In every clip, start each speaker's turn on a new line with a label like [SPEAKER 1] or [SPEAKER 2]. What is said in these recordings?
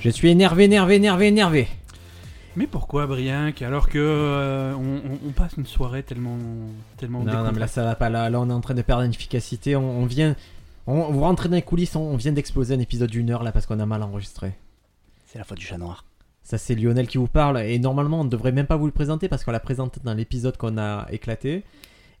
[SPEAKER 1] Je suis énervé, énervé, énervé, énervé.
[SPEAKER 2] Mais pourquoi Briac alors que euh, on, on- on passe une soirée tellement tellement
[SPEAKER 1] Non, non, mais
[SPEAKER 2] Ah.
[SPEAKER 1] là
[SPEAKER 2] décontractée
[SPEAKER 1] ça va pas. Là, là, on est en train de perdre en efficacité. On, on vient. On, vous rentrez dans les coulisses, on, on vient d'exploser un épisode d'une heure là parce qu'on a mal enregistré.
[SPEAKER 3] C'est la faute du chat noir.
[SPEAKER 1] Ça, c'est Lionel qui vous parle. Et normalement, on ne devrait même pas vous le présenter parce qu'on l'a présenté dans l'épisode qu'on a éclaté.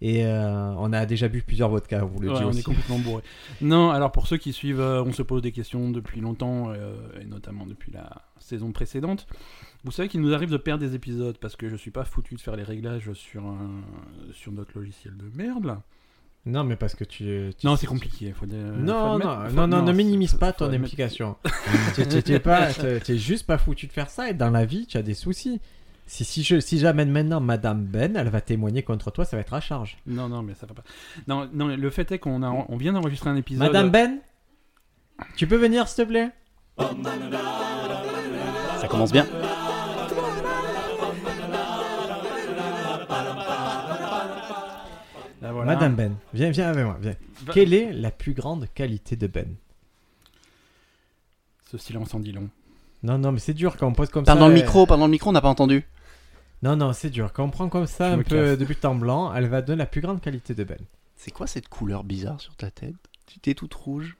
[SPEAKER 1] Et euh, on a déjà bu plusieurs vodkas, on vous le
[SPEAKER 2] Ouais,
[SPEAKER 1] dit
[SPEAKER 2] on
[SPEAKER 1] aussi.
[SPEAKER 2] est complètement bourré. Non, alors pour ceux qui suivent, euh, on se pose des questions depuis longtemps, euh, et notamment depuis la saison précédente. Vous savez qu'il nous arrive de perdre des épisodes parce que je suis pas foutu de faire les réglages sur, un- sur notre logiciel de merde. là.
[SPEAKER 1] Non, mais parce que tu. tu-
[SPEAKER 2] Non, c'est compliqué. Faut dire- Euh, faut
[SPEAKER 1] Non, non,
[SPEAKER 2] admettre-
[SPEAKER 1] non,
[SPEAKER 2] faut-
[SPEAKER 1] non, ne
[SPEAKER 2] c'est-
[SPEAKER 1] minimise
[SPEAKER 2] faut-
[SPEAKER 1] pas
[SPEAKER 2] faut
[SPEAKER 1] ton
[SPEAKER 2] admettre-
[SPEAKER 1] implication. tu tu- tu es pas- tu- tu es juste pas foutu de faire ça. Et dans la vie, tu as des soucis. Si, si, je- si j'amène maintenant Madame Ben, elle va témoigner contre toi, ça va être à charge.
[SPEAKER 2] Non, non, mais ça va pas. Non, non le fait est qu'on a, on vient d'enregistrer un épisode.
[SPEAKER 1] Madame Ben Tu peux venir, s'il te plaît
[SPEAKER 3] Ça commence bien. Eh,
[SPEAKER 2] Ah, voilà.
[SPEAKER 1] Madame Ben, viens, viens avec moi. Viens.
[SPEAKER 2] Va-
[SPEAKER 1] Quelle est la plus grande qualité de Ben
[SPEAKER 2] Ce silence en dit long.
[SPEAKER 1] Non, non, mais c'est dur quand on pose comme
[SPEAKER 3] Parle
[SPEAKER 1] ça.
[SPEAKER 3] dans le
[SPEAKER 1] euh,
[SPEAKER 3] micro, parle dans le micro, on n'a pas entendu.
[SPEAKER 1] Non, non, c'est dur. Quand on prend comme ça
[SPEAKER 2] Je
[SPEAKER 1] un
[SPEAKER 2] me
[SPEAKER 1] peu
[SPEAKER 2] casse.
[SPEAKER 1] de but en blanc, elle va donner la plus grande qualité de Ben.
[SPEAKER 3] C'est quoi cette couleur bizarre sur ta tête Tu t'es toute rouge.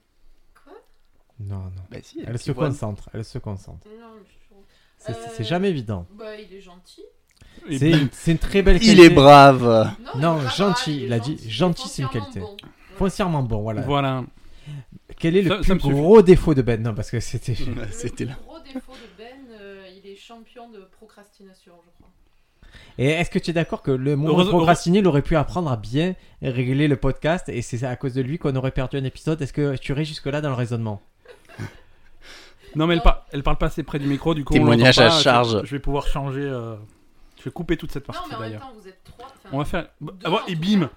[SPEAKER 1] Non, non.
[SPEAKER 3] Bah si,
[SPEAKER 1] Elle se concentre, elle se concentre.
[SPEAKER 4] Non, mais je trouve-
[SPEAKER 1] C'est
[SPEAKER 4] Euh,
[SPEAKER 1] c'est jamais évident.
[SPEAKER 4] Bah, il est gentil.
[SPEAKER 2] Et ben,
[SPEAKER 1] C'est une, c'est une très belle
[SPEAKER 3] Il
[SPEAKER 1] qualité.
[SPEAKER 3] est brave.
[SPEAKER 1] Non,
[SPEAKER 4] il est
[SPEAKER 1] gentil,
[SPEAKER 4] brave,
[SPEAKER 1] il a dit
[SPEAKER 4] est
[SPEAKER 1] gentil, c'est une
[SPEAKER 4] foncièrement
[SPEAKER 1] qualité.
[SPEAKER 4] bon.
[SPEAKER 1] Foncièrement bon, voilà.
[SPEAKER 2] Voilà.
[SPEAKER 1] Quel est le
[SPEAKER 2] Ça- ça
[SPEAKER 1] plus
[SPEAKER 2] me suffit. Mm.
[SPEAKER 1] gros défaut de Ben Non, parce que c'était.
[SPEAKER 4] Le
[SPEAKER 3] C'était là.
[SPEAKER 4] plus gros défaut de Ben, euh, il est champion de procrastination, je crois.
[SPEAKER 1] Et est-ce que tu es d'accord que le mot
[SPEAKER 2] Heureuse-
[SPEAKER 1] procrastiné, il aurait pu apprendre à bien régler le podcast et c'est à cause de lui qu'on aurait perdu un épisode Est-ce que tu irais jusque-là dans le raisonnement
[SPEAKER 2] Non, mais elle, par- elle parle pas assez près du micro, du coup. on
[SPEAKER 3] Témoignage
[SPEAKER 2] l'entend
[SPEAKER 3] à
[SPEAKER 2] pas. Je-
[SPEAKER 3] charge.
[SPEAKER 2] Je, vais pouvoir changer. euh, Je vais couper toute cette
[SPEAKER 4] non,
[SPEAKER 2] partie
[SPEAKER 4] mais en même
[SPEAKER 2] d'ailleurs.
[SPEAKER 4] temps, vous êtes trois. enfin,
[SPEAKER 2] On va faire. bah,
[SPEAKER 4] deux,
[SPEAKER 2] ah, voilà,
[SPEAKER 4] en
[SPEAKER 2] et
[SPEAKER 4] tout
[SPEAKER 2] bim
[SPEAKER 4] cas.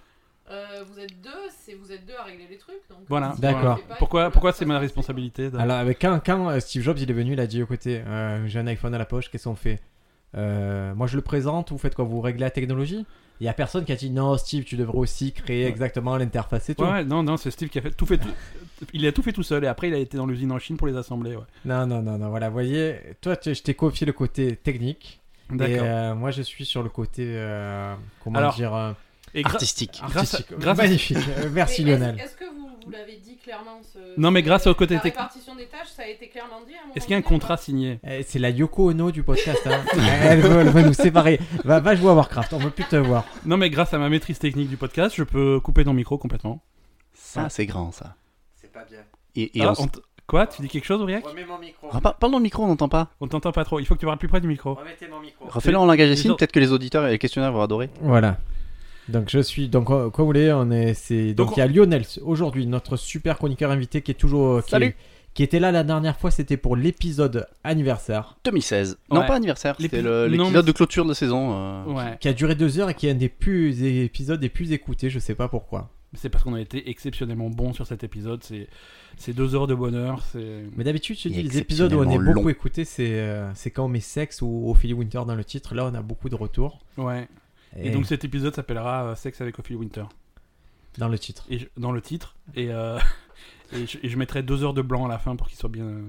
[SPEAKER 4] euh, vous êtes deux, c'est vous êtes deux à régler les trucs. Donc,
[SPEAKER 2] Voilà.
[SPEAKER 4] si
[SPEAKER 1] D'accord.
[SPEAKER 4] on le fait pas, il
[SPEAKER 2] Pourquoi,
[SPEAKER 4] faut
[SPEAKER 2] pourquoi
[SPEAKER 4] le
[SPEAKER 2] c'est
[SPEAKER 4] faire.
[SPEAKER 2] ma responsabilité de-
[SPEAKER 1] Alors, avec quand, quand euh, Steve Jobs il est venu, il a dit écoutez, euh, j'ai un iPhone à la poche, qu'est-ce qu'on fait Euh, Moi je le présente, vous faites quoi Vous réglez la technologie Il y a personne qui a dit non, Steve, tu devrais aussi créer
[SPEAKER 2] Ouais.
[SPEAKER 1] exactement l'interface et tout.
[SPEAKER 2] Ouais, ouais, non, non, c'est Steve qui a fait tout fait. tout- Il a tout fait tout seul et après il a été dans l'usine en Chine pour les assembler. ouais.
[SPEAKER 1] Non, non, non, non, voilà, vous voyez, toi tu- je t'ai confié le côté technique. Et
[SPEAKER 2] D'accord.
[SPEAKER 1] euh, moi je suis sur le côté, euh, comment
[SPEAKER 2] Alors,
[SPEAKER 1] dire, euh,
[SPEAKER 2] Et gra-
[SPEAKER 3] Artistique.
[SPEAKER 2] grâce à-
[SPEAKER 1] artistique.
[SPEAKER 2] grâce à-
[SPEAKER 1] Magnifique, Euh,
[SPEAKER 4] Mais
[SPEAKER 1] merci
[SPEAKER 4] est-ce-
[SPEAKER 1] Lionel.
[SPEAKER 4] Est-ce que vous, vous l'avez dit clairement ce-
[SPEAKER 2] Non, mais
[SPEAKER 4] ce-
[SPEAKER 2] grâce au côté
[SPEAKER 4] La
[SPEAKER 2] technique.
[SPEAKER 4] répartition des tâches, ça a été clairement dit. à un moment
[SPEAKER 2] Est-ce qu'il y a un
[SPEAKER 4] donné, ou
[SPEAKER 2] contrat signé
[SPEAKER 1] Eh, C'est la Yoko Ono du podcast. hein. elle, veut, elle veut nous séparer. Va, va jouer à Warcraft, on veut plus te voir.
[SPEAKER 2] Non, mais grâce à ma maîtrise technique du podcast, je peux couper ton micro complètement.
[SPEAKER 3] Ça, c'est grand, ça.
[SPEAKER 1] C'est pas bien.
[SPEAKER 3] Et, et
[SPEAKER 2] Ah,
[SPEAKER 3] on s-
[SPEAKER 2] on t- Quoi Tu dis quelque chose, Auriac
[SPEAKER 1] Remets mon micro.
[SPEAKER 3] Ah, par- Parle dans le micro, on n'entend pas.
[SPEAKER 2] On t'entend pas trop. Il faut que tu parles plus près du micro.
[SPEAKER 1] Remettez mon micro.
[SPEAKER 3] Refais-le en langage
[SPEAKER 2] les
[SPEAKER 3] des signes,
[SPEAKER 2] autres-
[SPEAKER 3] peut-être que les auditeurs et les questionnaires vont adorer.
[SPEAKER 1] Voilà. Donc je suis donc euh, comme vous voulez, on est c'est donc
[SPEAKER 2] Donc,
[SPEAKER 1] il y a Lionel aujourd'hui notre super chroniqueur invité qui est toujours euh, qui,
[SPEAKER 3] Salut.
[SPEAKER 1] qui était là la dernière fois, c'était pour l'épisode anniversaire
[SPEAKER 3] 2016. Non,
[SPEAKER 2] Ouais.
[SPEAKER 3] pas anniversaire, c'était
[SPEAKER 2] L'épi-
[SPEAKER 3] le-
[SPEAKER 2] non,
[SPEAKER 3] l'épisode
[SPEAKER 2] mais-
[SPEAKER 3] de clôture de saison. euh.
[SPEAKER 2] Ouais.
[SPEAKER 1] qui a duré deux heures et qui est un des plus des épisodes des plus écoutés, je sais pas pourquoi.
[SPEAKER 2] C'est parce qu'on a été exceptionnellement bon sur cet épisode. C'est c'est deux heures de bonheur. C'est.
[SPEAKER 1] Mais d'habitude je te
[SPEAKER 3] Il
[SPEAKER 1] dis
[SPEAKER 3] est
[SPEAKER 1] les épisodes où on est
[SPEAKER 3] exceptionnellement
[SPEAKER 1] beaucoup
[SPEAKER 3] long.
[SPEAKER 1] écouté, c'est euh, c'est quand on met sexe ou Ophélie Winter dans le titre. Là on a beaucoup de retours.
[SPEAKER 2] Ouais. Et, donc cet épisode s'appellera euh, Sexe avec Ophélie Winter.
[SPEAKER 1] dans le titre.
[SPEAKER 2] Et je- dans le titre. Et, euh, et, je, et je mettrai deux heures de blanc à la fin pour qu'il soit bien. euh,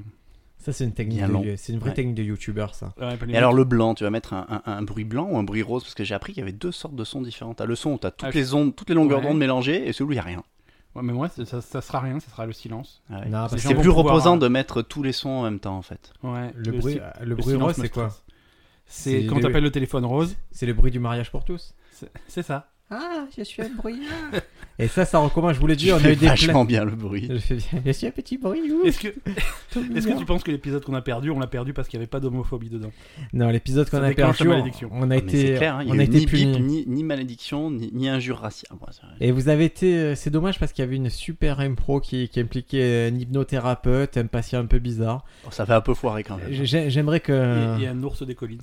[SPEAKER 1] Ça c'est une technique
[SPEAKER 3] Bien long.
[SPEAKER 1] de- c'est une vraie
[SPEAKER 3] Ouais.
[SPEAKER 1] technique de youtubeur ça.
[SPEAKER 2] Ouais, pas les
[SPEAKER 3] Et alors le blanc, tu vas mettre un, un- un bruit blanc ou un bruit rose parce que j'ai appris qu'il y avait deux sortes de sons différents. T'as le son où t'as toutes
[SPEAKER 2] Ah, je-
[SPEAKER 3] les ondes, toutes les longueurs
[SPEAKER 2] Ouais.
[SPEAKER 3] d'onde mélangées et celui où il y a rien.
[SPEAKER 2] Ouais, mais moi, c'est- ça, ça sera rien, ça sera le silence.
[SPEAKER 3] Ah ouais.
[SPEAKER 1] Non, parce
[SPEAKER 2] les
[SPEAKER 1] que
[SPEAKER 2] gens
[SPEAKER 3] C'est
[SPEAKER 2] vont
[SPEAKER 3] plus
[SPEAKER 2] pouvoir,
[SPEAKER 3] reposant
[SPEAKER 2] hein.
[SPEAKER 3] de mettre tous les sons en même temps en fait.
[SPEAKER 2] Ouais.
[SPEAKER 1] le bruit euh,
[SPEAKER 2] si-
[SPEAKER 1] le bruit
[SPEAKER 2] silence
[SPEAKER 1] rose
[SPEAKER 2] me
[SPEAKER 1] c'est quoi
[SPEAKER 2] stresse. C'est
[SPEAKER 1] C'est
[SPEAKER 2] quand
[SPEAKER 1] le-
[SPEAKER 2] t'appelles le téléphone rose.
[SPEAKER 1] C'est le bruit du mariage pour tous.
[SPEAKER 2] C'est c'est ça.
[SPEAKER 1] Ah, je suis un brouillard. Et ça, ça recommence. Je vous l'ai dit,
[SPEAKER 3] Tu
[SPEAKER 1] on a
[SPEAKER 3] fais
[SPEAKER 1] eu des
[SPEAKER 3] vachement bien le bruit.
[SPEAKER 1] Je, fais bien. je suis un petit brouillou.
[SPEAKER 2] Est-ce que, est-ce que tu penses que l'épisode qu'on a perdu, on l'a perdu parce qu'il n'y avait pas d'homophobie dedans
[SPEAKER 1] Non, l'épisode qu'on
[SPEAKER 2] Ça
[SPEAKER 1] a
[SPEAKER 2] déclenche
[SPEAKER 1] perdu,
[SPEAKER 2] la
[SPEAKER 1] on-
[SPEAKER 2] malédiction.
[SPEAKER 1] on a
[SPEAKER 3] Ah, mais c'est
[SPEAKER 1] été,
[SPEAKER 3] clair, hein, il
[SPEAKER 1] on
[SPEAKER 3] n'y
[SPEAKER 1] a
[SPEAKER 3] a eu
[SPEAKER 1] été
[SPEAKER 3] ni bip,
[SPEAKER 1] puni.
[SPEAKER 3] ni, ni malédiction, ni, ni injure raciale. Ouais, c'est vrai.
[SPEAKER 1] Et vous avez été, euh, c'est dommage parce qu'il y avait une super impro qui, qui impliquait un hypnothérapeute, un patient un peu bizarre.
[SPEAKER 3] Oh, ça fait un peu foiré quand même.
[SPEAKER 1] J'ai- J'aimerais que,
[SPEAKER 2] Il y a un ours des collines.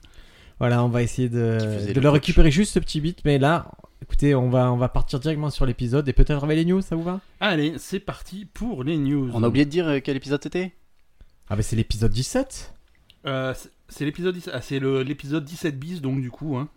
[SPEAKER 1] voilà, on va essayer
[SPEAKER 3] Qui
[SPEAKER 1] de,
[SPEAKER 3] faisait
[SPEAKER 1] de
[SPEAKER 3] le
[SPEAKER 1] le
[SPEAKER 3] coach.
[SPEAKER 1] récupérer juste ce petit bit, mais là, écoutez, on va, on va partir directement sur l'épisode et peut-être avec les news, ça vous va
[SPEAKER 2] Allez, c'est parti pour les news.
[SPEAKER 3] On a oublié de dire euh, quel épisode c'était
[SPEAKER 1] Ah bah c'est l'épisode 17.
[SPEAKER 2] Euh, c'est- c'est l'épisode 17 ah, c'est le- l'épisode 17 bis, donc du coup. Hein.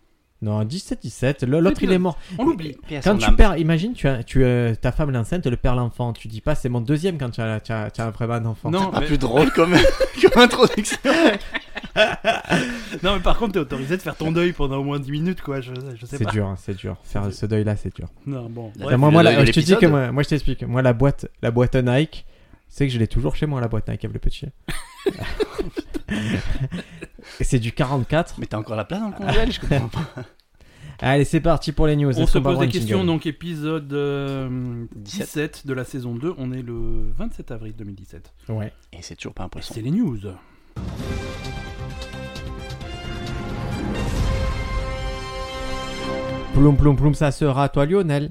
[SPEAKER 1] Non, 17-17, le- l'autre
[SPEAKER 2] C'est
[SPEAKER 1] il est mort.
[SPEAKER 2] On l'oublie.
[SPEAKER 3] Paix à
[SPEAKER 1] Quand
[SPEAKER 3] son
[SPEAKER 1] tu
[SPEAKER 3] âme.
[SPEAKER 1] perds, imagine, tu as, tu, euh, ta femme l'enceinte, le père l'enfant. Tu dis pas, c'est mon deuxième quand tu as, tu as, tu as vraiment un enfant.
[SPEAKER 2] Non,
[SPEAKER 3] Ah,
[SPEAKER 2] mais,
[SPEAKER 3] plus drôle comme, comme introduction.
[SPEAKER 2] non, mais par contre, t'es autorisé de faire ton deuil pendant au moins 10 minutes, quoi. Je, je sais
[SPEAKER 1] C'est
[SPEAKER 2] pas.
[SPEAKER 1] dur, hein, c'est dur.
[SPEAKER 2] C'est
[SPEAKER 1] Faire
[SPEAKER 2] dur.
[SPEAKER 1] ce deuil-là, c'est dur.
[SPEAKER 2] Non, bon.
[SPEAKER 3] La
[SPEAKER 2] bref.
[SPEAKER 1] Enfin, moi, moi,
[SPEAKER 3] le-
[SPEAKER 1] la-
[SPEAKER 3] le-
[SPEAKER 1] je te dis
[SPEAKER 3] l'épisode-
[SPEAKER 1] que moi, moi, je t'explique. Moi, la boîte, la boîte Nike, c'est que je l'ai toujours chez moi, la boîte Nike avec le petit. Et c'est du 44.
[SPEAKER 3] Mais t'as encore la place dans le congèle, je comprends pas.
[SPEAKER 1] Allez, c'est parti pour les news.
[SPEAKER 2] On
[SPEAKER 1] Est-ce
[SPEAKER 2] se
[SPEAKER 1] qu'on va
[SPEAKER 2] pose
[SPEAKER 1] avoir
[SPEAKER 2] des
[SPEAKER 1] une
[SPEAKER 2] questions,
[SPEAKER 1] jingle
[SPEAKER 2] donc épisode euh,
[SPEAKER 3] 17.
[SPEAKER 2] 17 de la saison 2. On est le 27 avril 2017.
[SPEAKER 1] Ouais.
[SPEAKER 3] Et c'est toujours pas un
[SPEAKER 2] Et
[SPEAKER 3] poisson.
[SPEAKER 2] C'est les news.
[SPEAKER 1] Ploum, ploum, ploum, ça sera à toi, Lionel.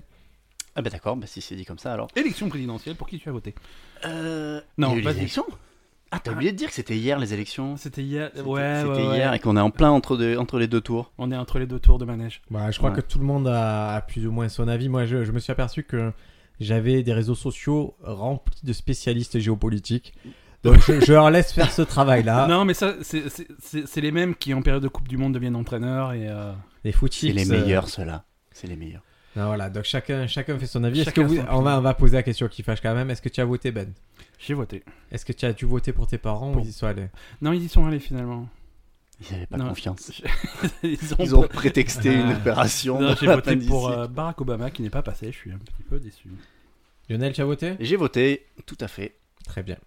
[SPEAKER 3] Ah bah d'accord, bah si c'est dit comme ça alors.
[SPEAKER 2] Élection présidentielle, pour qui tu as voté
[SPEAKER 3] Euh,
[SPEAKER 2] Non,
[SPEAKER 3] il y a eu
[SPEAKER 2] vas-y.
[SPEAKER 3] les élections Ah t'as oublié de dire que c'était hier les élections
[SPEAKER 2] C'était hier.
[SPEAKER 3] C'était
[SPEAKER 2] ouais,
[SPEAKER 3] c'était
[SPEAKER 2] ouais, ouais.
[SPEAKER 3] hier et qu'on est en plein entre, deux- entre les deux tours.
[SPEAKER 2] On est entre les deux tours de manège.
[SPEAKER 1] Bah, je crois
[SPEAKER 3] Ouais.
[SPEAKER 1] que tout le monde a, a plus ou moins son avis. Moi, je, je me suis aperçu que j'avais des réseaux sociaux remplis de spécialistes géopolitiques. Donc, je, je leur laisse faire ce
[SPEAKER 3] Ah.
[SPEAKER 1] travail-là.
[SPEAKER 2] Non, mais ça, c'est- c'est c'est- c'est les mêmes qui, en période de Coupe du Monde, deviennent entraîneurs. Et, euh,
[SPEAKER 1] Les footies.
[SPEAKER 3] C'est les meilleurs ceux-là. C'est les meilleurs.
[SPEAKER 1] Non, Ben voilà, donc chacun, chacun fait son avis. Est-ce que
[SPEAKER 2] Chacun
[SPEAKER 1] vous,
[SPEAKER 2] son
[SPEAKER 1] on, va, on va poser la question qui fâche quand même. Est-ce que tu as voté, Ben
[SPEAKER 2] J'ai voté.
[SPEAKER 1] Est-ce que tu as dû voter pour tes parents
[SPEAKER 2] Pour-
[SPEAKER 1] ou ils y sont allés
[SPEAKER 2] Non, ils y sont allés finalement.
[SPEAKER 3] Ils avaient pas
[SPEAKER 2] Non.
[SPEAKER 3] confiance.
[SPEAKER 2] Ils
[SPEAKER 3] Ils ont prétexté une
[SPEAKER 2] Ah.
[SPEAKER 3] opération.
[SPEAKER 2] Non,
[SPEAKER 3] dans
[SPEAKER 2] j'ai
[SPEAKER 3] la
[SPEAKER 2] voté pour
[SPEAKER 3] appendicite.
[SPEAKER 2] euh, Barack Obama qui n'est pas passé. Je suis un petit peu déçu.
[SPEAKER 1] Lionel, tu as voté
[SPEAKER 3] J'ai voté, tout à fait.
[SPEAKER 1] Très bien.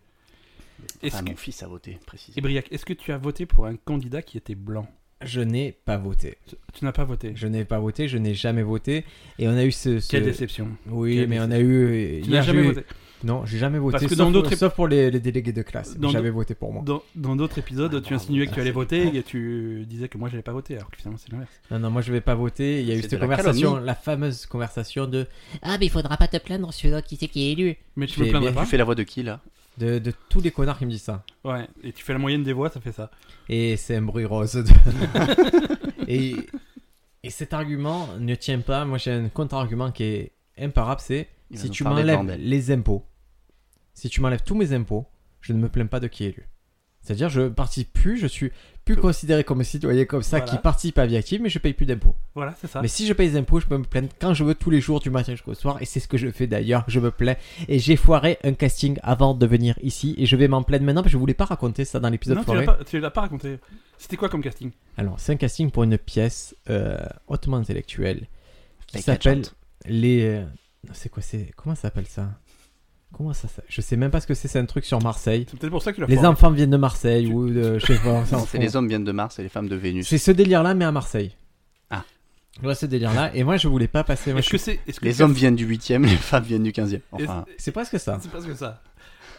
[SPEAKER 2] Est-ce
[SPEAKER 3] Enfin,
[SPEAKER 2] que...
[SPEAKER 3] mon fils a voté, précisément.
[SPEAKER 2] Ébriac, est-ce que tu as voté pour un candidat qui était blanc
[SPEAKER 1] Je n'ai pas voté.
[SPEAKER 2] Tu- Tu n'as pas voté.
[SPEAKER 1] Je n'ai pas voté, je n'ai jamais voté. Et on a eu ce. ce-
[SPEAKER 2] Quelle déception.
[SPEAKER 1] Oui,
[SPEAKER 2] Quelle
[SPEAKER 1] mais on a eu. euh,
[SPEAKER 2] Tu
[SPEAKER 1] hier,
[SPEAKER 2] n'as jamais
[SPEAKER 1] j'ai eu-
[SPEAKER 2] voté.
[SPEAKER 1] Non, j'ai jamais voté.
[SPEAKER 2] Parce que
[SPEAKER 1] sauf,
[SPEAKER 2] dans d'autres-
[SPEAKER 1] sauf pour les, les délégués de classe.
[SPEAKER 2] Dans
[SPEAKER 1] J'avais voté pour moi.
[SPEAKER 2] Dans dans d'autres épisodes, tu insinuais que tu allais voter et tu disais que moi j'allais pas voter, alors que finalement c'est l'inverse.
[SPEAKER 1] Non, non, moi je vais pas voter. Il y a eu
[SPEAKER 3] C'est
[SPEAKER 1] cette
[SPEAKER 3] de la
[SPEAKER 1] conversation,
[SPEAKER 3] calomnie.
[SPEAKER 1] la fameuse conversation de,
[SPEAKER 5] Ah, mais il faudra pas te plaindre sur qui c'est qui est élu.
[SPEAKER 2] Mais tu me
[SPEAKER 1] J'ai
[SPEAKER 2] plaindras
[SPEAKER 1] bien
[SPEAKER 2] pas.
[SPEAKER 3] Tu fais la voix de qui, là
[SPEAKER 1] de, de tous les connards qui me disent ça.
[SPEAKER 2] Ouais, et tu fais la moyenne des voix, ça fait ça.
[SPEAKER 1] Et c'est un bruit rose. et, et cet argument ne tient pas. Moi j'ai un contre-argument qui est imparable c'est
[SPEAKER 3] Il va
[SPEAKER 1] si
[SPEAKER 3] nous
[SPEAKER 1] tu
[SPEAKER 3] parler de
[SPEAKER 1] m'enlèves
[SPEAKER 3] bordel.
[SPEAKER 1] les impôts, si tu m'enlèves tous mes impôts, je ne me plains pas de qui est élu. C'est-à-dire, je participe plus, je suis plus
[SPEAKER 3] Que-
[SPEAKER 1] considéré comme un citoyen comme ça
[SPEAKER 2] Voilà.
[SPEAKER 1] qui participe à vie active, mais je paye plus d'impôts.
[SPEAKER 2] Voilà, c'est ça.
[SPEAKER 1] Mais si je paye les impôts, je peux me plaindre quand je veux tous les jours du matin jusqu'au soir, et c'est ce que je fais d'ailleurs, je me plains. Et j'ai foiré un casting avant de venir ici, et je vais m'en plaindre maintenant, parce que je voulais pas raconter ça dans l'épisode
[SPEAKER 2] non, tu l'as
[SPEAKER 1] foiré.
[SPEAKER 2] pas, tu l'as pas raconté. C'était quoi comme casting
[SPEAKER 1] Alors, c'est un casting pour une pièce euh, hautement intellectuelle, qui
[SPEAKER 3] Avec
[SPEAKER 1] s'appelle
[SPEAKER 3] Gadget.
[SPEAKER 1] Les... euh, non, C'est quoi, c'est... Comment ça s'appelle ça Comment ça, ça Je sais même pas ce que c'est, c'est un truc sur Marseille.
[SPEAKER 2] C'est peut-être pour ça que tu l'as
[SPEAKER 1] Les
[SPEAKER 2] foiré.
[SPEAKER 1] enfants viennent de Marseille, ou de... Je sais pas, on s'en
[SPEAKER 3] C'est
[SPEAKER 1] fout.
[SPEAKER 3] les hommes viennent de Mars et les femmes de Vénus.
[SPEAKER 1] C'est ce délire-là, mais à Marseille.
[SPEAKER 3] Ah.
[SPEAKER 1] Ouais, ce délire-là, et moi je voulais pas passer... moi,
[SPEAKER 2] Est-ce
[SPEAKER 1] je
[SPEAKER 2] que
[SPEAKER 1] suis-
[SPEAKER 2] c'est. Est-ce que
[SPEAKER 3] Les
[SPEAKER 2] c'est-
[SPEAKER 3] hommes viennent du 8ème, les femmes viennent du 15ème.
[SPEAKER 2] est-ce-
[SPEAKER 3] Enfin,
[SPEAKER 1] C'est presque ça.
[SPEAKER 2] C'est presque ça.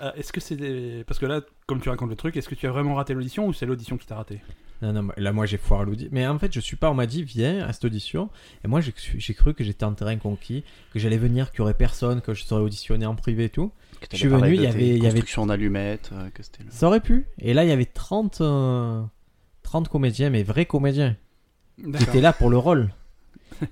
[SPEAKER 2] Euh, est-ce que c'est des- parce que là, comme tu racontes le truc, est-ce que tu as vraiment raté l'audition ou c'est l'audition qui t'a raté
[SPEAKER 1] Non, non, là, moi, j'ai foiré l'audi. Mais en fait, je suis pas. On m'a dit, viens à cette audition. Et moi, j'ai- j'ai cru que j'étais en terrain conquis, que j'allais venir, qu'il y aurait personne, que je serais auditionné en privé et tout.
[SPEAKER 3] que
[SPEAKER 1] je suis venu, il y avait- il y avait-
[SPEAKER 3] Construction en allumettes, euh, que c'était le-
[SPEAKER 1] Ça aurait pu. Et là, il y avait 30, euh, 30 comédiens, mais vrais comédiens, qui
[SPEAKER 2] D'accord.
[SPEAKER 1] étaient là pour le rôle.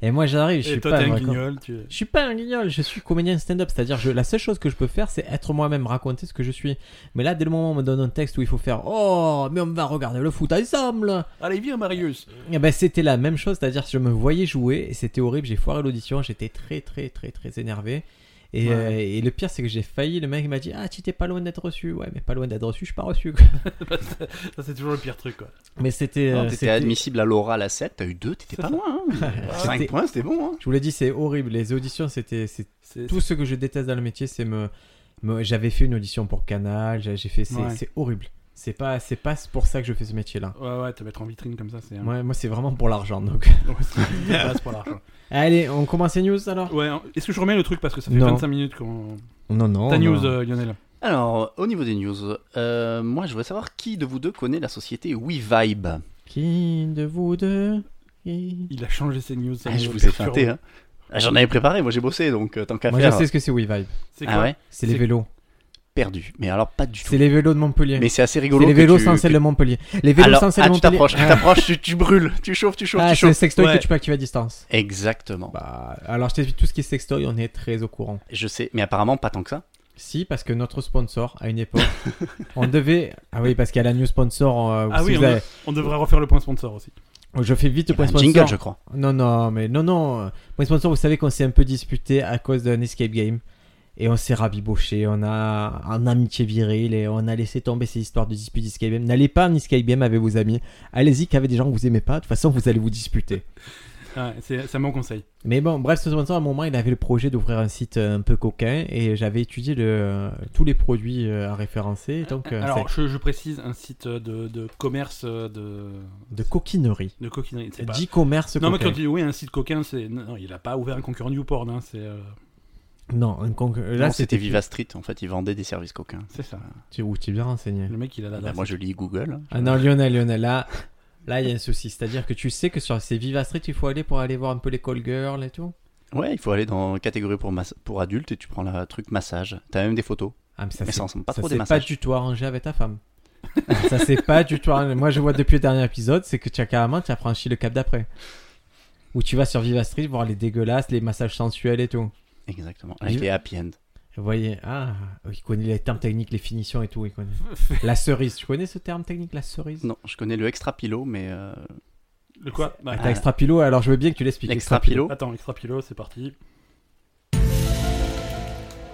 [SPEAKER 1] Et moi, j'arrive, je suis
[SPEAKER 2] Et toi,
[SPEAKER 1] pas
[SPEAKER 2] t'es
[SPEAKER 1] un
[SPEAKER 2] un
[SPEAKER 1] vrai com-
[SPEAKER 2] guignol. Tu...
[SPEAKER 1] Je suis pas un guignol, je suis comédien stand-up, c'est-à-dire je- la seule chose que je peux faire, c'est être moi-même, raconter ce que je suis. Mais là, dès le moment où on me donne un texte où il faut faire Oh, mais on va regarder le foot ensemble
[SPEAKER 2] Allez, viens, Marius.
[SPEAKER 1] Eh ben, c'était la même chose, c'est-à-dire je me voyais jouer et c'était horrible, j'ai foiré l'audition, j'étais très très très très énervé. Et,
[SPEAKER 2] Ouais.
[SPEAKER 1] euh, et le pire c'est que j'ai failli, le mec il m'a dit ah tu t'es pas loin d'être reçu, ouais mais pas loin d'être reçu, je suis pas reçu. quoi.
[SPEAKER 2] Ça, c'est toujours le pire truc, quoi.
[SPEAKER 1] Mais c'était...
[SPEAKER 3] Non,
[SPEAKER 1] euh,
[SPEAKER 3] T'étais
[SPEAKER 1] c'était-
[SPEAKER 3] admissible à l'oral à 7, t'as eu 2, t'étais
[SPEAKER 2] C'est
[SPEAKER 3] pas
[SPEAKER 2] ça.
[SPEAKER 3] loin.
[SPEAKER 1] C'était-
[SPEAKER 3] 5 points, c'était bon. hein.
[SPEAKER 1] Je vous l'ai dit c'est horrible, les auditions c'était... c'est
[SPEAKER 2] C'est-
[SPEAKER 1] Tout ce que je déteste dans le métier c'est me... me- J'avais fait une audition pour Canal, j'ai j'ai fait... C'est
[SPEAKER 2] Ouais.
[SPEAKER 1] c'est horrible. C'est pas, c'est pas pour ça que je fais ce métier là.
[SPEAKER 2] Ouais, ouais, te mettre en vitrine comme ça, c'est. un-
[SPEAKER 1] Ouais, moi c'est vraiment pour l'argent donc.
[SPEAKER 2] Ouais, c'est- c'est pas pour l'argent.
[SPEAKER 1] Allez, on commence les news alors
[SPEAKER 2] Ouais, en- est-ce que je remets le truc parce que ça fait
[SPEAKER 1] Non.
[SPEAKER 2] 25 minutes qu'on.
[SPEAKER 1] Non, non.
[SPEAKER 2] Ta
[SPEAKER 1] non.
[SPEAKER 2] news, euh, Lionel.
[SPEAKER 3] Alors, au niveau des news, euh, moi je voudrais savoir qui de vous deux connaît la société WeVibe.
[SPEAKER 1] Qui de vous deux Qui
[SPEAKER 2] Il a changé ses news. sa
[SPEAKER 3] Ah, je
[SPEAKER 2] news.
[SPEAKER 3] vous ai feinté. Hein. Ah, J'en avais préparé, moi j'ai bossé donc euh, tant qu'à
[SPEAKER 1] Moi
[SPEAKER 3] faire.
[SPEAKER 1] je sais ce que c'est WeVibe.
[SPEAKER 2] C'est quoi
[SPEAKER 3] Ah ouais
[SPEAKER 1] C'est les
[SPEAKER 2] C'est-
[SPEAKER 1] vélos.
[SPEAKER 3] Perdu. Mais alors pas du tout.
[SPEAKER 1] C'est les vélos de Montpellier.
[SPEAKER 3] Mais c'est assez
[SPEAKER 1] C'est
[SPEAKER 3] rigolo.
[SPEAKER 1] les
[SPEAKER 3] que
[SPEAKER 1] vélos
[SPEAKER 3] tu-
[SPEAKER 1] sans celle de Montpellier. Les vélos
[SPEAKER 3] Alors,
[SPEAKER 1] sans celle
[SPEAKER 3] ah,
[SPEAKER 1] de
[SPEAKER 3] tu
[SPEAKER 1] Montpellier.
[SPEAKER 3] t'approches, tu
[SPEAKER 1] Ah.
[SPEAKER 3] t'approches, tu, tu brûles, tu chauffes, tu chauffes,
[SPEAKER 1] Ah,
[SPEAKER 3] tu
[SPEAKER 1] c'est le
[SPEAKER 3] chauffes.
[SPEAKER 1] sextoy
[SPEAKER 2] Ouais.
[SPEAKER 1] que tu peux activer à distance.
[SPEAKER 3] Exactement.
[SPEAKER 1] Bah, alors je t'explique tout ce qui est sextoy, on est très au courant.
[SPEAKER 3] Je sais, mais apparemment pas tant que ça.
[SPEAKER 1] Si, parce que notre sponsor, à une époque, on devait. Ah oui, parce qu'il y a la new sponsor. euh,
[SPEAKER 2] Ah
[SPEAKER 1] si
[SPEAKER 2] oui,
[SPEAKER 1] vous
[SPEAKER 2] on,
[SPEAKER 1] avez- Oh,
[SPEAKER 2] de- on devrait refaire le point sponsor aussi.
[SPEAKER 1] Je fais vite le
[SPEAKER 3] Il y a
[SPEAKER 1] point
[SPEAKER 3] un
[SPEAKER 1] sponsor.
[SPEAKER 3] jingle, je crois.
[SPEAKER 1] Non, non, mais non, non. Point sponsor, vous savez qu'on s'est un peu disputé à cause d'un escape game. Et on s'est rabiboché, on a un amitié virile et on a laissé tomber ces histoires de disputes d'escape game. N'allez pas en escape game avec vos amis. Allez-y qu'avec des gens que vous aimez pas, de toute façon vous allez vous disputer.
[SPEAKER 2] Ouais, c'est c'est un bon conseil.
[SPEAKER 1] Mais bon, bref, ce sponsor, à un moment, il avait le projet d'ouvrir un site un peu coquin et j'avais étudié le, tous les produits euh, à référencer. Donc, euh,
[SPEAKER 2] Alors, je, je précise, un site de, de commerce euh, de,
[SPEAKER 1] c'est de coquinerie.
[SPEAKER 2] de coquinerie. c'est pas-
[SPEAKER 1] D'e-commerce
[SPEAKER 2] Non, mais
[SPEAKER 1] coquin.
[SPEAKER 2] quand tu dis oui, un site coquin, c'est. Non, non, il a pas ouvert un concurrent Newport, hein, c'est euh,
[SPEAKER 1] Non, un conc- là
[SPEAKER 3] Non, c'était
[SPEAKER 1] c'était Bah,
[SPEAKER 3] Viva Street, en fait, ils vendaient des services coquins.
[SPEAKER 2] c'est ça.
[SPEAKER 1] Tu ouh, tu es bien renseigné.
[SPEAKER 2] Le mec, il a la.
[SPEAKER 3] Bah, moi, je lis Google.
[SPEAKER 1] Ah non, Lionel, Lionel, là, là, il y a un souci. C'est-à-dire que tu sais que sur ces Viva Street, il faut aller pour aller voir un peu les call girls et tout.
[SPEAKER 3] Ouais, il faut aller dans catégorie pour, mas- pour adultes et tu prends la truc massage. T'as même des photos.
[SPEAKER 1] Ah, mais ça,
[SPEAKER 3] mais
[SPEAKER 1] c'est
[SPEAKER 3] ça ressemble pas
[SPEAKER 1] ça,
[SPEAKER 3] trop à
[SPEAKER 1] c'est
[SPEAKER 3] des
[SPEAKER 1] pas
[SPEAKER 3] massages.
[SPEAKER 1] du tout arrangé avec ta femme. ça, c'est pas du tout arrangé. Moi, je vois depuis le dernier épisode, c'est que tu as carrément, tu as franchi le cap d'après. Où tu vas sur Viva Street voir les dégueulasses, les massages sensuels et tout.
[SPEAKER 3] Exactement. Avec
[SPEAKER 1] Ah, Je-
[SPEAKER 3] les happy end.
[SPEAKER 1] Vous voyez, ah, il connaît les termes techniques, les finitions et tout. Il connaît. La cerise, tu connais ce terme technique, la cerise
[SPEAKER 3] Non, je connais le extra pilot, mais euh,
[SPEAKER 2] Le quoi Bah,
[SPEAKER 1] Ah, t'as
[SPEAKER 3] Ah.
[SPEAKER 1] extra pilot, alors je veux bien que tu l'expliques.
[SPEAKER 3] l'extra pilot.
[SPEAKER 2] Attends, extra pilot, c'est parti.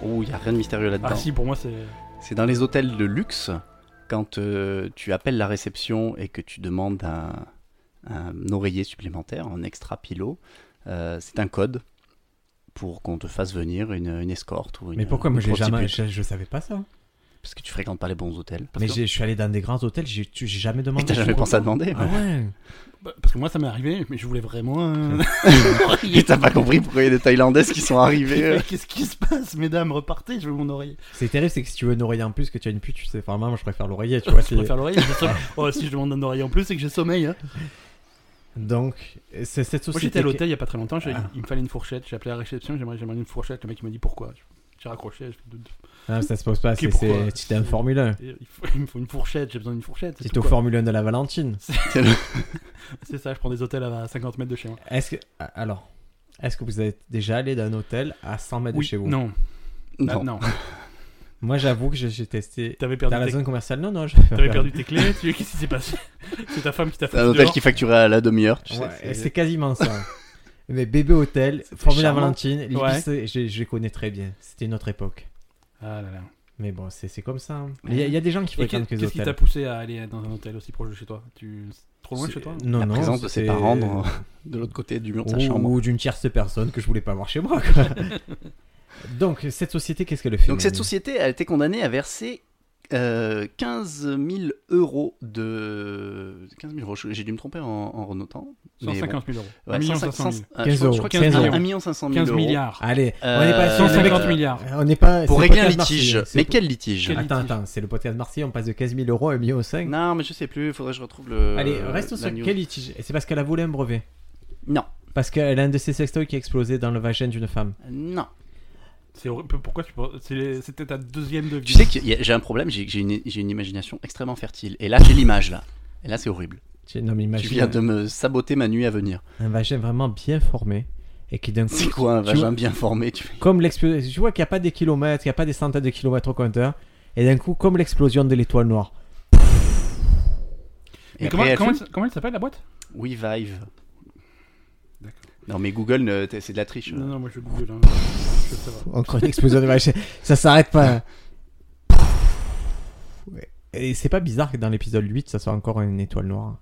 [SPEAKER 3] Oh, il y a rien de mystérieux là-dedans.
[SPEAKER 2] Ah, si, pour moi, c'est.
[SPEAKER 3] C'est dans les hôtels de luxe, quand euh, tu appelles la réception et que tu demandes un, un oreiller supplémentaire, un extra pilot, euh, c'est un code pour qu'on te fasse venir une, une escorte ou une
[SPEAKER 1] Mais pourquoi moi
[SPEAKER 3] une
[SPEAKER 1] j'ai jamais,
[SPEAKER 3] prostituée.
[SPEAKER 1] je, je savais pas ça.
[SPEAKER 3] Parce que tu fréquentes pas les bons hôtels.
[SPEAKER 2] Parce
[SPEAKER 1] Mais
[SPEAKER 2] que-
[SPEAKER 1] j'ai- je suis allé dans des grands hôtels, j'ai tu- j'ai jamais demandé.
[SPEAKER 3] Et t'as jamais
[SPEAKER 1] je
[SPEAKER 3] pensé à
[SPEAKER 1] comprends.
[SPEAKER 3] demander
[SPEAKER 1] Ah
[SPEAKER 3] ouais.
[SPEAKER 1] ouais.
[SPEAKER 2] Bah, Parce que moi, ça m'est arrivé, mais je voulais vraiment. euh, un-
[SPEAKER 3] Et t'as pas compris pourquoi il y a des Thaïlandaises qui sont arrivées euh.
[SPEAKER 2] Mais Qu'est-ce qui se passe, mesdames Repartez, je veux mon oreille.
[SPEAKER 1] C'est terrible, c'est que si tu veux une oreiller en plus que tu as une pute, tu sais, enfin, moi je préfère l'oreiller, tu vois.
[SPEAKER 2] Je
[SPEAKER 1] c'est-
[SPEAKER 2] préfère l'oreille. j'ai sommeil. Oh, si je demande un oreille en plus, c'est que j'ai sommeil. hein.
[SPEAKER 1] Donc, c'est cette
[SPEAKER 2] Moi,
[SPEAKER 1] société.
[SPEAKER 2] j'étais à l'hôtel
[SPEAKER 1] qui-
[SPEAKER 2] il y a pas très longtemps. j'ai-
[SPEAKER 3] Ah.
[SPEAKER 2] Il me fallait une fourchette. J'ai appelé la réception. J'aimerais, j'aimerais une fourchette. Le mec, il m'a dit pourquoi. J'ai raccroché. je fais,
[SPEAKER 1] Ah, ça se pose pas,
[SPEAKER 2] Ok,
[SPEAKER 1] c'est-
[SPEAKER 2] pourquoi
[SPEAKER 1] c'est. C'était un Formule 1.
[SPEAKER 2] Il, faut- il me faut une fourchette. J'ai besoin d'une fourchette. c'est
[SPEAKER 1] C'est
[SPEAKER 2] tout,
[SPEAKER 1] au
[SPEAKER 2] quoi.
[SPEAKER 1] Formule 1 de la Valentine.
[SPEAKER 2] C'est ça. Je prends des hôtels à 50 mètres de chez moi.
[SPEAKER 1] Est-ce que. ah, Alors. Est-ce que vous êtes déjà allé d'un hôtel à 100 mètres de
[SPEAKER 2] Oui,
[SPEAKER 1] chez vous
[SPEAKER 2] Non, Ah,
[SPEAKER 3] Non.
[SPEAKER 2] non.
[SPEAKER 1] Moi j'avoue que j'ai j'ai testé.
[SPEAKER 2] T'avais
[SPEAKER 1] Dans
[SPEAKER 2] perdu,
[SPEAKER 1] la
[SPEAKER 2] tes...
[SPEAKER 1] zone commerciale Non, non, je.
[SPEAKER 2] t'avais perdu tes clés. Tu... Qu'est-ce qui s'est passé C'est ta femme qui t'a fait.
[SPEAKER 3] C'est un hôtel qui facturait à la demi-heure, tu sais,
[SPEAKER 1] Ouais,
[SPEAKER 3] c'est-
[SPEAKER 1] c'est quasiment ça. Mais bébé hôtel, Formula
[SPEAKER 3] charmant.
[SPEAKER 1] Valentine,
[SPEAKER 2] Ouais.
[SPEAKER 1] Libis, je, je les connais très bien. C'était une autre époque.
[SPEAKER 2] Ah là là.
[SPEAKER 1] Mais bon, c'est c'est comme ça. hein. Il y, a- il y a des gens qui
[SPEAKER 2] Et
[SPEAKER 1] fréquentent
[SPEAKER 2] qu'est-
[SPEAKER 1] que les
[SPEAKER 2] Qu'est-ce qui t'a
[SPEAKER 1] hôtels.
[SPEAKER 2] poussé à aller dans un hôtel aussi proche de chez toi Tu c'est trop loin de
[SPEAKER 1] C'est-
[SPEAKER 2] chez toi
[SPEAKER 1] Non, Oh,
[SPEAKER 3] la
[SPEAKER 1] non,
[SPEAKER 3] présence de ses
[SPEAKER 1] c'est-
[SPEAKER 3] parents dans- de l'autre côté du mur de sa
[SPEAKER 1] ou,
[SPEAKER 3] chambre.
[SPEAKER 1] ou d'une tierce personne que je voulais pas voir chez moi. quoi. Donc cette société, qu'est-ce qu'elle fait
[SPEAKER 3] Donc cette
[SPEAKER 1] Manu
[SPEAKER 3] société a été condamnée à verser euh, 15 000 euros de... 15 000 euros, je- j'ai dû me tromper en, en renotant. mais
[SPEAKER 2] 150 000 euros.
[SPEAKER 3] bon. Ouais,
[SPEAKER 2] 1
[SPEAKER 3] 150
[SPEAKER 2] 500 000.
[SPEAKER 3] euh,
[SPEAKER 1] 15
[SPEAKER 3] je crois- je
[SPEAKER 1] euros,
[SPEAKER 3] crois qu'il y a
[SPEAKER 1] 15
[SPEAKER 2] euros.
[SPEAKER 3] un- 1 500 000
[SPEAKER 2] 15
[SPEAKER 3] euros.
[SPEAKER 2] milliards.
[SPEAKER 1] Allez, on
[SPEAKER 3] Euh,
[SPEAKER 1] n'est pas sur
[SPEAKER 2] 150
[SPEAKER 3] euh,
[SPEAKER 2] milliards.
[SPEAKER 1] On n'est pas.
[SPEAKER 3] Pour
[SPEAKER 1] c'est le
[SPEAKER 3] régler un
[SPEAKER 1] podcast
[SPEAKER 3] litige.
[SPEAKER 1] Marseille, c'est-
[SPEAKER 3] Mais quel litige
[SPEAKER 2] Quel-
[SPEAKER 1] Attends,
[SPEAKER 2] litige
[SPEAKER 1] attends, c'est le podcast Marseille, on passe de 15 000 euros à 1 million 5.
[SPEAKER 3] Non, mais je sais plus, il faudrait que je retrouve le...
[SPEAKER 1] Ah. Allez, reste
[SPEAKER 3] la
[SPEAKER 1] sur
[SPEAKER 3] news.
[SPEAKER 1] quel litige Et C'est parce qu'elle a voulu un brevet.
[SPEAKER 3] Non,
[SPEAKER 1] Parce qu'elle a un de ses sextoys qui a explosé dans le vagin d'une femme.
[SPEAKER 3] non.
[SPEAKER 2] C'est horrible. Pourquoi tu penses- c'est- C'était ta deuxième de vie.
[SPEAKER 3] Tu sais que y a- j'ai un problème, j'ai j'ai une, j'ai une imagination extrêmement fertile. Et là, j'ai l'image, là. Et là, c'est horrible.
[SPEAKER 1] Tu- Non, mais
[SPEAKER 3] Tu viens
[SPEAKER 1] imagine
[SPEAKER 3] de me saboter ma nuit à venir.
[SPEAKER 1] un vagin vraiment bien formé et qui d'un coup
[SPEAKER 3] C'est quoi un
[SPEAKER 1] Tu
[SPEAKER 3] vagin
[SPEAKER 1] vois-
[SPEAKER 3] bien formé tu...
[SPEAKER 1] comme l'explosion. Tu vois qu'il n'y a pas des kilomètres, qu'il n'y a pas des centaines de kilomètres au compteur. Et d'un coup, comme l'explosion de l'étoile noire.
[SPEAKER 3] Et
[SPEAKER 2] Mais
[SPEAKER 3] après,
[SPEAKER 2] comment,
[SPEAKER 3] elle
[SPEAKER 2] comment,
[SPEAKER 3] fait-
[SPEAKER 2] elle s- comment elle s'appelle la boîte
[SPEAKER 3] Oui, Vive.
[SPEAKER 2] D'accord.
[SPEAKER 3] Non, mais Google, ne- t'es- c'est de la triche.
[SPEAKER 2] Non, non, moi je google. hein. Je veux savoir.
[SPEAKER 1] Encore une explosion de vagin. Ça s'arrête pas. Et c'est pas bizarre que dans l'épisode 8, ça soit encore une étoile noire.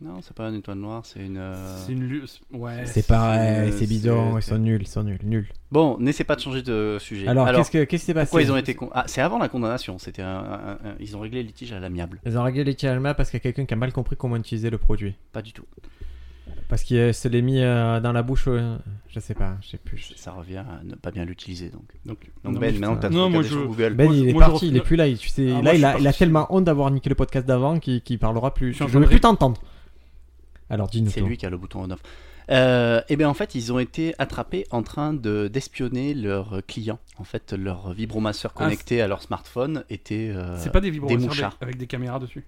[SPEAKER 3] Non, c'est pas une étoile noire, c'est une. euh,
[SPEAKER 2] C'est une lu- Ouais.
[SPEAKER 1] C'est pareil,
[SPEAKER 3] c'est-
[SPEAKER 1] c'est bidon, ils
[SPEAKER 3] c'est-
[SPEAKER 1] sont nuls, ils sont nuls, nuls.
[SPEAKER 3] Bon, n'essaie pas de changer de sujet.
[SPEAKER 1] Alors, qu'est-ce que- qu'est-ce qui s'est passé
[SPEAKER 3] pourquoi ils ont été. con- Ah, c'est avant la condamnation, c'était un, un- un- Ils ont réglé le litige à l'amiable.
[SPEAKER 1] Ils ont réglé Chalma parce qu'il y a quelqu'un qui a mal compris comment utiliser le produit.
[SPEAKER 3] Pas du tout.
[SPEAKER 1] Parce qu'il euh, se l'est mis euh, dans la bouche, euh, je sais pas, je sais plus.
[SPEAKER 3] Ça revient à ne pas bien l'utiliser donc.
[SPEAKER 2] Donc,
[SPEAKER 3] Donc,
[SPEAKER 2] non,
[SPEAKER 3] Ben,
[SPEAKER 2] mais-
[SPEAKER 3] maintenant que t'as
[SPEAKER 2] Non,
[SPEAKER 3] tout
[SPEAKER 2] moi
[SPEAKER 3] regardé sur
[SPEAKER 2] je.
[SPEAKER 3] Google.
[SPEAKER 1] Ben
[SPEAKER 2] Moi, je-
[SPEAKER 1] il est
[SPEAKER 2] moi, je
[SPEAKER 1] parti,
[SPEAKER 2] refuse-
[SPEAKER 1] il est plus là, il- tu sais, là
[SPEAKER 2] Ah, moi, je
[SPEAKER 1] il,
[SPEAKER 2] suis
[SPEAKER 1] a, il a
[SPEAKER 2] parti.
[SPEAKER 1] tellement honte d'avoir niqué le podcast d'avant qu'il qu'il parlera plus.
[SPEAKER 2] Je
[SPEAKER 1] Je
[SPEAKER 2] suis en
[SPEAKER 1] veux
[SPEAKER 2] train de
[SPEAKER 1] plus
[SPEAKER 2] ré-
[SPEAKER 1] t'entendre. Alors dis-nous
[SPEAKER 3] C'est
[SPEAKER 1] tout.
[SPEAKER 3] lui qui a le bouton on off. Euh, et bien en fait, ils ont été attrapés en train de d'espionner leurs clients. En fait, leur vibromasseur
[SPEAKER 2] Ah,
[SPEAKER 3] connecté à leur smartphone était. euh,
[SPEAKER 2] C'est pas des vibros
[SPEAKER 3] des mouchards.
[SPEAKER 2] avec, avec des caméras dessus.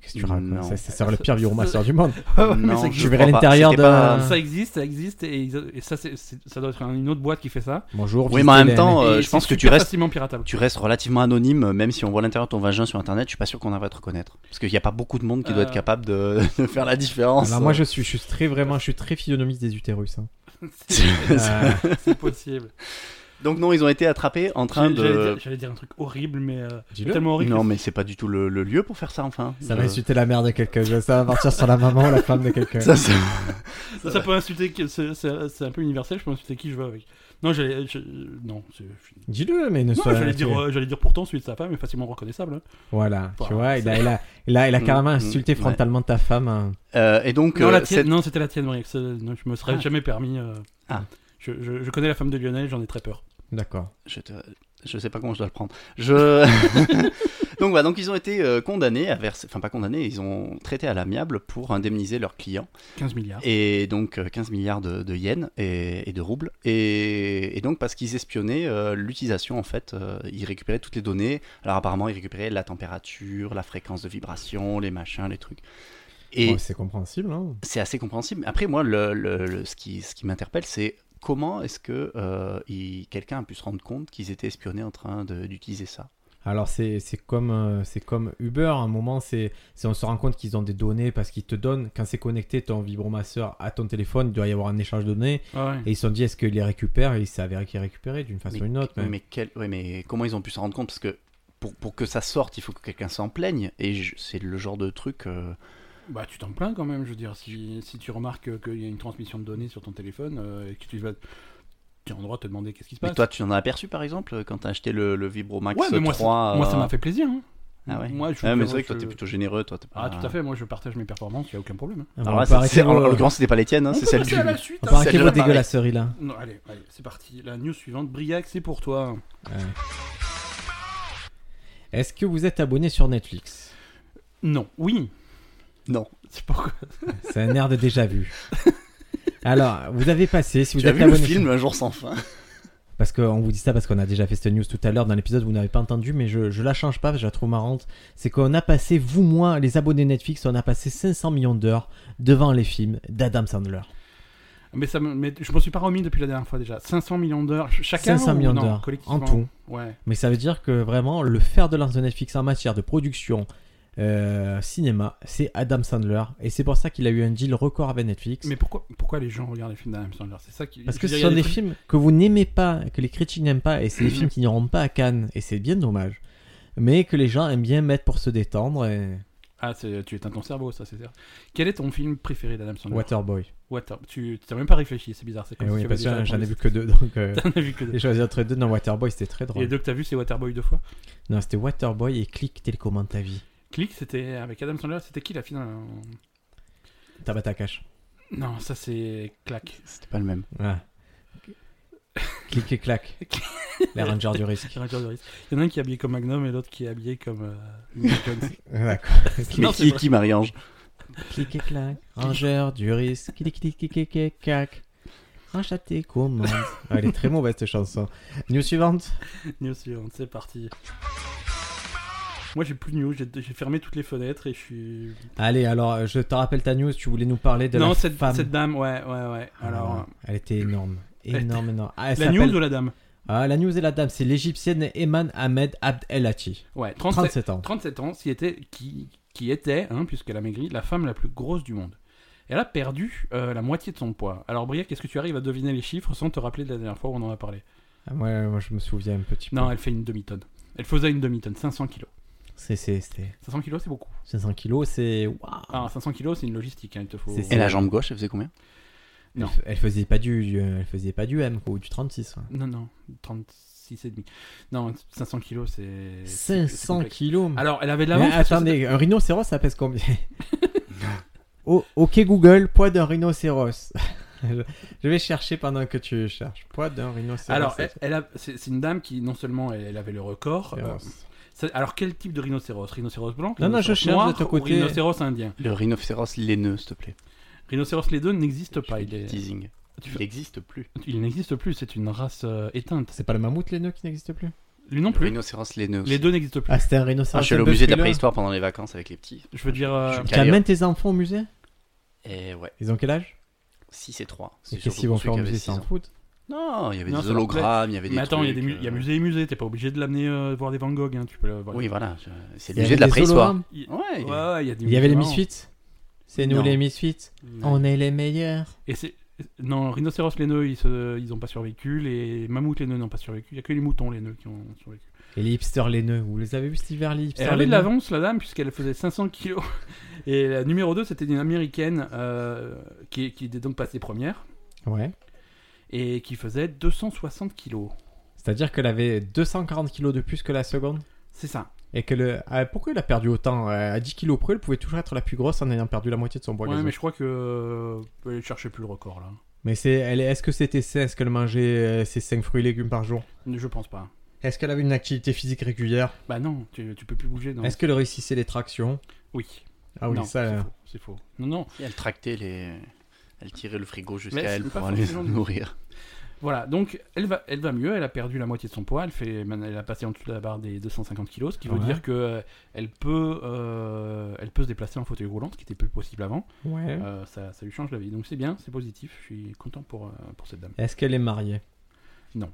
[SPEAKER 1] Qu'est-ce que tu racontes
[SPEAKER 3] Non.
[SPEAKER 1] Ça, ça sert le pire viomasseur du monde.
[SPEAKER 2] mais
[SPEAKER 3] Non,
[SPEAKER 2] ça
[SPEAKER 1] Je
[SPEAKER 2] existe.
[SPEAKER 3] vais
[SPEAKER 1] verrai
[SPEAKER 3] crois pas.
[SPEAKER 1] l'intérieur
[SPEAKER 3] C'était
[SPEAKER 1] de.
[SPEAKER 3] pas-
[SPEAKER 2] Ça existe, ça existe, et, ils- et ça, c'est- c'est- ça doit être une autre boîte qui fait ça.
[SPEAKER 1] Bonjour.
[SPEAKER 3] Oui, mais en
[SPEAKER 1] visitez
[SPEAKER 3] même
[SPEAKER 1] les-
[SPEAKER 3] temps, euh,
[SPEAKER 2] Et
[SPEAKER 3] je
[SPEAKER 2] c'est
[SPEAKER 3] pense que tu
[SPEAKER 2] super
[SPEAKER 3] restes,
[SPEAKER 2] facilement piratable.
[SPEAKER 3] tu restes relativement anonyme, même si on voit l'intérieur de ton vagin sur internet, je suis pas sûr qu'on va te reconnaître. Parce qu'il n'y a pas beaucoup de monde qui doit
[SPEAKER 2] Euh.
[SPEAKER 3] être capable de, de faire la différence.
[SPEAKER 1] Alors moi je suis, je suis très vraiment, je suis très physionomiste des utérus. hein. Euh,
[SPEAKER 2] C'est possible.
[SPEAKER 3] Donc non, ils ont été attrapés en train
[SPEAKER 2] J'allais
[SPEAKER 3] de.
[SPEAKER 2] dire- j'allais dire un truc horrible, mais euh,
[SPEAKER 1] Dis-le.
[SPEAKER 2] tellement horrible.
[SPEAKER 3] Non, mais c'est pas du tout le, le lieu pour faire ça, enfin. Euh,
[SPEAKER 1] ça va
[SPEAKER 3] Je-
[SPEAKER 1] insulter la mère de quelqu'un. Ça va partir sur la maman ou la femme de quelqu'un.
[SPEAKER 3] Ça, c'est-
[SPEAKER 2] Ça, peut insulter, que- c'est c'est- c'est un peu universel, je peux insulter qui je veux avec. Non, j'allais. je- Non, c'est- je-
[SPEAKER 1] Dis-le, mais ne
[SPEAKER 2] non,
[SPEAKER 1] sois.
[SPEAKER 2] j'allais dire,
[SPEAKER 1] tu-
[SPEAKER 2] euh, j'allais dire pourtant celui de sa femme est facilement reconnaissable. hein.
[SPEAKER 1] Voilà. Tu
[SPEAKER 2] Bah,
[SPEAKER 1] vois, il a,
[SPEAKER 2] c'est-
[SPEAKER 1] il a, il a, il a
[SPEAKER 3] Mm,
[SPEAKER 1] carrément
[SPEAKER 3] mm,
[SPEAKER 1] insulté
[SPEAKER 3] ouais.
[SPEAKER 1] frontalement ta femme. hein.
[SPEAKER 3] Euh, et donc,
[SPEAKER 2] Non,
[SPEAKER 3] euh,
[SPEAKER 2] la tienne-
[SPEAKER 3] cette-
[SPEAKER 2] non, c'était la tienne, Briac, c'est- non, je me serais
[SPEAKER 3] Ah.
[SPEAKER 2] jamais permis. euh,
[SPEAKER 3] Ah.
[SPEAKER 2] Je, je- je connais la femme de Lionel, j'en ai très peur.
[SPEAKER 1] D'accord.
[SPEAKER 3] je, te- je sais pas comment je dois le prendre. Je... donc, voilà, donc ils ont été euh, condamnés à verser, enfin pas condamnés, ils ont traité à l'amiable pour indemniser leurs clients.
[SPEAKER 2] 15 milliards.
[SPEAKER 3] Et donc euh, 15 milliards de, de yens et, et de roubles. Et, et donc parce qu'ils espionnaient euh, l'utilisation en fait, euh, ils récupéraient toutes les données. Alors apparemment ils récupéraient la température, la fréquence de vibration, les machins, les trucs. Et
[SPEAKER 1] Bon, c'est compréhensible. hein.
[SPEAKER 3] c'est assez compréhensible. Après moi le, le- le- ce qui, ce qui m'interpelle c'est comment est-ce que euh, il- quelqu'un a pu se rendre compte qu'ils étaient espionnés en train de- d'utiliser ça.
[SPEAKER 1] Alors c'est c'est comme euh, c'est comme Uber. À un moment, c'est c'est- on se rend compte qu'ils ont des données parce qu'ils te donnent quand c'est connecté ton vibromasseur à ton téléphone, il doit y avoir un échange de données.
[SPEAKER 2] Ah ouais.
[SPEAKER 1] Et ils se sont dit est-ce qu'ils les récupèrent Et il s'est avéré qu'ils récupéraient d'une façon ou d'une autre.
[SPEAKER 3] Oui,
[SPEAKER 1] mais-
[SPEAKER 3] mais, quel- ouais, mais comment ils ont pu s'en rendre compte Parce que pour, pour que ça sorte, il faut que quelqu'un s'en plaigne. Et je- c'est le genre de truc. euh,
[SPEAKER 2] Bah, tu t'en plains quand même, je veux dire. Si, si tu remarques euh, qu'il y a une transmission de données sur ton téléphone euh, et que tu vas. Tu es en droit de te demander qu'est-ce qui se
[SPEAKER 3] Mais
[SPEAKER 2] passe.
[SPEAKER 3] toi, tu en as aperçu par exemple quand t'as acheté le, le Vibromax
[SPEAKER 2] Ouais, mais moi,
[SPEAKER 3] 3
[SPEAKER 2] ça, moi,
[SPEAKER 3] euh,
[SPEAKER 2] ça m'a fait plaisir. hein.
[SPEAKER 3] Ah ouais.
[SPEAKER 2] Moi, je-
[SPEAKER 3] Ah, mais c'est vrai que toi,
[SPEAKER 2] je-
[SPEAKER 3] t'es plutôt généreux, toi. t'es
[SPEAKER 2] Ah,
[SPEAKER 3] pas-
[SPEAKER 2] tout à fait, moi je partage mes performances, il n'y a aucun problème. hein.
[SPEAKER 1] Alors,
[SPEAKER 3] Alors
[SPEAKER 1] Ah, on
[SPEAKER 3] là,
[SPEAKER 1] peut
[SPEAKER 3] c'est-
[SPEAKER 1] arrêter
[SPEAKER 3] c'est- en en
[SPEAKER 1] vos-
[SPEAKER 3] l'occurrence, c'était pas les tiennes, hein,
[SPEAKER 2] On
[SPEAKER 3] c'est
[SPEAKER 2] peut
[SPEAKER 3] celle
[SPEAKER 2] passer
[SPEAKER 3] du.
[SPEAKER 2] à la suite.
[SPEAKER 1] on
[SPEAKER 2] hein.
[SPEAKER 1] peut arrêter
[SPEAKER 3] celle-là,
[SPEAKER 1] vos
[SPEAKER 3] pareil.
[SPEAKER 1] dégueulasseries là.
[SPEAKER 2] Non, allez, allez, c'est parti. La news suivante, Briac, c'est pour toi.
[SPEAKER 1] Est-ce que vous êtes abonné sur Netflix
[SPEAKER 2] Non, oui.
[SPEAKER 3] Non.
[SPEAKER 2] C'est pourquoi.
[SPEAKER 1] C'est un air de déjà vu. Alors, vous avez passé, si vous
[SPEAKER 3] tu as
[SPEAKER 1] êtes
[SPEAKER 3] vu le
[SPEAKER 1] abonné.
[SPEAKER 3] film Un jour sans fin
[SPEAKER 1] Parce qu'on vous dit ça parce qu'on a déjà fait cette news tout à l'heure dans l'épisode, vous n'avez pas entendu, mais je, je la change pas, parce que je la trouve marrante. C'est qu'on a passé, vous, moi, les abonnés Netflix, on a passé 500 millions d'heures devant les films d'Adam Sandler.
[SPEAKER 2] Mais, ça me... mais je m'en suis pas remis depuis la dernière fois déjà. 500 millions d'heures, ch- chacun
[SPEAKER 1] 500
[SPEAKER 2] ou-
[SPEAKER 1] millions
[SPEAKER 2] non,
[SPEAKER 1] d'heures,
[SPEAKER 2] collectivement.
[SPEAKER 1] en tout.
[SPEAKER 2] Ouais.
[SPEAKER 1] Mais ça veut dire que vraiment, le fer de lance de Netflix en matière de production euh, cinéma, c'est Adam Sandler. Et c'est pour ça qu'il a eu un deal record avec Netflix.
[SPEAKER 2] Mais pourquoi, pourquoi les gens regardent les films d'Adam Sandler C'est ça qui.
[SPEAKER 1] Parce
[SPEAKER 2] je
[SPEAKER 1] que
[SPEAKER 2] veux
[SPEAKER 1] ce
[SPEAKER 2] dire,
[SPEAKER 1] sont
[SPEAKER 2] il y
[SPEAKER 1] des
[SPEAKER 2] a trucs-
[SPEAKER 1] films que vous n'aimez pas, que les critiques n'aiment pas, et c'est des films qui n'iront pas à Cannes, et c'est bien dommage. Mais que les gens aiment bien mettre pour se détendre, et...
[SPEAKER 2] Ah, c'est- tu éteins ton cerveau, ça, c'est sûr. Quel est ton film préféré d'Adam Sandler
[SPEAKER 1] Waterboy.
[SPEAKER 2] Water. Tu t'as même pas réfléchi, c'est bizarre. C'est
[SPEAKER 1] Et
[SPEAKER 2] comme si
[SPEAKER 1] Eh oui,
[SPEAKER 2] tu avais
[SPEAKER 1] parce que
[SPEAKER 2] déjà
[SPEAKER 1] j'en- j'en ai
[SPEAKER 2] répondu.
[SPEAKER 1] vu que deux, donc euh,
[SPEAKER 2] T'en as vu que deux.
[SPEAKER 1] j'ai choisi entre les deux. Non, Waterboy, c'était très
[SPEAKER 2] Et les
[SPEAKER 1] drôle.
[SPEAKER 2] deux que t'as vu, c'est Waterboy deux fois.
[SPEAKER 1] Non, c'était Waterboy et Click Télécommande ta vie.
[SPEAKER 2] Click, c'était avec Adam Sandler, c'était qui la finale en-
[SPEAKER 1] Tabata Cash.
[SPEAKER 2] Non, ça c'est claque.
[SPEAKER 3] C'était pas le même.
[SPEAKER 1] Ouais. Click et clac. Les Rangers du risque.
[SPEAKER 2] Tirage de risque. Il y en a un qui est habillé comme Magnum et l'autre qui est habillé comme. euh, Indiana Jones.
[SPEAKER 1] D'accord.
[SPEAKER 3] Mais
[SPEAKER 2] Non, c'est
[SPEAKER 3] qui est
[SPEAKER 2] vrai.
[SPEAKER 3] qui, Marie-Ange
[SPEAKER 1] Click et clac. Rangers du risque. Click, click, click, click, click, clac. Range ta télécommande. Ah, elle est très mauvaise cette chanson. News suivante.
[SPEAKER 2] News suivante, c'est parti. Moi j'ai plus de news, j'ai j'ai fermé toutes les fenêtres et je suis.
[SPEAKER 1] Allez, alors euh, je te rappelle ta news. Tu voulais nous parler de
[SPEAKER 2] non,
[SPEAKER 1] la
[SPEAKER 2] cette,
[SPEAKER 1] femme.
[SPEAKER 2] cette dame, ouais, ouais, ouais.
[SPEAKER 1] Ah,
[SPEAKER 2] Alors,
[SPEAKER 1] elle était énorme.
[SPEAKER 2] était-
[SPEAKER 1] Énorme, énorme. Ah, elle
[SPEAKER 2] la news
[SPEAKER 1] s'appelle-
[SPEAKER 2] de la dame
[SPEAKER 1] Ah, la news et la dame, c'est l'égyptienne Eman Ahmed Abd El Hachi.
[SPEAKER 2] Ouais, 37,
[SPEAKER 1] 37 ans.
[SPEAKER 2] 37 ans, qui était, qui, qui était hein, puisqu'elle a maigri, la femme la plus grosse du monde. Elle a perdu euh, la moitié de son poids. Alors, Briac, est-ce que tu arrives à deviner les chiffres sans te rappeler de la dernière fois où on en a parlé
[SPEAKER 1] Ah, moi, moi, je me souviens un petit peu.
[SPEAKER 2] Non, elle fait une demi-tonne. Elle faisait une demi-tonne, 500 kilos.
[SPEAKER 1] C'est, c'est, c'est
[SPEAKER 2] 500 kilos, c'est beaucoup.
[SPEAKER 1] 500 kilos, c'est. Waouh
[SPEAKER 2] Ah, 500 kilos, c'est une logistique, hein, il te faut.
[SPEAKER 1] C'est-
[SPEAKER 3] Et la jambe gauche, elle faisait combien
[SPEAKER 1] Elle
[SPEAKER 2] non.
[SPEAKER 1] f- Elle faisait pas du, du- elle faisait pas du M quoi, ou du 36. ouais.
[SPEAKER 2] Non, non, 36 et demi. Non, 500 kilos, c'est. c'est- c'est
[SPEAKER 1] 500
[SPEAKER 2] complexe.
[SPEAKER 1] kilos. mais-
[SPEAKER 2] Alors, elle avait de
[SPEAKER 1] Mais
[SPEAKER 2] l'avance. parce que
[SPEAKER 1] attendez, un rhinocéros ça pèse combien Oh, Ok Google, poids d'un rhinocéros. je je vais chercher pendant que tu cherches. Poids d'un
[SPEAKER 2] c'était-
[SPEAKER 1] rhinocéros.
[SPEAKER 2] Alors, eh, elle, elle a- c'est c'est une dame qui, non seulement elle, elle avait le record. euh,
[SPEAKER 1] Rhinocéros.
[SPEAKER 2] c'est- alors, quel type de rhinocéros Rhinocéros blanc
[SPEAKER 1] Non, non,
[SPEAKER 2] rhinocéros
[SPEAKER 1] je cherche
[SPEAKER 2] noir
[SPEAKER 1] de ton
[SPEAKER 2] ou
[SPEAKER 1] côté.
[SPEAKER 2] Rhinocéros indien.
[SPEAKER 3] Le rhinocéros laineux, s'il te plaît.
[SPEAKER 2] Rhinocéros, les deux n'existent
[SPEAKER 3] Je
[SPEAKER 2] pas.
[SPEAKER 3] fais
[SPEAKER 2] Il,
[SPEAKER 3] du
[SPEAKER 2] est-
[SPEAKER 3] teasing.
[SPEAKER 2] tu
[SPEAKER 3] Il
[SPEAKER 2] fais-
[SPEAKER 3] n'existe plus.
[SPEAKER 2] il n'existe plus, c'est une race euh, éteinte.
[SPEAKER 1] C'est pas le mammouth les nœuds qui n'existe plus
[SPEAKER 2] Lui non
[SPEAKER 3] Le
[SPEAKER 2] plus.
[SPEAKER 3] rhinocéros laineux.
[SPEAKER 2] Les
[SPEAKER 3] aussi.
[SPEAKER 2] deux n'existent plus.
[SPEAKER 1] Ah, c'était un
[SPEAKER 3] Ah,
[SPEAKER 1] rhinocéros.
[SPEAKER 3] je suis allé au
[SPEAKER 1] Parce
[SPEAKER 3] musée de
[SPEAKER 1] que
[SPEAKER 3] la
[SPEAKER 1] là,
[SPEAKER 3] préhistoire pendant les vacances avec les petits.
[SPEAKER 2] Je veux dire. euh,
[SPEAKER 3] Je-
[SPEAKER 1] T'amènes tes enfants au musée
[SPEAKER 3] Et ouais,
[SPEAKER 1] Ils ont quel âge
[SPEAKER 3] 6 et 3.
[SPEAKER 1] Et qu'est-ce qu'ils vont faire au musée Ils s'en foutent.
[SPEAKER 3] Non, il y avait
[SPEAKER 2] Non,
[SPEAKER 3] des
[SPEAKER 2] ça leur plaît.
[SPEAKER 3] hologrammes, il y avait des.
[SPEAKER 2] Mais attends, il y a des mu-
[SPEAKER 3] trucs,
[SPEAKER 2] il y a
[SPEAKER 3] euh,
[SPEAKER 2] musée et musée. T'es pas obligé de l'amener euh, voir des Van Gogh. hein, Tu peux le voir.
[SPEAKER 3] Oui, voilà, je- c'est
[SPEAKER 1] Il
[SPEAKER 3] le
[SPEAKER 1] y
[SPEAKER 3] musée
[SPEAKER 1] avait
[SPEAKER 3] de la
[SPEAKER 1] des
[SPEAKER 3] préhistoire.
[SPEAKER 1] hologrammes.
[SPEAKER 2] Il-
[SPEAKER 3] Ouais.
[SPEAKER 2] Ouais, ouais, il y a des.
[SPEAKER 1] Il y avait les
[SPEAKER 2] marrants.
[SPEAKER 1] Misfits. C'est nous
[SPEAKER 3] Non.
[SPEAKER 1] les Misfits.
[SPEAKER 2] Non.
[SPEAKER 1] On est les meilleurs.
[SPEAKER 2] Et c'est. Non, rhinocéros laineux, ils, se... ils ont pas survécu. Les mammouths laineux n'ont pas survécu. Il y a que les moutons laineux qui ont survécu.
[SPEAKER 1] Et les hipsters laineux. Vous les avez vus cet hiver, les
[SPEAKER 2] Elle
[SPEAKER 1] hipsters
[SPEAKER 2] avait de
[SPEAKER 1] laineux
[SPEAKER 2] l'avance, la dame, puisqu'elle faisait 500 kilos. Et la numéro 2, c'était une américaine euh, qui, qui était donc passée première
[SPEAKER 1] Ouais.
[SPEAKER 2] et qui faisait 260 kilos.
[SPEAKER 1] C'est-à-dire qu'elle avait 240 kilos de plus que la seconde.
[SPEAKER 2] C'est ça.
[SPEAKER 1] Et que le... ah, pourquoi elle a perdu autant Euh, À 10 kilos près, elle pouvait toujours être la plus grosse en ayant perdu la moitié de son poids.
[SPEAKER 2] Ouais,
[SPEAKER 1] gazeux.
[SPEAKER 2] mais
[SPEAKER 1] mais
[SPEAKER 2] je crois que. euh, Elle cherchait plus le record là.
[SPEAKER 1] c'est... Elle... est-ce que c'était sain Est-ce qu'elle mangeait euh, ses 5 fruits et légumes par jour
[SPEAKER 2] Je pense pas.
[SPEAKER 1] Est-ce qu'elle avait une activité physique régulière
[SPEAKER 2] Bah non, tu, tu peux plus bouger. Non.
[SPEAKER 1] Est-ce qu'elle réussissait les tractions
[SPEAKER 2] Oui.
[SPEAKER 1] Ah oui,
[SPEAKER 2] Non,
[SPEAKER 1] ça.
[SPEAKER 2] c'est
[SPEAKER 1] euh,
[SPEAKER 2] faux, C'est faux. Non, non.
[SPEAKER 3] Et Elle tractait les. Elle tirait le frigo jusqu'à
[SPEAKER 2] Mais
[SPEAKER 3] elle
[SPEAKER 2] c'est
[SPEAKER 3] pour
[SPEAKER 2] pas
[SPEAKER 3] aller se
[SPEAKER 2] forcément du-
[SPEAKER 3] nourrir.
[SPEAKER 2] Voilà, donc elle va, elle va mieux, elle a perdu la moitié de son poids, elle, fait, elle a passé en dessous de la barre des 250 kilos, ce qui veut
[SPEAKER 1] Ouais.
[SPEAKER 2] dire que euh, elle peut, euh, elle peut se déplacer en fauteuil roulant, ce qui était plus possible avant.
[SPEAKER 1] Ouais.
[SPEAKER 2] Euh, ça, ça lui change la vie. Donc c'est bien, c'est positif. Je suis content pour, euh, pour cette dame.
[SPEAKER 1] Est-ce qu'elle est mariée
[SPEAKER 2] Non.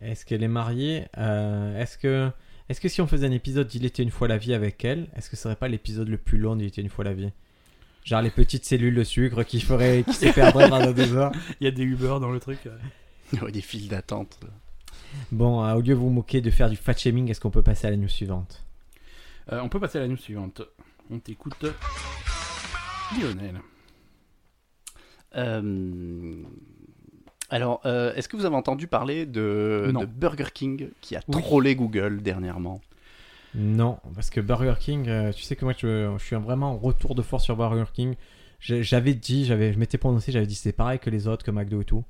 [SPEAKER 1] Est-ce qu'elle est mariée Euh, Est-ce que est-ce que si on faisait un épisode d'Il était une fois la vie avec elle, est-ce que ce serait pas l'épisode le plus long d'Il était une fois la vie Genre les petites cellules de sucre qui feraient qui se perdraient pendant deux heures.
[SPEAKER 2] Il y a des Uber dans le truc. euh.
[SPEAKER 3] Il y avait des files d'attente.
[SPEAKER 1] Bon, euh, au lieu de vous moquer de faire du fat shaming, est-ce qu'on peut passer à la news suivante
[SPEAKER 2] Euh, on peut passer à la news suivante. On t'écoute. Lionel.
[SPEAKER 3] Euh, Alors, euh, est-ce que vous avez entendu parler de,
[SPEAKER 2] Non.
[SPEAKER 3] de Burger King qui a
[SPEAKER 2] Oui.
[SPEAKER 3] trollé Google dernièrement
[SPEAKER 1] Non, parce que Burger King, euh, tu sais que moi je, je suis vraiment en retour de force sur Burger King. Je- J'avais dit, j'avais, je m'étais prononcé, j'avais dit c'est pareil que les autres, que McDo et tout.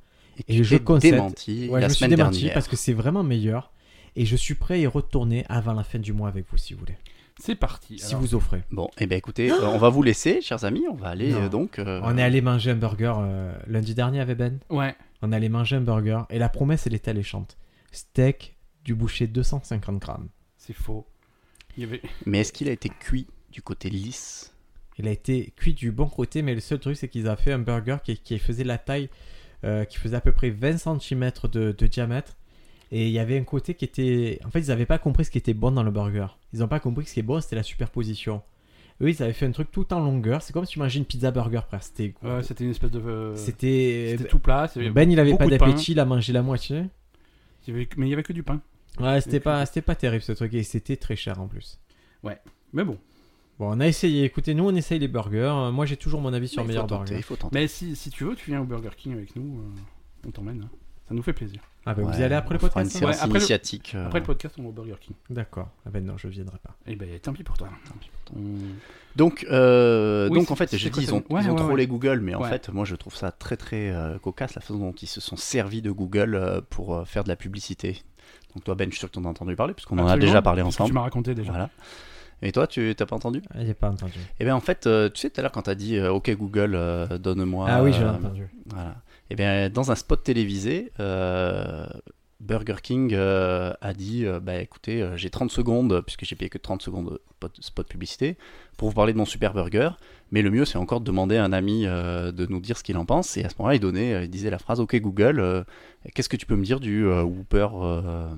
[SPEAKER 1] Et
[SPEAKER 3] tu
[SPEAKER 1] je
[SPEAKER 3] t'es
[SPEAKER 1] concède.
[SPEAKER 3] démenti
[SPEAKER 1] Ouais,
[SPEAKER 3] la
[SPEAKER 1] je me suis
[SPEAKER 3] semaine
[SPEAKER 1] démenti
[SPEAKER 3] dernière.
[SPEAKER 1] parce que c'est vraiment meilleur. Et je suis prêt à y retourner avant la fin du mois avec vous, si vous voulez.
[SPEAKER 2] C'est parti.
[SPEAKER 1] Si
[SPEAKER 2] Alors,
[SPEAKER 1] vous offrez.
[SPEAKER 3] Bon, et ben écoutez, euh, on va vous laisser, chers amis. On va aller
[SPEAKER 1] Ah Non.
[SPEAKER 3] euh, donc. euh,
[SPEAKER 1] On est allé manger un burger euh, lundi dernier avec Ben.
[SPEAKER 2] Ouais.
[SPEAKER 1] On est allé manger un burger et la promesse, elle est alléchante. Steak du boucher 250 grammes.
[SPEAKER 2] C'est faux. Il y avait.
[SPEAKER 3] Mais est-ce qu'il a été cuit du côté lisse
[SPEAKER 1] Il a été cuit du bon côté, mais le seul truc, c'est qu'ils ont fait un burger qui, qui faisait la taille, euh, qui faisait à peu près 20 cm de, de diamètre. Et il y avait un côté qui était. En fait, ils n'avaient pas compris ce qui était bon dans le burger. Ils n'ont pas compris que ce qui est bon, c'était la superposition. Eux, ils avaient fait un truc tout en longueur. C'est comme si tu mangeais une pizza burger, frère. C'était.
[SPEAKER 2] euh, c'était une espèce de. euh,
[SPEAKER 1] C'était.
[SPEAKER 2] C'était tout plat. c'est-
[SPEAKER 1] Ben, il avait
[SPEAKER 2] beaucoup
[SPEAKER 1] pas
[SPEAKER 2] de pain.
[SPEAKER 1] d'appétit, il a mangé la moitié.
[SPEAKER 2] il y avait- Mais il y avait que du pain.
[SPEAKER 1] Ouais, c'était
[SPEAKER 2] Et puis-
[SPEAKER 1] pas, c'était pas terrible ce truc. Et c'était très cher en plus.
[SPEAKER 2] Mais bon.
[SPEAKER 1] Bon, on a essayé. Écoutez, nous, on essaye les burgers. Euh, Moi, j'ai toujours mon avis sur
[SPEAKER 3] il, faut
[SPEAKER 1] meilleur
[SPEAKER 3] tenter,
[SPEAKER 1] burger.
[SPEAKER 3] il faut tenter.
[SPEAKER 2] Mais si, si tu veux, tu viens au Burger King avec nous. euh, on t'emmène. hein. Ça nous fait plaisir.
[SPEAKER 1] Ah, ben,
[SPEAKER 3] Ouais,
[SPEAKER 1] vous y allez après le
[SPEAKER 3] on fera
[SPEAKER 1] podcast
[SPEAKER 3] Une
[SPEAKER 1] hein
[SPEAKER 2] Ouais,
[SPEAKER 3] séance
[SPEAKER 2] après le-
[SPEAKER 3] initiatique. euh,
[SPEAKER 2] Après le podcast, on va au Burger King.
[SPEAKER 1] D'accord. Ah, ben non, je viendrai pas.
[SPEAKER 2] Eh ben, tant pis pour toi. Tant pis pour toi. On-
[SPEAKER 3] Donc, euh,
[SPEAKER 2] Oui,
[SPEAKER 3] donc
[SPEAKER 2] c'est-
[SPEAKER 3] en fait,
[SPEAKER 2] c'est
[SPEAKER 3] j'ai
[SPEAKER 2] quoi
[SPEAKER 3] dit, ils
[SPEAKER 2] ça
[SPEAKER 3] ont,
[SPEAKER 2] Ouais,
[SPEAKER 3] ils ont
[SPEAKER 2] ouais,
[SPEAKER 3] trollé
[SPEAKER 2] ouais.
[SPEAKER 3] Google, mais en
[SPEAKER 2] Ouais.
[SPEAKER 3] fait, moi, je trouve ça très, très euh, cocasse, la façon dont ils se sont servis de Google euh, pour euh, faire de la publicité. Donc, toi, Ben, je suis sûr que tu en as entendu parler, puisqu'on en a
[SPEAKER 2] Absolument,
[SPEAKER 3] déjà parlé
[SPEAKER 2] parce que Tu
[SPEAKER 3] ensemble.
[SPEAKER 2] m'as raconté déjà.
[SPEAKER 3] Voilà. Et toi, tu t'as pas entendu
[SPEAKER 1] Ah, j'ai pas entendu.
[SPEAKER 3] Eh bien, en fait, euh, tu sais, tout à l'heure, quand tu as dit euh, OK, Google, euh, donne-moi.
[SPEAKER 1] Ah, oui, j'ai
[SPEAKER 3] euh,
[SPEAKER 1] entendu.
[SPEAKER 3] Voilà. Eh bien, dans un spot télévisé, euh, Burger King euh, a dit euh, bah, écoutez, euh, j'ai 30 secondes, puisque j'ai payé que 30 secondes de spot, spot publicité, pour vous parler de mon super burger. Mais le mieux, c'est encore de demander à un ami euh, de nous dire ce qu'il en pense. Et à ce moment-là, il, donnait, euh, il disait la phrase Ok, Google, euh, qu'est-ce que tu peux me dire du euh, Whooper, euh,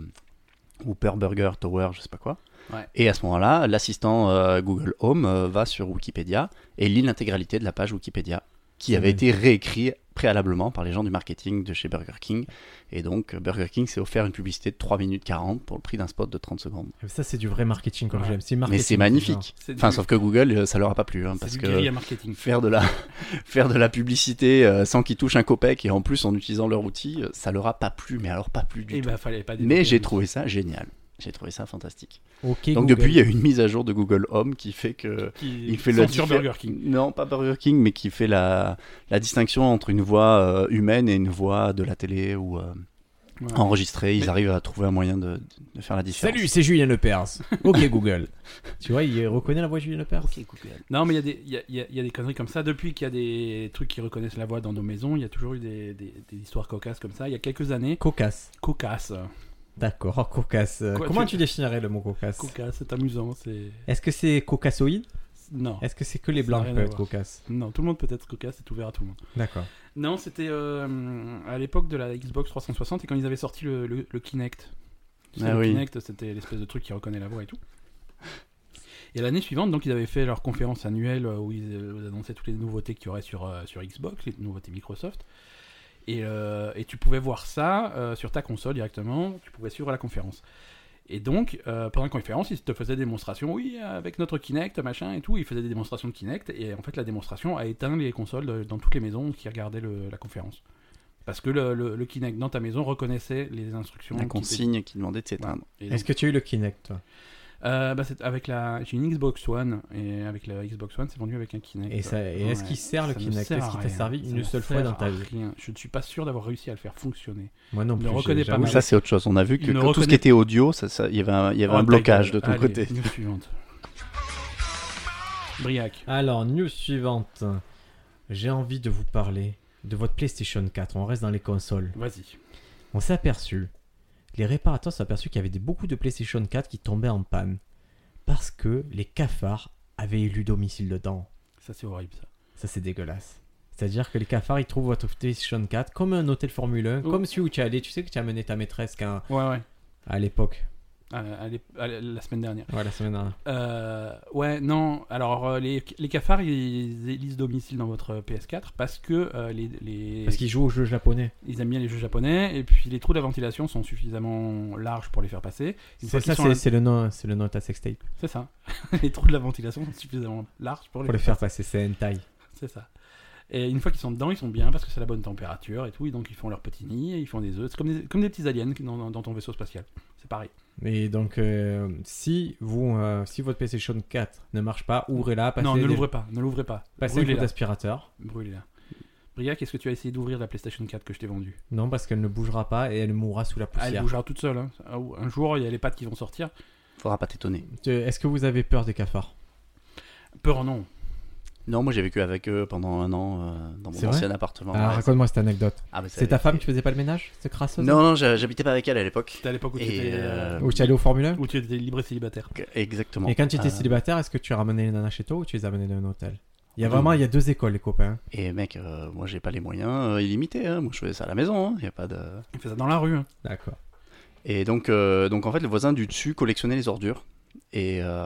[SPEAKER 3] Whooper Burger Tower, je sais pas quoi
[SPEAKER 2] Ouais.
[SPEAKER 3] Et à ce moment-là, l'assistant euh, Google Home euh, va sur Wikipédia et lit l'intégralité de la page Wikipédia qui
[SPEAKER 1] C'est
[SPEAKER 3] avait
[SPEAKER 1] bien.
[SPEAKER 3] été réécrit préalablement par les gens du marketing de chez Burger King. Et donc, euh, Burger King s'est offert une publicité de 3 minutes 40 pour le prix d'un spot de 30 secondes.
[SPEAKER 1] Ça, c'est du vrai marketing comme
[SPEAKER 2] Ouais.
[SPEAKER 1] j'aime. C'est
[SPEAKER 3] Mais
[SPEAKER 1] marketing,
[SPEAKER 3] c'est
[SPEAKER 1] genre.
[SPEAKER 3] magnifique.
[SPEAKER 2] C'est du-
[SPEAKER 3] Enfin, sauf que Google, euh, ça leur a pas plu. hein,
[SPEAKER 2] c'est
[SPEAKER 3] parce
[SPEAKER 2] du
[SPEAKER 3] que
[SPEAKER 2] guérilla marketing.
[SPEAKER 3] faire de la, faire de la publicité euh, sans qu'ils touchent un copec et en plus en utilisant leur outil, euh, ça leur a pas plu. Mais alors, pas plu du
[SPEAKER 2] Eh
[SPEAKER 3] tout.
[SPEAKER 2] ben, fallait pas
[SPEAKER 3] mais
[SPEAKER 2] développer.
[SPEAKER 3] j'ai trouvé ça génial. J'ai trouvé ça fantastique.
[SPEAKER 1] Ok,
[SPEAKER 3] donc,
[SPEAKER 1] Google.
[SPEAKER 3] depuis, il y a eu une mise à jour de Google Home qui fait que.
[SPEAKER 2] Qui-
[SPEAKER 3] Il fait la
[SPEAKER 2] censure
[SPEAKER 3] diffé-
[SPEAKER 2] Burger King.
[SPEAKER 3] Non, pas Burger King, mais qui fait la, la distinction entre une voix euh, humaine et une voix de la télé ou euh,
[SPEAKER 2] Voilà.
[SPEAKER 3] enregistrée. Ils
[SPEAKER 2] Mais-
[SPEAKER 3] arrivent à trouver un moyen de, de faire la différence.
[SPEAKER 1] Salut, c'est Julien Lepers. ok, Google. Tu vois, il reconnaît la voix de Julien Lepers.
[SPEAKER 2] Non, mais il y, a des- il y a, il y a- il y a des conneries comme ça. Depuis qu'il y a des trucs qui reconnaissent la voix dans nos maisons, il y a toujours eu des, des- des histoires cocasses comme ça. Il y a quelques années,
[SPEAKER 1] Cocasse.
[SPEAKER 2] cocasse.
[SPEAKER 1] D'accord, oh, cocasse. Euh,
[SPEAKER 2] Quoi,
[SPEAKER 1] Comment tu...
[SPEAKER 2] tu-
[SPEAKER 1] définirais le mot cocasse
[SPEAKER 2] Coca, c'est amusant, c'est.
[SPEAKER 1] Est-ce que c'est cocassoïde
[SPEAKER 2] Non.
[SPEAKER 1] Est-ce que c'est que les
[SPEAKER 2] Ça n'a
[SPEAKER 1] blancs qui
[SPEAKER 2] rien à
[SPEAKER 1] peuvent être
[SPEAKER 2] voir.
[SPEAKER 1] cocasses
[SPEAKER 2] Non, tout le monde peut être coca, c'est ouvert à tout le monde.
[SPEAKER 1] D'accord.
[SPEAKER 2] Non, c'était euh, à l'époque de la Xbox 360 et quand ils avaient sorti le, le- le Kinect. Tu sais,
[SPEAKER 3] Ah
[SPEAKER 2] le
[SPEAKER 3] oui.
[SPEAKER 2] Kinect, c'était l'espèce de truc qui reconnaît la voix et tout. Et l'année suivante, donc, ils avaient fait leur conférence annuelle euh, où ils euh, annonçaient toutes les nouveautés qu'il y aurait sur, euh, sur Xbox, les nouveautés Microsoft. Et, euh, et tu pouvais voir ça euh, sur ta console directement, tu pouvais suivre la conférence. Et donc, euh, pendant la conférence, ils te faisaient des démonstrations, oui, avec notre Kinect, machin et tout. Ils faisaient des démonstrations de Kinect, et en fait, la démonstration a éteint les consoles de- dans toutes les maisons qui regardaient le- la conférence. Parce que le, le- le Kinect dans ta maison reconnaissait les instructions.
[SPEAKER 3] La
[SPEAKER 2] qui
[SPEAKER 3] consigne qui demandait de s'éteindre.
[SPEAKER 2] étaient- et donc,
[SPEAKER 1] Est-ce que tu as eu le Kinect toi
[SPEAKER 2] euh, bah, c'est avec la, j'ai une Xbox One et avec la Xbox One, c'est vendu avec un Kinect.
[SPEAKER 1] Et, ça... et
[SPEAKER 2] Ouais.
[SPEAKER 1] est-ce qu'il sert le
[SPEAKER 2] Ça ne
[SPEAKER 1] Kinect
[SPEAKER 2] sert
[SPEAKER 1] Est-ce
[SPEAKER 2] à
[SPEAKER 1] qu'il t'a
[SPEAKER 2] rien.
[SPEAKER 1] servi
[SPEAKER 2] Ça
[SPEAKER 1] une
[SPEAKER 2] ne
[SPEAKER 1] seule fois
[SPEAKER 2] sert
[SPEAKER 1] dans
[SPEAKER 2] à
[SPEAKER 1] ta vie
[SPEAKER 2] rien. Je ne suis pas sûr d'avoir réussi à le faire fonctionner.
[SPEAKER 1] Moi non
[SPEAKER 2] Ne
[SPEAKER 1] plus. j'ai-
[SPEAKER 2] reconnais pas
[SPEAKER 1] j'avoue,
[SPEAKER 2] ma-
[SPEAKER 3] Ou
[SPEAKER 1] j'ai-
[SPEAKER 3] ça, c'est autre chose. On a vu
[SPEAKER 2] Il
[SPEAKER 3] que,
[SPEAKER 2] ne
[SPEAKER 3] que tout ce qui
[SPEAKER 2] reconnaît-
[SPEAKER 3] était audio, ça, ça- il y avait un, il y avait
[SPEAKER 2] Oh,
[SPEAKER 3] un
[SPEAKER 2] ta
[SPEAKER 3] blocage de
[SPEAKER 2] gueule.
[SPEAKER 3] ton
[SPEAKER 2] Allez,
[SPEAKER 3] côté.
[SPEAKER 2] news suivante. Briac.
[SPEAKER 1] Alors, news suivante. J'ai envie de vous parler de votre PlayStation 4. On reste dans les consoles.
[SPEAKER 2] Vas-y.
[SPEAKER 1] On s'est aperçu, les réparateurs s'est aperçu qu'il y avait des- beaucoup de PlayStation 4 qui tombaient en panne parce que les cafards avaient élu domicile dedans.
[SPEAKER 2] Ça, c'est horrible, ça.
[SPEAKER 1] Ça, c'est dégueulasse. C'est-à-dire que les cafards, ils trouvent votre PlayStation 4 comme un hôtel Formule 1,
[SPEAKER 2] Oh.
[SPEAKER 1] comme celui où tu es allé. Tu sais que tu as amené ta maîtresse quand-
[SPEAKER 2] Ouais, ouais.
[SPEAKER 1] à l'époque,
[SPEAKER 2] Euh, allez- allez, la semaine dernière.
[SPEAKER 1] ouais, la semaine dernière.
[SPEAKER 2] Euh, ouais, non. Alors, euh, les, les cafards, ils élisent domicile dans votre PS4 parce que euh, les, les-
[SPEAKER 1] Parce qu'ils jouent au jeu japonais.
[SPEAKER 2] ils aiment bien les jeux japonais et puis les trous de la ventilation sont suffisamment larges pour les faire passer. Une fois
[SPEAKER 1] C'est ça,
[SPEAKER 2] qu'ils sont
[SPEAKER 1] c'est
[SPEAKER 2] là-
[SPEAKER 1] c'est le nom, c'est le nom de ta sextape.
[SPEAKER 2] c'est ça. les trous de la ventilation sont suffisamment larges pour les,
[SPEAKER 1] Pour le faire passer, c'est hentai.
[SPEAKER 2] C'est ça. Et une fois qu'ils sont dedans, ils sont bien parce que c'est la bonne température et tout. Et donc, ils font leur petit nid, et ils font des œufs. C'est comme des, comme des petits aliens dans, dans- dans ton vaisseau spatial. C'est pareil.
[SPEAKER 1] Et donc, euh, si vous, euh, si votre PlayStation 4 ne marche pas, ouvrez-la, passez,
[SPEAKER 2] non, ne
[SPEAKER 1] les-
[SPEAKER 2] l'ouvrez pas. Ne l'ouvrez pas.
[SPEAKER 1] passez un coup
[SPEAKER 2] Brûlez-la.
[SPEAKER 1] d'aspirateur.
[SPEAKER 2] Brûlez-la. Briac, est-ce que tu as essayé d'ouvrir la PlayStation 4 que je t'ai vendue
[SPEAKER 1] Non, parce qu'elle ne bougera pas et elle mourra sous la
[SPEAKER 2] Ah, Elle
[SPEAKER 1] poussière.
[SPEAKER 2] bougera toute seule. hein. Ah, ou- Un jour, il y a les pattes qui vont sortir.
[SPEAKER 3] Faudra pas t'étonner.
[SPEAKER 1] Euh, Est-ce que vous avez peur des cafards
[SPEAKER 2] Peur, non.
[SPEAKER 3] Non, moi j'ai vécu avec eux pendant un an euh, dans
[SPEAKER 1] C'est
[SPEAKER 3] mon
[SPEAKER 1] vrai
[SPEAKER 3] ancien appartement.
[SPEAKER 1] Ah,
[SPEAKER 3] Ouais,
[SPEAKER 1] Raconte-moi cette anecdote.
[SPEAKER 3] Ah, mais ça
[SPEAKER 1] C'est ta
[SPEAKER 3] avait
[SPEAKER 1] femme
[SPEAKER 3] fait-
[SPEAKER 1] qui faisait pas le ménage C'est crasseuse
[SPEAKER 3] Non, non, j'ha- j'habitais pas avec elle à l'époque.
[SPEAKER 2] C'était à l'époque où, tu
[SPEAKER 3] Et,
[SPEAKER 2] étais, euh,
[SPEAKER 3] euh,
[SPEAKER 1] Ou tu allais au Formule 1
[SPEAKER 2] où tu étais libre et célibataire.
[SPEAKER 3] Exactement.
[SPEAKER 1] Et quand tu étais
[SPEAKER 3] Euh,
[SPEAKER 1] célibataire, est-ce que tu ramenais les nanas chez toi ou tu les amenais dans un hôtel Il y a
[SPEAKER 3] Non.
[SPEAKER 1] vraiment il y a deux écoles, les copains.
[SPEAKER 3] Et mec, euh, moi j'ai pas les moyens euh, illimités. hein. Moi je faisais ça à la maison. hein. Y a pas de.
[SPEAKER 2] Il fait ça dans la rue. hein.
[SPEAKER 1] D'accord.
[SPEAKER 3] Et donc, euh, donc en fait, le voisin du dessus collectionnait les ordures. Et, euh,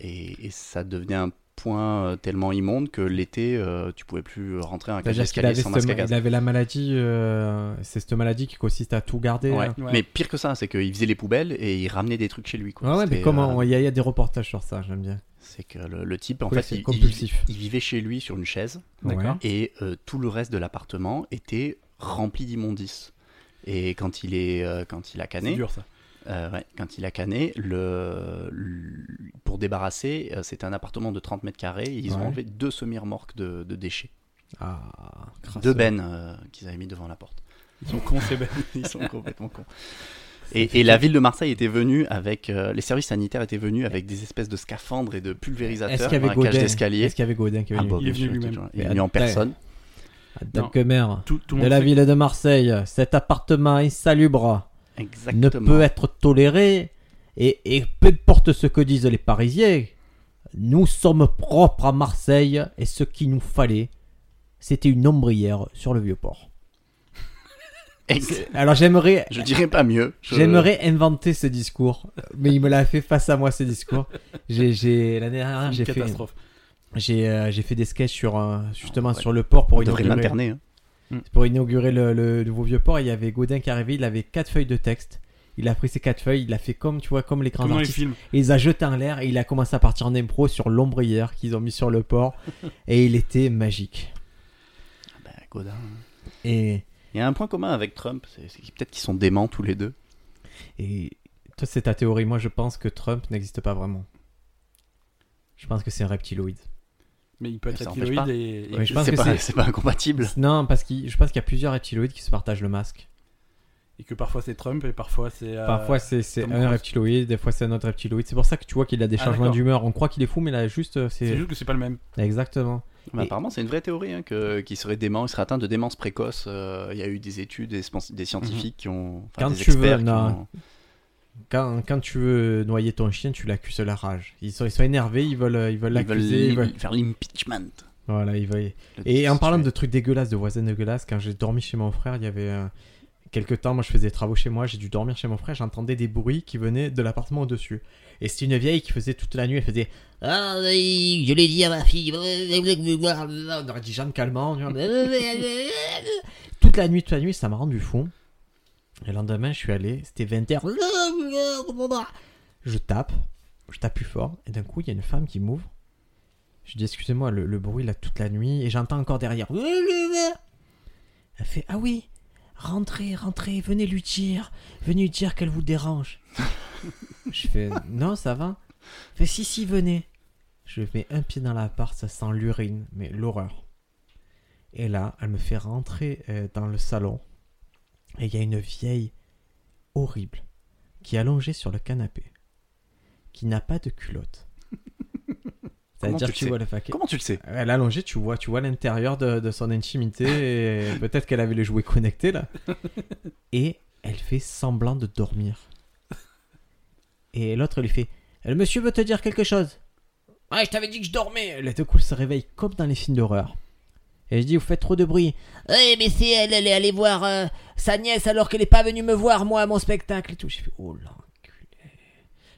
[SPEAKER 3] et, et ça devenait un point euh, tellement immonde que l'été, euh, tu pouvais plus rentrer à un
[SPEAKER 1] C'est-à-dire qu'il
[SPEAKER 3] escalier
[SPEAKER 1] avait,
[SPEAKER 3] sans
[SPEAKER 1] cette-
[SPEAKER 3] masque à gaz.
[SPEAKER 1] il avait la maladie, euh, c'est cette maladie qui consiste à tout garder.
[SPEAKER 3] Ouais.
[SPEAKER 1] hein.
[SPEAKER 2] Ouais.
[SPEAKER 3] Mais pire que ça, c'est qu'il faisait les poubelles et il ramenait des trucs chez lui. Quoi.
[SPEAKER 1] Ouais, ouais, mais
[SPEAKER 3] C'était,
[SPEAKER 1] comment
[SPEAKER 3] euh,
[SPEAKER 1] Il y, a- il y a des reportages sur ça, j'aime bien.
[SPEAKER 3] C'est que le, le type, en
[SPEAKER 1] Cool,
[SPEAKER 3] fait,
[SPEAKER 1] c'est
[SPEAKER 3] il,
[SPEAKER 1] compulsif.
[SPEAKER 3] il- il vivait chez lui sur une chaise
[SPEAKER 2] D'accord.
[SPEAKER 1] Ouais.
[SPEAKER 3] et euh, tout le reste de l'appartement était rempli d'immondices. Et quand il, est, euh, quand il a
[SPEAKER 2] C'est
[SPEAKER 3] cané,
[SPEAKER 2] dur ça.
[SPEAKER 3] Euh, ouais, quand il a canné, le, le- pour débarrasser, euh, c'était un appartement de 30 mètres carrés. Ils ont
[SPEAKER 1] Ouais.
[SPEAKER 3] enlevé deux semi-remorques de, de déchets,
[SPEAKER 1] Ah,
[SPEAKER 3] deux
[SPEAKER 1] crasseux.
[SPEAKER 3] bennes euh, qu'ils avaient mis devant la porte.
[SPEAKER 2] Ils sont cons,
[SPEAKER 1] Ben.
[SPEAKER 2] ces bêtes.
[SPEAKER 3] Ils sont complètement cons. Et, et la ville de Marseille était venue avec euh, les services sanitaires étaient venus avec des espèces de scaphandres et de
[SPEAKER 1] Est-ce
[SPEAKER 3] pulvérisateurs
[SPEAKER 1] qu'il y avait
[SPEAKER 3] dans la cage
[SPEAKER 1] Godin
[SPEAKER 3] d'escalier.
[SPEAKER 1] Est-ce qu'il y avait Godin qui est
[SPEAKER 3] Ah
[SPEAKER 1] venu
[SPEAKER 3] bah,
[SPEAKER 2] Il est
[SPEAKER 3] bien sûr,
[SPEAKER 2] venu
[SPEAKER 3] il était
[SPEAKER 2] lui-même.
[SPEAKER 3] toujours- il est
[SPEAKER 1] Mais
[SPEAKER 3] venu en
[SPEAKER 1] attends.
[SPEAKER 3] personne.
[SPEAKER 1] Adam Kemer,
[SPEAKER 2] Tout, tout le
[SPEAKER 1] de
[SPEAKER 2] monde
[SPEAKER 1] la
[SPEAKER 2] sait-
[SPEAKER 1] ville de Marseille, cet appartement insalubre
[SPEAKER 3] Exactement.
[SPEAKER 1] ne peut être toléré et, et peu importe ce que disent les Parisiens, nous sommes propres à Marseille et ce qu'il nous fallait, c'était une ombrière sur le vieux port.
[SPEAKER 3] Ex-
[SPEAKER 1] Alors j'aimerais,
[SPEAKER 3] Je dirais pas mieux. Je-
[SPEAKER 1] j'aimerais inventer ce discours, mais il me l'a fait face à moi ce discours. J'ai, j'ai l'année dernière,
[SPEAKER 2] C'est
[SPEAKER 1] Ah, j'ai
[SPEAKER 2] une
[SPEAKER 1] fait,
[SPEAKER 2] catastrophe.
[SPEAKER 1] j'ai, euh, j'ai fait des sketchs sur euh, justement
[SPEAKER 3] Ouais.
[SPEAKER 1] sur le port pour
[SPEAKER 3] On devrait
[SPEAKER 1] inaugurer,
[SPEAKER 3] l'interner. hein.
[SPEAKER 1] pour inaugurer le, le nouveau vieux port. Il y avait Godin qui arrivait, il avait quatre feuilles de texte. Il a pris ces quatre feuilles, il a fait comme tu vois comme les grands
[SPEAKER 2] Tout le monde
[SPEAKER 1] artistes.
[SPEAKER 2] filme.
[SPEAKER 1] Et il les a jetés en l'air et il a commencé à partir en impro sur l'ombrière qu'ils ont mis sur le port. Et il était magique.
[SPEAKER 3] Ah bah, Godin.
[SPEAKER 1] Et,
[SPEAKER 3] Il y a un point commun avec Trump, c'est c'est peut-être qu'ils sont déments tous les deux.
[SPEAKER 1] et toi, c'est ta théorie. Moi, je pense que Trump n'existe pas vraiment. Je pense que c'est un reptiloïde.
[SPEAKER 2] Mais il peut être
[SPEAKER 3] Ça empêche
[SPEAKER 2] reptiloïde
[SPEAKER 3] pas.
[SPEAKER 2] et. et-
[SPEAKER 1] Ouais, je pense
[SPEAKER 3] C'est
[SPEAKER 1] que
[SPEAKER 3] pas,
[SPEAKER 1] c'est-
[SPEAKER 3] c'est pas incompatible.
[SPEAKER 1] Non, parce que je pense qu'il y a plusieurs reptiloïdes qui se partagent le masque.
[SPEAKER 2] Et que parfois c'est Trump et parfois c'est. euh,
[SPEAKER 1] Parfois, c'est c'est
[SPEAKER 2] Tom
[SPEAKER 1] un
[SPEAKER 2] Cruise.
[SPEAKER 1] reptiloïde, des fois, c'est un autre reptiloïde. C'est pour ça que tu vois qu'il a des
[SPEAKER 2] Ah,
[SPEAKER 1] changements
[SPEAKER 2] d'accord.
[SPEAKER 1] d'humeur. On croit qu'il est fou, mais là, juste, euh,
[SPEAKER 2] C'est
[SPEAKER 1] c'est.
[SPEAKER 2] juste que c'est pas le même.
[SPEAKER 1] Exactement.
[SPEAKER 3] Mais
[SPEAKER 1] Et-
[SPEAKER 3] Bah, apparemment, c'est une vraie théorie hein, que- qu'il serait dément, il serait atteint de démence précoce. Euh, Il y a eu des études, des, spons- des scientifiques qui ont. enfin,
[SPEAKER 1] Quand
[SPEAKER 3] des
[SPEAKER 1] tu veux,
[SPEAKER 3] experts qui
[SPEAKER 1] non.
[SPEAKER 3] ont-
[SPEAKER 1] Quand, quand tu veux noyer ton chien, tu l'accuses de la rage. Ils sont, ils sont énervés, ils veulent ils veulent
[SPEAKER 3] Ils veulent
[SPEAKER 1] l'accuser. ils
[SPEAKER 3] l'im-
[SPEAKER 1] veulent-
[SPEAKER 3] faire l'impeachment.
[SPEAKER 1] Voilà, ils veulent...
[SPEAKER 3] Le-
[SPEAKER 1] Et en parlant
[SPEAKER 3] tu-
[SPEAKER 1] de trucs dégueulasses, de voisins dégueulasses, quand j'ai dormi chez mon frère, il y avait euh, quelques temps, moi je faisais des travaux chez moi, j'ai dû dormir chez mon frère, j'entendais des bruits qui venaient de l'appartement au-dessus. Et c'était une vieille qui faisait toute la nuit, elle faisait
[SPEAKER 5] Ah, oui, je l'ai dit à ma fille.
[SPEAKER 1] on aurait dit Jeanne Calment. tu vois. Toute la nuit, toute la nuit, ça m'a rendu fou. Et le lendemain, je suis allé, c'était 20h. Je tape, je tape plus fort, et d'un coup, il y a une femme qui m'ouvre. Je dis, excusez-moi, le, le bruit là toute la nuit, et j'entends encore derrière. Elle fait, ah oui, rentrez, rentrez, venez lui dire, venez lui dire qu'elle vous dérange. je fais, non, ça va. Elle fait, si, si, venez. Je mets un pied dans l'appart, ça sent l'urine, mais l'horreur. Et là, elle me fait rentrer euh, dans le salon. Et il y a une vieille horrible qui est allongée sur le canapé, qui n'a pas de culotte.
[SPEAKER 3] Comment
[SPEAKER 1] C'est-à-dire que
[SPEAKER 3] tu le
[SPEAKER 1] tu
[SPEAKER 3] sais
[SPEAKER 1] vois le paquet.
[SPEAKER 3] Comment tu le sais
[SPEAKER 1] Elle est allongée, tu vois, tu vois l'intérieur de, de son intimité et peut-être qu'elle avait les jouets connectés là. Et elle fait semblant de dormir. Et l'autre lui fait Le monsieur veut te dire quelque chose. Ouais, je t'avais dit que je dormais. Les deux coups se réveillent comme dans les films d'horreur. Et je dis Vous faites trop de bruit.
[SPEAKER 5] Ouais, mais c'est elle, elle est allée voir euh, sa nièce alors qu'elle est pas venue me voir, moi, à mon spectacle.
[SPEAKER 1] Et tout. J'ai fait Oh l'enculé.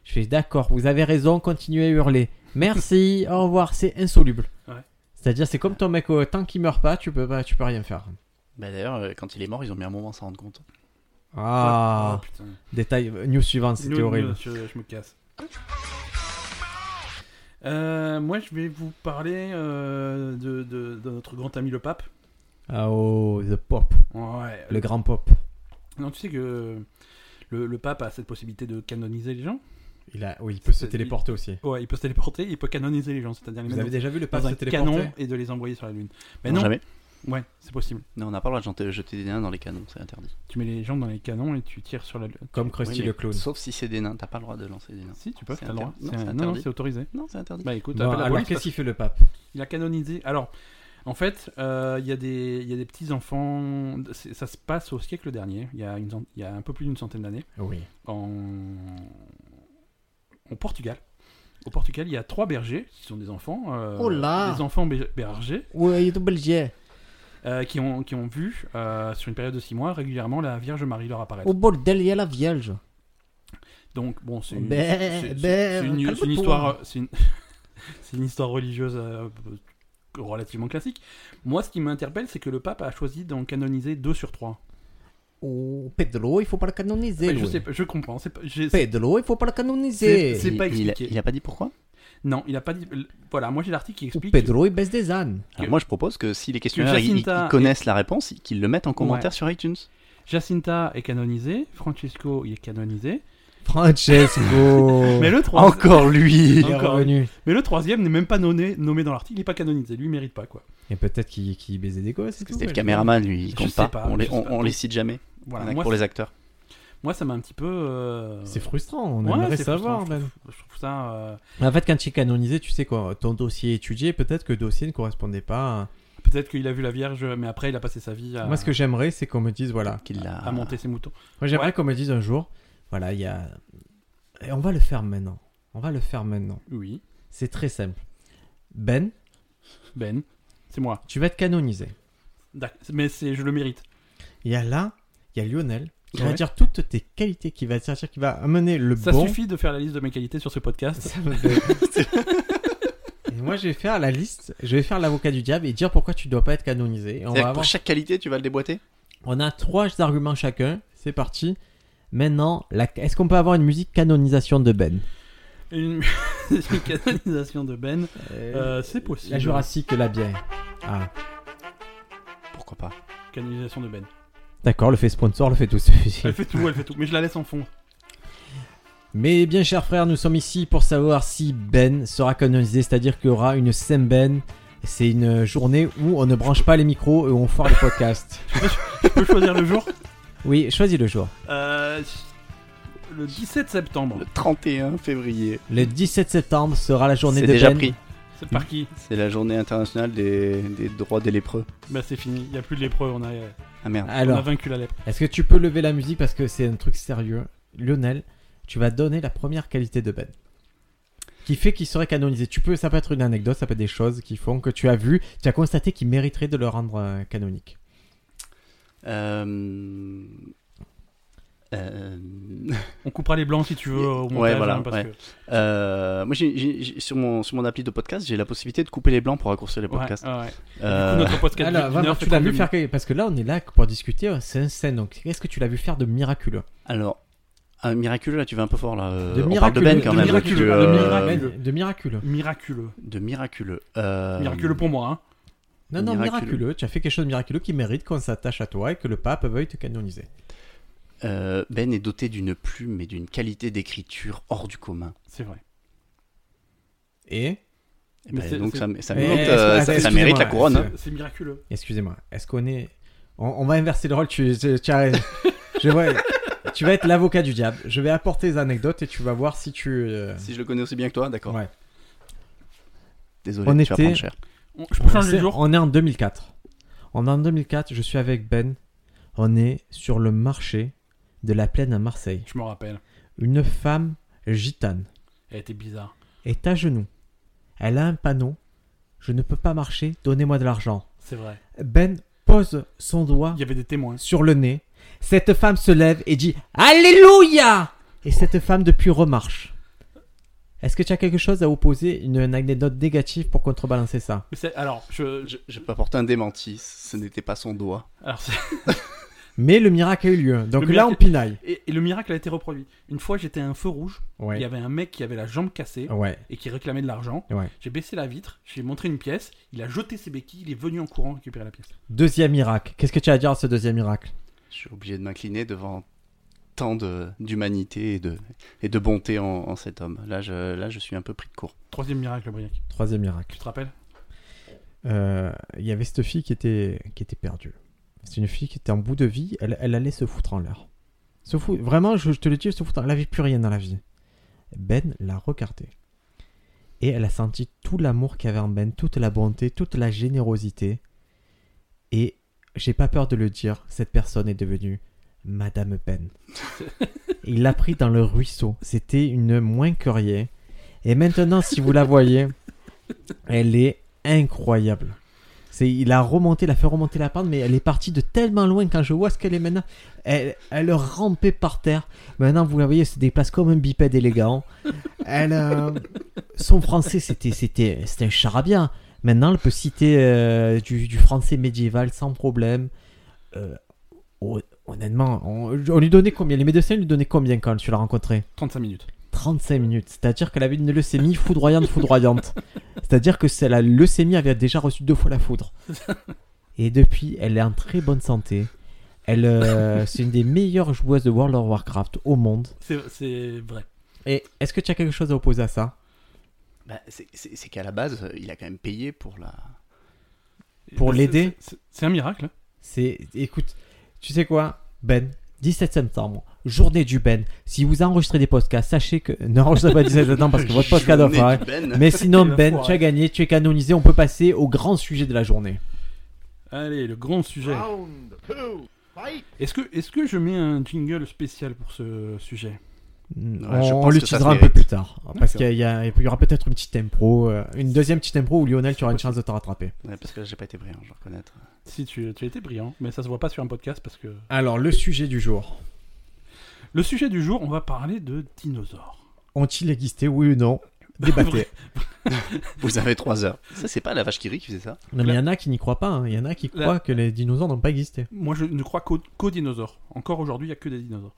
[SPEAKER 1] Je fais D'accord, vous avez raison, continuez à hurler. Merci, au revoir, c'est insoluble.
[SPEAKER 2] Ouais.
[SPEAKER 1] C'est-à-dire, c'est comme ton mec, euh, tant qu'il meurt pas, tu peux, pas, tu peux rien faire.
[SPEAKER 3] Bah, D'ailleurs, euh, quand il est mort, ils ont mis un moment à s'en rendre compte.
[SPEAKER 1] Ah,
[SPEAKER 2] Oh, putain.
[SPEAKER 1] détail, euh, news suivante, c'était
[SPEAKER 2] Nous-
[SPEAKER 1] horrible.
[SPEAKER 2] nous, je, je me casse. Euh, moi, je vais vous parler euh, de, de- de notre grand ami le pape.
[SPEAKER 1] Ah oh, the pop,
[SPEAKER 2] Ouais.
[SPEAKER 1] le grand pop.
[SPEAKER 2] Non, tu sais que le, le pape a cette possibilité de canoniser les gens.
[SPEAKER 1] Il a, oui, il peut se
[SPEAKER 2] C'est-
[SPEAKER 1] téléporter aussi.
[SPEAKER 2] Ouais, il peut se téléporter, il peut canoniser les gens, c'est-à-dire les
[SPEAKER 1] Vous
[SPEAKER 2] mettre
[SPEAKER 1] avez déjà vu le
[SPEAKER 2] dans,
[SPEAKER 1] pape
[SPEAKER 2] dans
[SPEAKER 1] se
[SPEAKER 2] un
[SPEAKER 1] téléporter
[SPEAKER 2] canon et de les envoyer sur la lune. Mais
[SPEAKER 3] Non,
[SPEAKER 2] non,
[SPEAKER 3] jamais.
[SPEAKER 2] ouais, c'est possible.
[SPEAKER 3] Non, on n'a pas le droit de jeter- jeter des nains dans les canons, c'est interdit.
[SPEAKER 2] Tu mets les gens dans les canons et tu tires sur la lune.
[SPEAKER 1] Comme Krusty
[SPEAKER 3] Oui, mais
[SPEAKER 1] le clown.
[SPEAKER 3] Sauf si c'est des nains, t'as pas le droit de lancer des nains.
[SPEAKER 2] Si, tu peux,
[SPEAKER 3] C'est
[SPEAKER 2] t'as le droit.
[SPEAKER 3] interdit. Non,
[SPEAKER 2] C'est
[SPEAKER 3] c'est
[SPEAKER 2] un- non, non,
[SPEAKER 3] interdit.
[SPEAKER 2] c'est autorisé.
[SPEAKER 3] Non, c'est interdit.
[SPEAKER 2] Bah écoute,
[SPEAKER 1] Bon,
[SPEAKER 2] appelle la
[SPEAKER 1] alors
[SPEAKER 2] police,
[SPEAKER 1] qu'est-ce qu'il fait le pape
[SPEAKER 2] Il a canonisé. Alors, en fait, euh, il y, a des- il y a des petits enfants. c'est- Ça se passe au siècle dernier, il y a, une cent- il y a un peu plus d'une centaine d'années,
[SPEAKER 1] Oui.
[SPEAKER 2] en... en Portugal. Au Portugal, il y a trois bergers, qui sont des enfants. euh,
[SPEAKER 5] Oh là
[SPEAKER 2] Des enfants be- bergers
[SPEAKER 5] Ouais, il est belge.
[SPEAKER 2] euh, qui, ont, qui ont vu, euh, sur une période de six mois, régulièrement la Vierge Marie leur apparaître.
[SPEAKER 5] bordel, il y a la vierge.
[SPEAKER 2] Donc, bon, c'est une,
[SPEAKER 5] Ben,
[SPEAKER 2] c'est- c'est-
[SPEAKER 5] ben,
[SPEAKER 2] c'est une- c'est une
[SPEAKER 5] calme-toi.
[SPEAKER 2] histoire, c'est une, c'est une histoire religieuse euh, relativement classique. Moi, ce qui m'interpelle, c'est que le pape a choisi d'en canoniser 2 sur 3.
[SPEAKER 5] Oh, Pedro, il faut pas le canoniser.
[SPEAKER 2] je, sais, pas- je comprends. c'est pas- j'ai-
[SPEAKER 5] Pedro, il faut pas le canoniser.
[SPEAKER 2] C'est pas
[SPEAKER 3] Il- il a-
[SPEAKER 2] expliqué.
[SPEAKER 3] Il a pas dit pourquoi
[SPEAKER 2] non, il a pas dit. Voilà, moi j'ai l'article qui explique.
[SPEAKER 5] il baisse des ânes.
[SPEAKER 3] Alors
[SPEAKER 2] Que-
[SPEAKER 3] moi je propose que si les questionnaires ils,
[SPEAKER 2] Jacinta
[SPEAKER 3] ils connaissent la réponse, qu'ils le mettent en commentaire sur iTunes.
[SPEAKER 2] Jacinta est canonisée, Francesco il est canonisé.
[SPEAKER 1] Francesco
[SPEAKER 2] Mais le, trois-
[SPEAKER 3] Encore lui
[SPEAKER 1] Il est
[SPEAKER 2] Encore.
[SPEAKER 1] revenu.
[SPEAKER 2] mais le troisième n'est même pas nommé, nommé dans l'article, il n'est pas canonisé, lui il mérite pas quoi.
[SPEAKER 1] Et peut-être qu'il qu'il baisait des gosses. et tout,
[SPEAKER 3] C'était le
[SPEAKER 1] ouais.
[SPEAKER 3] caméraman lui,
[SPEAKER 2] Je
[SPEAKER 3] il compte
[SPEAKER 2] sais
[SPEAKER 3] pas,
[SPEAKER 2] pas,
[SPEAKER 3] on,
[SPEAKER 2] je
[SPEAKER 3] les,
[SPEAKER 2] sais
[SPEAKER 3] on,
[SPEAKER 2] pas.
[SPEAKER 3] on les cite jamais.
[SPEAKER 2] Voilà,
[SPEAKER 3] Rien que
[SPEAKER 2] moi,
[SPEAKER 3] pour
[SPEAKER 2] c'est-
[SPEAKER 3] les acteurs.
[SPEAKER 2] moi ça m'a un petit peu. euh,
[SPEAKER 1] C'est frustrant, on
[SPEAKER 2] Ouais,
[SPEAKER 1] aimerait
[SPEAKER 2] c'est
[SPEAKER 1] savoir.
[SPEAKER 2] frustrant,
[SPEAKER 1] même.
[SPEAKER 2] Je trouve ça. euh,
[SPEAKER 1] En fait, quand tu es canonisé, tu sais quoi, ton dossier étudié, peut-être que le dossier ne correspondait pas. à-
[SPEAKER 2] Peut-être qu'il a vu la Vierge, mais après il a passé sa vie à,
[SPEAKER 1] Moi, ce que j'aimerais, c'est qu'on me dise, voilà,
[SPEAKER 3] Qu'il l'a.
[SPEAKER 2] à monter ses moutons.
[SPEAKER 1] Moi, j'aimerais
[SPEAKER 2] Ouais.
[SPEAKER 1] qu'on me dise un jour, voilà, il y a. Et on va le faire maintenant. On va le faire maintenant.
[SPEAKER 2] Oui,
[SPEAKER 1] C'est très simple. Ben,
[SPEAKER 2] Ben, c'est moi.
[SPEAKER 1] tu vas être canonisé.
[SPEAKER 2] D'ac- Mais c'est, je le mérite.
[SPEAKER 1] Il y a là, il y a Lionel qui va
[SPEAKER 2] Ouais.
[SPEAKER 1] dire toutes tes qualités, qui va dire qui va amener le
[SPEAKER 2] Ça
[SPEAKER 1] bon.
[SPEAKER 2] suffit de faire la liste de mes qualités sur ce podcast.
[SPEAKER 1] Ça me fait- Et moi, je vais faire la liste. Je vais faire l'avocat du diable et dire pourquoi tu dois pas être canonisé. Et On, va
[SPEAKER 3] C'est-à-dire que Pour
[SPEAKER 1] avoir-
[SPEAKER 3] chaque qualité, tu vas le déboîter
[SPEAKER 1] on a trois arguments chacun. C'est parti. Maintenant, la... est-ce qu'on peut avoir une musique canonisation de Ben
[SPEAKER 2] Une, une canonisation de Ben, euh, c'est possible.
[SPEAKER 1] La Jurassic, la bière. Ah.
[SPEAKER 3] Pourquoi pas
[SPEAKER 2] Canonisation de Ben.
[SPEAKER 1] D'accord, le fait sponsor, le fait tout.
[SPEAKER 2] Elle fait tout, elle fait tout. Mais je la laisse en fond.
[SPEAKER 1] Mais bien chers frères, nous sommes ici pour savoir si Ben sera canonisé, c'est-à-dire qu'il y aura une Saint Ben. C'est une journée où on ne branche pas les micros et où on foire le podcast.
[SPEAKER 2] Je peux choisir le jour
[SPEAKER 1] Oui, choisis le jour.
[SPEAKER 2] Euh, Le 17 septembre.
[SPEAKER 3] Le 31 février.
[SPEAKER 1] Le 17 septembre sera la journée
[SPEAKER 3] C'est
[SPEAKER 1] de
[SPEAKER 3] déjà
[SPEAKER 1] Ben.
[SPEAKER 3] pris.
[SPEAKER 2] C'est par qui
[SPEAKER 3] C'est la journée internationale des, des droits des lépreux.
[SPEAKER 2] Bah c'est fini, il n'y a plus de l'épreuve, on a, euh,
[SPEAKER 3] Ah merde.
[SPEAKER 2] on a
[SPEAKER 1] Alors,
[SPEAKER 2] vaincu la lèpre.
[SPEAKER 1] est-ce que tu peux lever la musique parce que c'est un truc sérieux Lionel, tu vas donner la première qualité de Ben. Qui fait qu'il serait canonisé. Tu peux, ça peut être une anecdote, ça peut être des choses qui font que tu as vu, tu as constaté qu'il mériterait de le rendre euh, canonique.
[SPEAKER 2] Ah.
[SPEAKER 3] Euh, euh,
[SPEAKER 2] On coupera les blancs si tu veux au
[SPEAKER 3] Ouais,
[SPEAKER 2] montage,
[SPEAKER 3] voilà,
[SPEAKER 2] hein, parce
[SPEAKER 3] ouais.
[SPEAKER 2] que-
[SPEAKER 3] euh, moi, j'ai- j'ai- j'ai- sur, mon, sur mon appli de podcast, j'ai la possibilité de couper les blancs pour raccourcir les
[SPEAKER 2] Ouais,
[SPEAKER 3] podcasts.
[SPEAKER 2] ouais.
[SPEAKER 3] Euh,
[SPEAKER 2] Notre podcast
[SPEAKER 1] Alors,
[SPEAKER 2] d'une
[SPEAKER 1] voilà,
[SPEAKER 2] heure,
[SPEAKER 1] tu
[SPEAKER 2] fait
[SPEAKER 1] l'as
[SPEAKER 2] trente
[SPEAKER 1] vu
[SPEAKER 2] minutes.
[SPEAKER 1] faire que- parce que là on est là pour discuter, euh, c'est un scène. Donc qu'est-ce que tu l'as vu faire de miraculeux
[SPEAKER 3] alors, un miraculeux, là, tu vas un peu fort. Là, euh,
[SPEAKER 1] De
[SPEAKER 3] on parle de
[SPEAKER 1] miraculeux,
[SPEAKER 3] Ben quand
[SPEAKER 1] de
[SPEAKER 3] même.
[SPEAKER 2] miraculeux,
[SPEAKER 3] tu,
[SPEAKER 2] de
[SPEAKER 3] euh,
[SPEAKER 2] miraculeux.
[SPEAKER 1] Ben, De miraculeux.
[SPEAKER 2] Miraculeux.
[SPEAKER 3] de miraculeux. Euh,
[SPEAKER 2] Miraculeux pour moi. hein.
[SPEAKER 1] Non, non,
[SPEAKER 3] Miraculeux.
[SPEAKER 1] miraculeux. Tu as fait quelque chose de miraculeux qui mérite qu'on s'attache à toi et que le pape veuille te canoniser.
[SPEAKER 3] euh, ben est doté d'une plume et d'une qualité d'écriture hors du commun.
[SPEAKER 2] C'est vrai.
[SPEAKER 1] Et
[SPEAKER 3] Et
[SPEAKER 2] Mais
[SPEAKER 3] ben,
[SPEAKER 2] c'est-
[SPEAKER 3] donc
[SPEAKER 2] c'est-
[SPEAKER 3] ça, ça
[SPEAKER 1] Eh,
[SPEAKER 3] mérite,
[SPEAKER 1] est-ce-
[SPEAKER 3] euh,
[SPEAKER 1] attends,
[SPEAKER 3] ça- ça
[SPEAKER 1] excusez-moi,
[SPEAKER 3] mérite la couronne. hein.
[SPEAKER 1] c'est-
[SPEAKER 2] C'est- C'est miraculeux.
[SPEAKER 1] Excusez-moi, est-ce qu'on est. On, on va inverser le rôle, tu, tu, tu as- je vois- tu vas être l'avocat du diable. Je vais apporter les anecdotes et tu vas voir si tu. euh,
[SPEAKER 3] hein. Si je le connais aussi bien que toi, d'accord.
[SPEAKER 1] Ouais.
[SPEAKER 3] Désolé,
[SPEAKER 1] On
[SPEAKER 3] tu
[SPEAKER 1] était-
[SPEAKER 3] vas prendre cher.
[SPEAKER 2] On- Je peux
[SPEAKER 1] on,
[SPEAKER 2] changer
[SPEAKER 1] sait-
[SPEAKER 2] le jour.
[SPEAKER 1] on est en 2004. On est en 2004, je suis avec Ben. On est sur le marché de la plaine à Marseille.
[SPEAKER 2] Je me rappelle.
[SPEAKER 1] Une femme gitane
[SPEAKER 2] Elle était bizarre.
[SPEAKER 1] est à genoux. Elle a un panneau. Je ne peux pas marcher, donnez-moi de l'argent.
[SPEAKER 2] C'est vrai.
[SPEAKER 1] Ben pose son doigt
[SPEAKER 2] Il y avait des témoins.
[SPEAKER 1] sur le nez. Cette femme se lève et dit Alléluia Et cette femme depuis remarche. Est-ce que tu as quelque chose à opposer, une, une anecdote négative pour contrebalancer ça
[SPEAKER 2] Mais c'est- alors, je, je-
[SPEAKER 3] Je peux apporter un démenti, ce n'était pas son doigt.
[SPEAKER 2] alors c'est-
[SPEAKER 1] Mais le miracle a eu lieu. Donc
[SPEAKER 2] Le
[SPEAKER 1] là,
[SPEAKER 2] miracle-
[SPEAKER 1] on pinaille.
[SPEAKER 2] et, et le miracle a été reproduit. Une fois, j'étais à un feu rouge. Il y
[SPEAKER 1] Ouais.
[SPEAKER 2] avait un mec qui avait la jambe cassée
[SPEAKER 1] Ouais.
[SPEAKER 2] Ah et qui réclamait de l'argent.
[SPEAKER 1] Ouais.
[SPEAKER 2] J'ai baissé la vitre, j'ai montré une pièce. Il a jeté ses béquilles. Il est venu en courant récupérer la pièce.
[SPEAKER 1] Deuxième miracle. Qu'est-ce que tu as à dire à ce deuxième miracle
[SPEAKER 3] Je suis obligé de m'incliner devant tant de- d'humanité et de, et de bonté en, en cet homme. Là je, là, je suis un peu pris de court.
[SPEAKER 2] Troisième miracle, Briac.
[SPEAKER 1] Troisième miracle.
[SPEAKER 2] Tu te rappelles
[SPEAKER 1] Euh, Il y avait cette fille qui était, qui était perdue. C'est une fille qui était en bout de vie. Elle, elle allait se foutre en l'air. Se fou- Vraiment, je, je te le dis, elle se foutre en- Elle n'avait plus rien dans la vie. Ben l'a regardée. Et elle a senti tout l'amour qu'il y avait en Ben, toute la bonté, toute la générosité. Et j'ai pas peur de le dire, cette personne est devenue Madame Ben. Il l'a pris dans le ruisseau. C'était une moins que rien. Et maintenant, si vous la voyez, elle est incroyable. C'est, il a remonté, il a fait remonter la pente, mais elle est partie de tellement loin quand je vois ce qu'elle est maintenant. Elle, elle rampait par terre. Maintenant, vous la voyez, elle se déplace comme un bipède élégant. Elle, euh, son français, c'était, c'était, c'était un charabia. Maintenant, elle peut citer euh, du, du français médiéval sans problème. Euh, hon- honnêtement, on, on lui donnait combien Les médecins lui donnaient combien quand tu l'as rencontré
[SPEAKER 2] 35 minutes.
[SPEAKER 1] 35 minutes. C'est-à-dire qu'elle avait une leucémie foudroyante, foudroyante. C'est-à-dire que c'est- la leucémie avait déjà reçu deux fois la foudre. Et depuis, elle est en très bonne santé. Elle, euh, c'est une des meilleures joueuses de World of Warcraft au monde.
[SPEAKER 2] C'est- C'est vrai.
[SPEAKER 1] Et est-ce que tu as quelque chose à opposer à ça
[SPEAKER 3] Bah, c'est- c'est c'est qu'à la base, il a quand même payé pour la...
[SPEAKER 1] Pour
[SPEAKER 2] C'est-
[SPEAKER 1] l'aider
[SPEAKER 2] c'est- c'est- C'est un miracle. hein.
[SPEAKER 1] C'est, écoute, tu sais quoi, Ben, 17 septembre, journée du Ben. Si vous enregistrez des podcasts, sachez que non, enregistrez pas 17 septembre parce que votre podcast
[SPEAKER 3] Journée
[SPEAKER 1] offre.
[SPEAKER 3] du Ben.
[SPEAKER 1] Mais sinon,
[SPEAKER 2] Quel
[SPEAKER 1] Ben,
[SPEAKER 2] enfoiré.
[SPEAKER 1] tu as gagné, tu es canonisé. On peut passer au grand sujet de la journée.
[SPEAKER 2] Allez, le grand sujet.
[SPEAKER 6] Round two, fight!
[SPEAKER 2] Est-ce que, est que je mets un jingle spécial pour ce sujet
[SPEAKER 1] on
[SPEAKER 3] je
[SPEAKER 1] on
[SPEAKER 3] pense que ça se
[SPEAKER 1] l'utilisera un peu
[SPEAKER 3] mérite.
[SPEAKER 1] plus tard. Parce
[SPEAKER 2] D'accord.
[SPEAKER 1] qu'il y, a- il y aura peut-être une petite impro, euh, une deuxième petite impro où Lionel, tu auras une chance de te rattraper.
[SPEAKER 3] Ouais, parce que là, j'ai pas été brillant, je reconnais.
[SPEAKER 2] Si tu, tu as été brillant, mais ça se voit pas sur un podcast parce que.
[SPEAKER 1] Alors, le sujet du jour.
[SPEAKER 2] Le sujet du jour, on va parler de dinosaures.
[SPEAKER 1] Ont-ils existé, oui ou non Débattez.
[SPEAKER 3] Vous avez trois heures. Ça, c'est pas la vache qui rit qui faisait ça
[SPEAKER 1] non, mais il y en a qui n'y croient pas. hein. Il y en a qui
[SPEAKER 2] La-
[SPEAKER 1] croient que les dinosaures n'ont pas existé.
[SPEAKER 2] Moi, je ne crois qu'aux qu'aux dinosaures. Encore aujourd'hui, il n'y a que des dinosaures.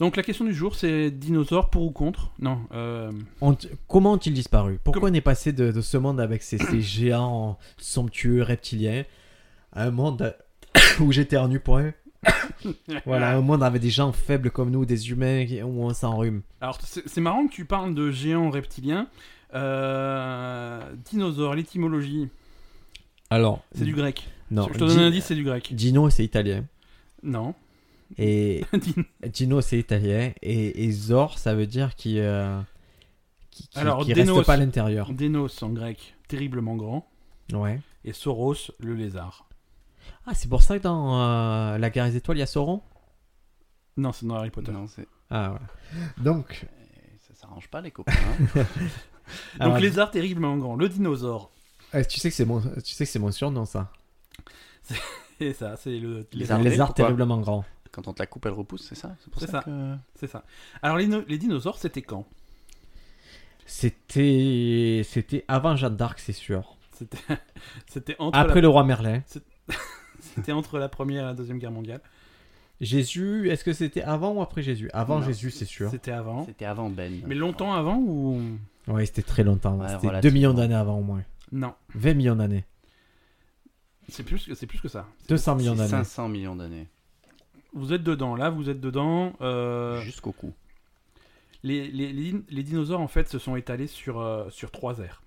[SPEAKER 2] Donc, la question du jour, c'est dinosaures pour ou contre Non. euh,
[SPEAKER 1] Ont- comment ont-ils disparu Pourquoi on est passé de, de ce monde avec ces, ces géants somptueux reptiliens à un monde où j'éternue pour eux Voilà, un monde avec des gens faibles comme nous, des humains qui- où on s'enrhume.
[SPEAKER 2] Alors, c'est c'est marrant que tu parles de géants reptiliens. Euh, Dinosaures, l'étymologie,
[SPEAKER 1] Alors,
[SPEAKER 2] c'est du grec.
[SPEAKER 1] non,
[SPEAKER 2] je te donne un
[SPEAKER 1] di-
[SPEAKER 2] indice, c'est du grec.
[SPEAKER 1] Dino, c'est italien.
[SPEAKER 2] Non.
[SPEAKER 1] Et
[SPEAKER 2] Din-
[SPEAKER 1] Dino, c'est italien. Et, et Zor, ça veut dire qui, euh, qui, qui-
[SPEAKER 2] Alors,
[SPEAKER 1] qui
[SPEAKER 2] Dénos.
[SPEAKER 1] reste pas à l'intérieur.
[SPEAKER 2] Dénos en grec, terriblement grand.
[SPEAKER 1] Ouais.
[SPEAKER 2] Et Soros, le lézard.
[SPEAKER 1] Ah, c'est pour ça que dans euh, La guerre des étoiles, il y a Sauron
[SPEAKER 2] Non, c'est dans Harry Potter.
[SPEAKER 3] Non, c'est
[SPEAKER 1] Ah, voilà. Donc,
[SPEAKER 3] Et ça s'arrange pas, les copains. hein.
[SPEAKER 1] alors,
[SPEAKER 2] Donc, lézard terriblement grand, le dinosaure.
[SPEAKER 1] eh, tu sais que c'est mon, tu sais que c'est mon surnom, ça.
[SPEAKER 2] Et ça, c'est le
[SPEAKER 3] Les
[SPEAKER 1] Un
[SPEAKER 3] Lézard,
[SPEAKER 1] lézard
[SPEAKER 3] pourquoi
[SPEAKER 1] terriblement grand.
[SPEAKER 3] Quand on te la coupe, elle repousse, c'est ça C'est pour
[SPEAKER 2] C'est ça.
[SPEAKER 3] ça, que-
[SPEAKER 2] C'est ça. Alors, les, no- les dinosaures, c'était quand
[SPEAKER 1] C'était, c'était avant Jeanne d'Arc, c'est sûr.
[SPEAKER 2] C'était c'était entre,
[SPEAKER 1] Après
[SPEAKER 2] la...
[SPEAKER 1] le roi Merlin.
[SPEAKER 2] c'était entre la première et la deuxième guerre mondiale.
[SPEAKER 1] Jésus, est-ce que c'était avant ou après Jésus Avant
[SPEAKER 3] Non.
[SPEAKER 1] Jésus, c'est sûr.
[SPEAKER 2] C'était avant.
[SPEAKER 3] C'était avant Ben.
[SPEAKER 2] Mais longtemps avant ou
[SPEAKER 1] Ouais, c'était très longtemps.
[SPEAKER 3] Ouais,
[SPEAKER 1] c'était 2
[SPEAKER 3] relativement.
[SPEAKER 1] millions d'années avant au moins.
[SPEAKER 2] non
[SPEAKER 1] 20 millions d'années.
[SPEAKER 2] C'est plus que c'est plus que ça.
[SPEAKER 1] 200 millions
[SPEAKER 3] C'est
[SPEAKER 1] d'années.
[SPEAKER 3] 500 millions d'années.
[SPEAKER 2] Vous êtes dedans. Là, vous êtes dedans. Euh,
[SPEAKER 3] Jusqu'au cou.
[SPEAKER 2] les, les, les din- les dinosaures en fait se sont étalés sur euh, sur trois aires.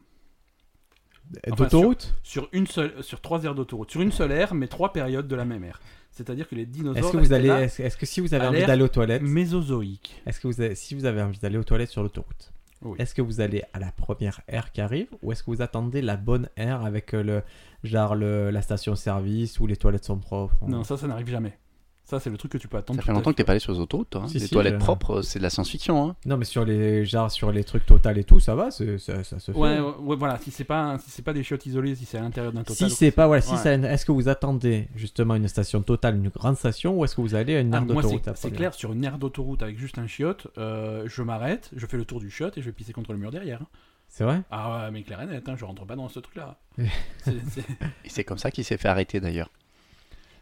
[SPEAKER 2] Enfin,
[SPEAKER 1] D'autoroute
[SPEAKER 2] Sur une seule sur trois aires d'autoroute. Sur une seule aire, mais trois périodes de la même ère. C'est-à-dire que les dinosaures.
[SPEAKER 1] Est-ce que vous
[SPEAKER 2] étaient
[SPEAKER 1] allez,
[SPEAKER 2] là,
[SPEAKER 1] est-ce est-ce que si vous avez
[SPEAKER 2] à
[SPEAKER 1] envie
[SPEAKER 2] l'air,
[SPEAKER 1] d'aller aux toilettes,
[SPEAKER 2] mésozoïque.
[SPEAKER 1] est-ce que vous avez- si vous avez envie d'aller aux toilettes sur l'autoroute,
[SPEAKER 2] Oui.
[SPEAKER 1] est-ce que vous allez à la première aire qui arrive ou est-ce que vous attendez la bonne aire avec euh, le genre le, la station-service où les toilettes sont propres hein
[SPEAKER 2] Non, ça, ça n'arrive jamais. Ça, c'est le truc que tu peux attendre.
[SPEAKER 3] Ça fait longtemps que t'es pas allé sur les autoroutes, toi. hein.
[SPEAKER 1] Si,
[SPEAKER 3] les
[SPEAKER 1] si,
[SPEAKER 3] toilettes
[SPEAKER 1] je-
[SPEAKER 3] propres, c'est de la science-fiction. Hein.
[SPEAKER 1] Non, mais sur les genre sur les trucs total et tout, ça va, c'est- ça, ça se fait.
[SPEAKER 2] Ouais, ouais, ouais, voilà. Si c'est pas si c'est pas des chiottes isolées, si c'est à l'intérieur d'un total.
[SPEAKER 1] Si c'est pas voilà, si
[SPEAKER 2] Ouais.
[SPEAKER 1] ça- est-ce que vous attendez justement une station totale, une grande station, ou est-ce que vous allez à une
[SPEAKER 2] Ah,
[SPEAKER 1] aire
[SPEAKER 2] moi,
[SPEAKER 1] d'autoroute
[SPEAKER 2] c'est-
[SPEAKER 1] après
[SPEAKER 2] c'est clair, sur une aire d'autoroute avec juste un chiotte, euh, je m'arrête, je fais le tour du chiotte et je vais pisser contre le mur derrière. hein.
[SPEAKER 1] C'est vrai
[SPEAKER 2] Ah ouais, mais clair et net, hein, je rentre pas dans ce truc-là.
[SPEAKER 1] Ouais.
[SPEAKER 2] C'est- c'est-
[SPEAKER 3] Et c'est comme ça qu'il s'est fait arrêter d'ailleurs.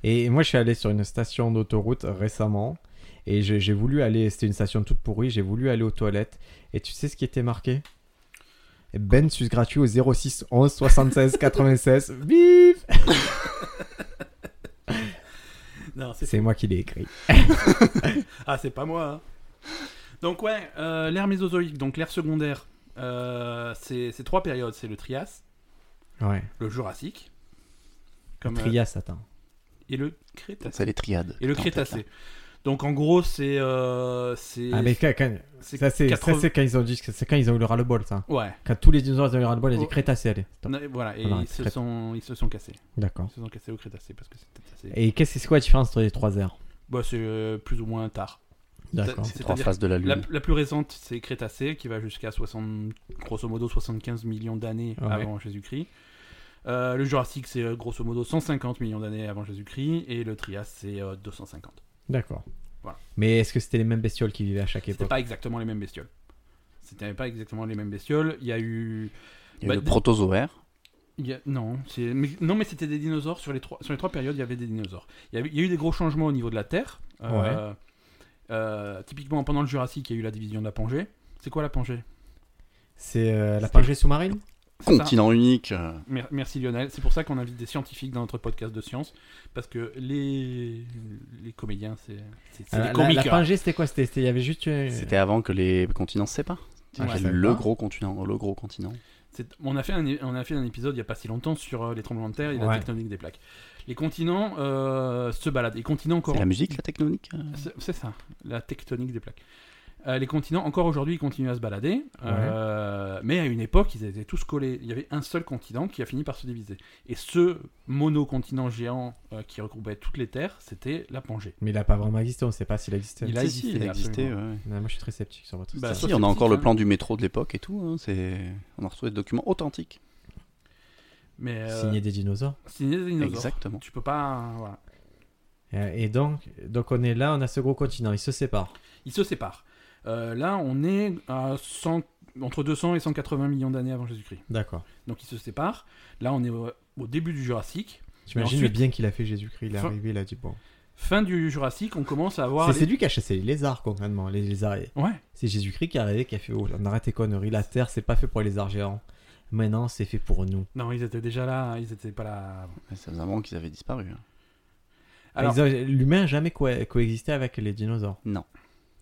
[SPEAKER 1] Et moi, je suis allé sur une station d'autoroute récemment. Et j'ai j'ai voulu aller, c'était une station toute pourrie, j'ai voulu aller aux toilettes. Et tu sais ce qui était marqué Ben sus gratuit au 06 11 76 96. Bif
[SPEAKER 2] Non, c'est-
[SPEAKER 1] C'est moi qui l'ai écrit.
[SPEAKER 2] Ah, c'est pas moi. hein. Donc ouais, euh, l'ère mésozoïque, donc l'ère secondaire, euh, c'est c'est trois périodes. C'est le Trias,
[SPEAKER 1] Ouais.
[SPEAKER 2] le Jurassique comme, euh,
[SPEAKER 1] Trias, attends.
[SPEAKER 2] et le Crétacé.
[SPEAKER 3] C'est les triades.
[SPEAKER 2] Et le
[SPEAKER 3] T'as en tête, là.
[SPEAKER 2] Crétacé. Donc en gros, c'est... euh, c'est-
[SPEAKER 1] Ah, mais quand, quand-
[SPEAKER 2] c'est
[SPEAKER 1] ça, c'est ça,
[SPEAKER 2] 80
[SPEAKER 1] c'est quand ils ont dit que c'est quand ils ont eu le ras-le-bol, ça.
[SPEAKER 2] Ouais,
[SPEAKER 1] Quand tous les dinosaures ils ont eu le ras-le-bol, ils ont
[SPEAKER 2] Oh.
[SPEAKER 1] dit Crétacé, allez. Stop.
[SPEAKER 2] Non, et voilà, et
[SPEAKER 1] Voilà,
[SPEAKER 2] ils, se
[SPEAKER 1] Crét-
[SPEAKER 2] sont, ils se sont cassés.
[SPEAKER 1] D'accord.
[SPEAKER 2] Ils se sont cassés au Crétacé parce que c'était assez...
[SPEAKER 1] Et qu'est-ce que c'est quoi la différence entre les trois airs
[SPEAKER 2] Bah, c'est euh, plus ou moins tard.
[SPEAKER 1] D'accord.
[SPEAKER 2] C'est-
[SPEAKER 3] C'est trois
[SPEAKER 2] c'est-à-dire
[SPEAKER 3] faces de la Lune.
[SPEAKER 2] La, la plus récente, c'est Crétacé, qui va jusqu'à 60, grosso modo 75 millions d'années
[SPEAKER 1] Ouais.
[SPEAKER 2] avant Jésus-Christ. Euh, le Jurassique, c'est euh, grosso modo 150 millions d'années avant Jésus-Christ. Et le Trias, c'est euh, 250.
[SPEAKER 1] D'accord.
[SPEAKER 2] Voilà.
[SPEAKER 1] Mais est-ce que c'était les mêmes bestioles qui vivaient à chaque
[SPEAKER 2] C'était
[SPEAKER 1] époque
[SPEAKER 2] pas exactement les mêmes bestioles. C'était pas exactement les mêmes bestioles. Il y a eu.
[SPEAKER 3] Il y a
[SPEAKER 2] bah,
[SPEAKER 3] eu le protozoaire.
[SPEAKER 2] il y a- Non, c'est- mais- non, mais c'était des dinosaures. Sur les, trois, sur les trois périodes, il y avait des dinosaures. Il y a eu, il y a eu des gros changements au niveau de la Terre. Euh, euh, typiquement, pendant le Jurassique, il y a eu la division de la Pangée. C'est quoi la Pangée
[SPEAKER 1] C'est euh, la
[SPEAKER 2] C'était-
[SPEAKER 1] Pangée sous-marine
[SPEAKER 2] C'est ça
[SPEAKER 3] Continent unique. euh,
[SPEAKER 2] Mer- Merci Lionel. C'est pour ça qu'on invite des scientifiques dans notre podcast de science, parce que les, les comédiens, c'est c'est- c'est
[SPEAKER 1] Euh,
[SPEAKER 2] des
[SPEAKER 1] la-
[SPEAKER 2] comiques. hein.
[SPEAKER 1] La, Pangée, c'était quoi C'était, c'était- il y avait juste. une-
[SPEAKER 3] C'était avant que les continents se séparent.
[SPEAKER 1] Ah,
[SPEAKER 3] C'est
[SPEAKER 1] je savais
[SPEAKER 3] le
[SPEAKER 1] pas.
[SPEAKER 3] gros continent. Le gros continent.
[SPEAKER 2] C'est- On, a fait un, é- on a fait un épisode il n'y a pas si longtemps sur euh, les tremblements de terre et la
[SPEAKER 1] Ouais.
[SPEAKER 2] tectonique des plaques. Les continents euh, se baladent. Les continents encore.
[SPEAKER 3] C'est la musique, la technonique. euh,
[SPEAKER 2] C'est c'est ça, la tectonique des plaques. Euh, les continents, encore aujourd'hui, ils continuent à se balader, euh, mais à une époque, ils étaient tous collés. Il y avait un seul continent qui a fini par se diviser. Et ce monocontinent géant euh, qui regroupait toutes les terres, c'était la Pangée.
[SPEAKER 1] Mais il n'a pas vraiment existé, on ne sait pas s'il existait.
[SPEAKER 2] Il a
[SPEAKER 3] si, si,
[SPEAKER 2] existé,
[SPEAKER 3] il a existé.
[SPEAKER 2] absolument.
[SPEAKER 3] ouais, ouais.
[SPEAKER 1] Non, moi, je suis très sceptique sur votre
[SPEAKER 2] Bah,
[SPEAKER 1] histoire.
[SPEAKER 2] ça,
[SPEAKER 3] Si,
[SPEAKER 2] c'est
[SPEAKER 3] on a encore
[SPEAKER 2] physique,
[SPEAKER 3] le
[SPEAKER 2] hein.
[SPEAKER 3] plan du métro de l'époque et tout. hein, c'est... On a retrouvé des documents authentiques.
[SPEAKER 2] Mais euh,
[SPEAKER 1] Signé des dinosaures.
[SPEAKER 2] signé des dinosaures.
[SPEAKER 3] Exactement.
[SPEAKER 2] Tu peux pas. euh, voilà.
[SPEAKER 1] Et et donc, donc, on est là, on a ce gros continent, il se sépare.
[SPEAKER 2] Ils se séparent. Euh, là, on est à 100 entre 200 et 180 millions d'années avant Jésus-Christ.
[SPEAKER 1] D'accord.
[SPEAKER 2] Donc ils se séparent. Là, on est au- au début du Jurassique.
[SPEAKER 1] J'imagine
[SPEAKER 2] ensuite-
[SPEAKER 1] le bien qu'il a fait Jésus-Christ, il est
[SPEAKER 2] Fin-
[SPEAKER 1] arrivé, il a dit bon.
[SPEAKER 2] Fin du Jurassique, on commence à
[SPEAKER 1] C'est,
[SPEAKER 2] voir.
[SPEAKER 1] c'est lui qui a chassé les lézards, concrètement, les lézards.
[SPEAKER 2] Ouais.
[SPEAKER 1] C'est Jésus-Christ qui est arrivé, qui a fait oh, on arrête tes conneries, la terre, c'est pas fait pour les lézards géants. Maintenant, c'est fait pour nous.
[SPEAKER 2] Non, ils étaient déjà là, hein, ils étaient pas là. avant.
[SPEAKER 3] Ouais, Ça faisait un moment qu'ils avaient disparu. hein.
[SPEAKER 2] Alors,
[SPEAKER 1] Ils ont- l'humain n'a jamais co- coexisté avec les dinosaures.
[SPEAKER 3] Non.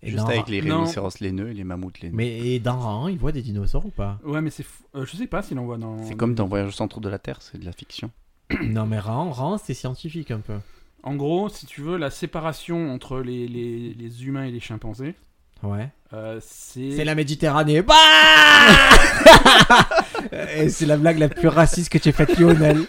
[SPEAKER 1] Et
[SPEAKER 3] Juste
[SPEAKER 1] dans-
[SPEAKER 3] avec les
[SPEAKER 2] Non.
[SPEAKER 3] rhinocéros laineux et les mammouths laineux.
[SPEAKER 1] Mais et dans Ran, il voit des dinosaures ou pas
[SPEAKER 2] ouais, mais c'est. fou- euh, je sais pas si l'on voit dans.
[SPEAKER 3] C'est comme dans Voyage au centre de la Terre, c'est de la fiction.
[SPEAKER 1] Non, mais Ran, Ran, c'est scientifique un peu.
[SPEAKER 2] En gros, si tu veux, la séparation entre les, les, les humains et les chimpanzés,
[SPEAKER 1] Ouais.
[SPEAKER 2] euh, c'est.
[SPEAKER 1] C'est la Méditerranée. Bah Et c'est la blague la plus raciste que tu aies faite, Lionel.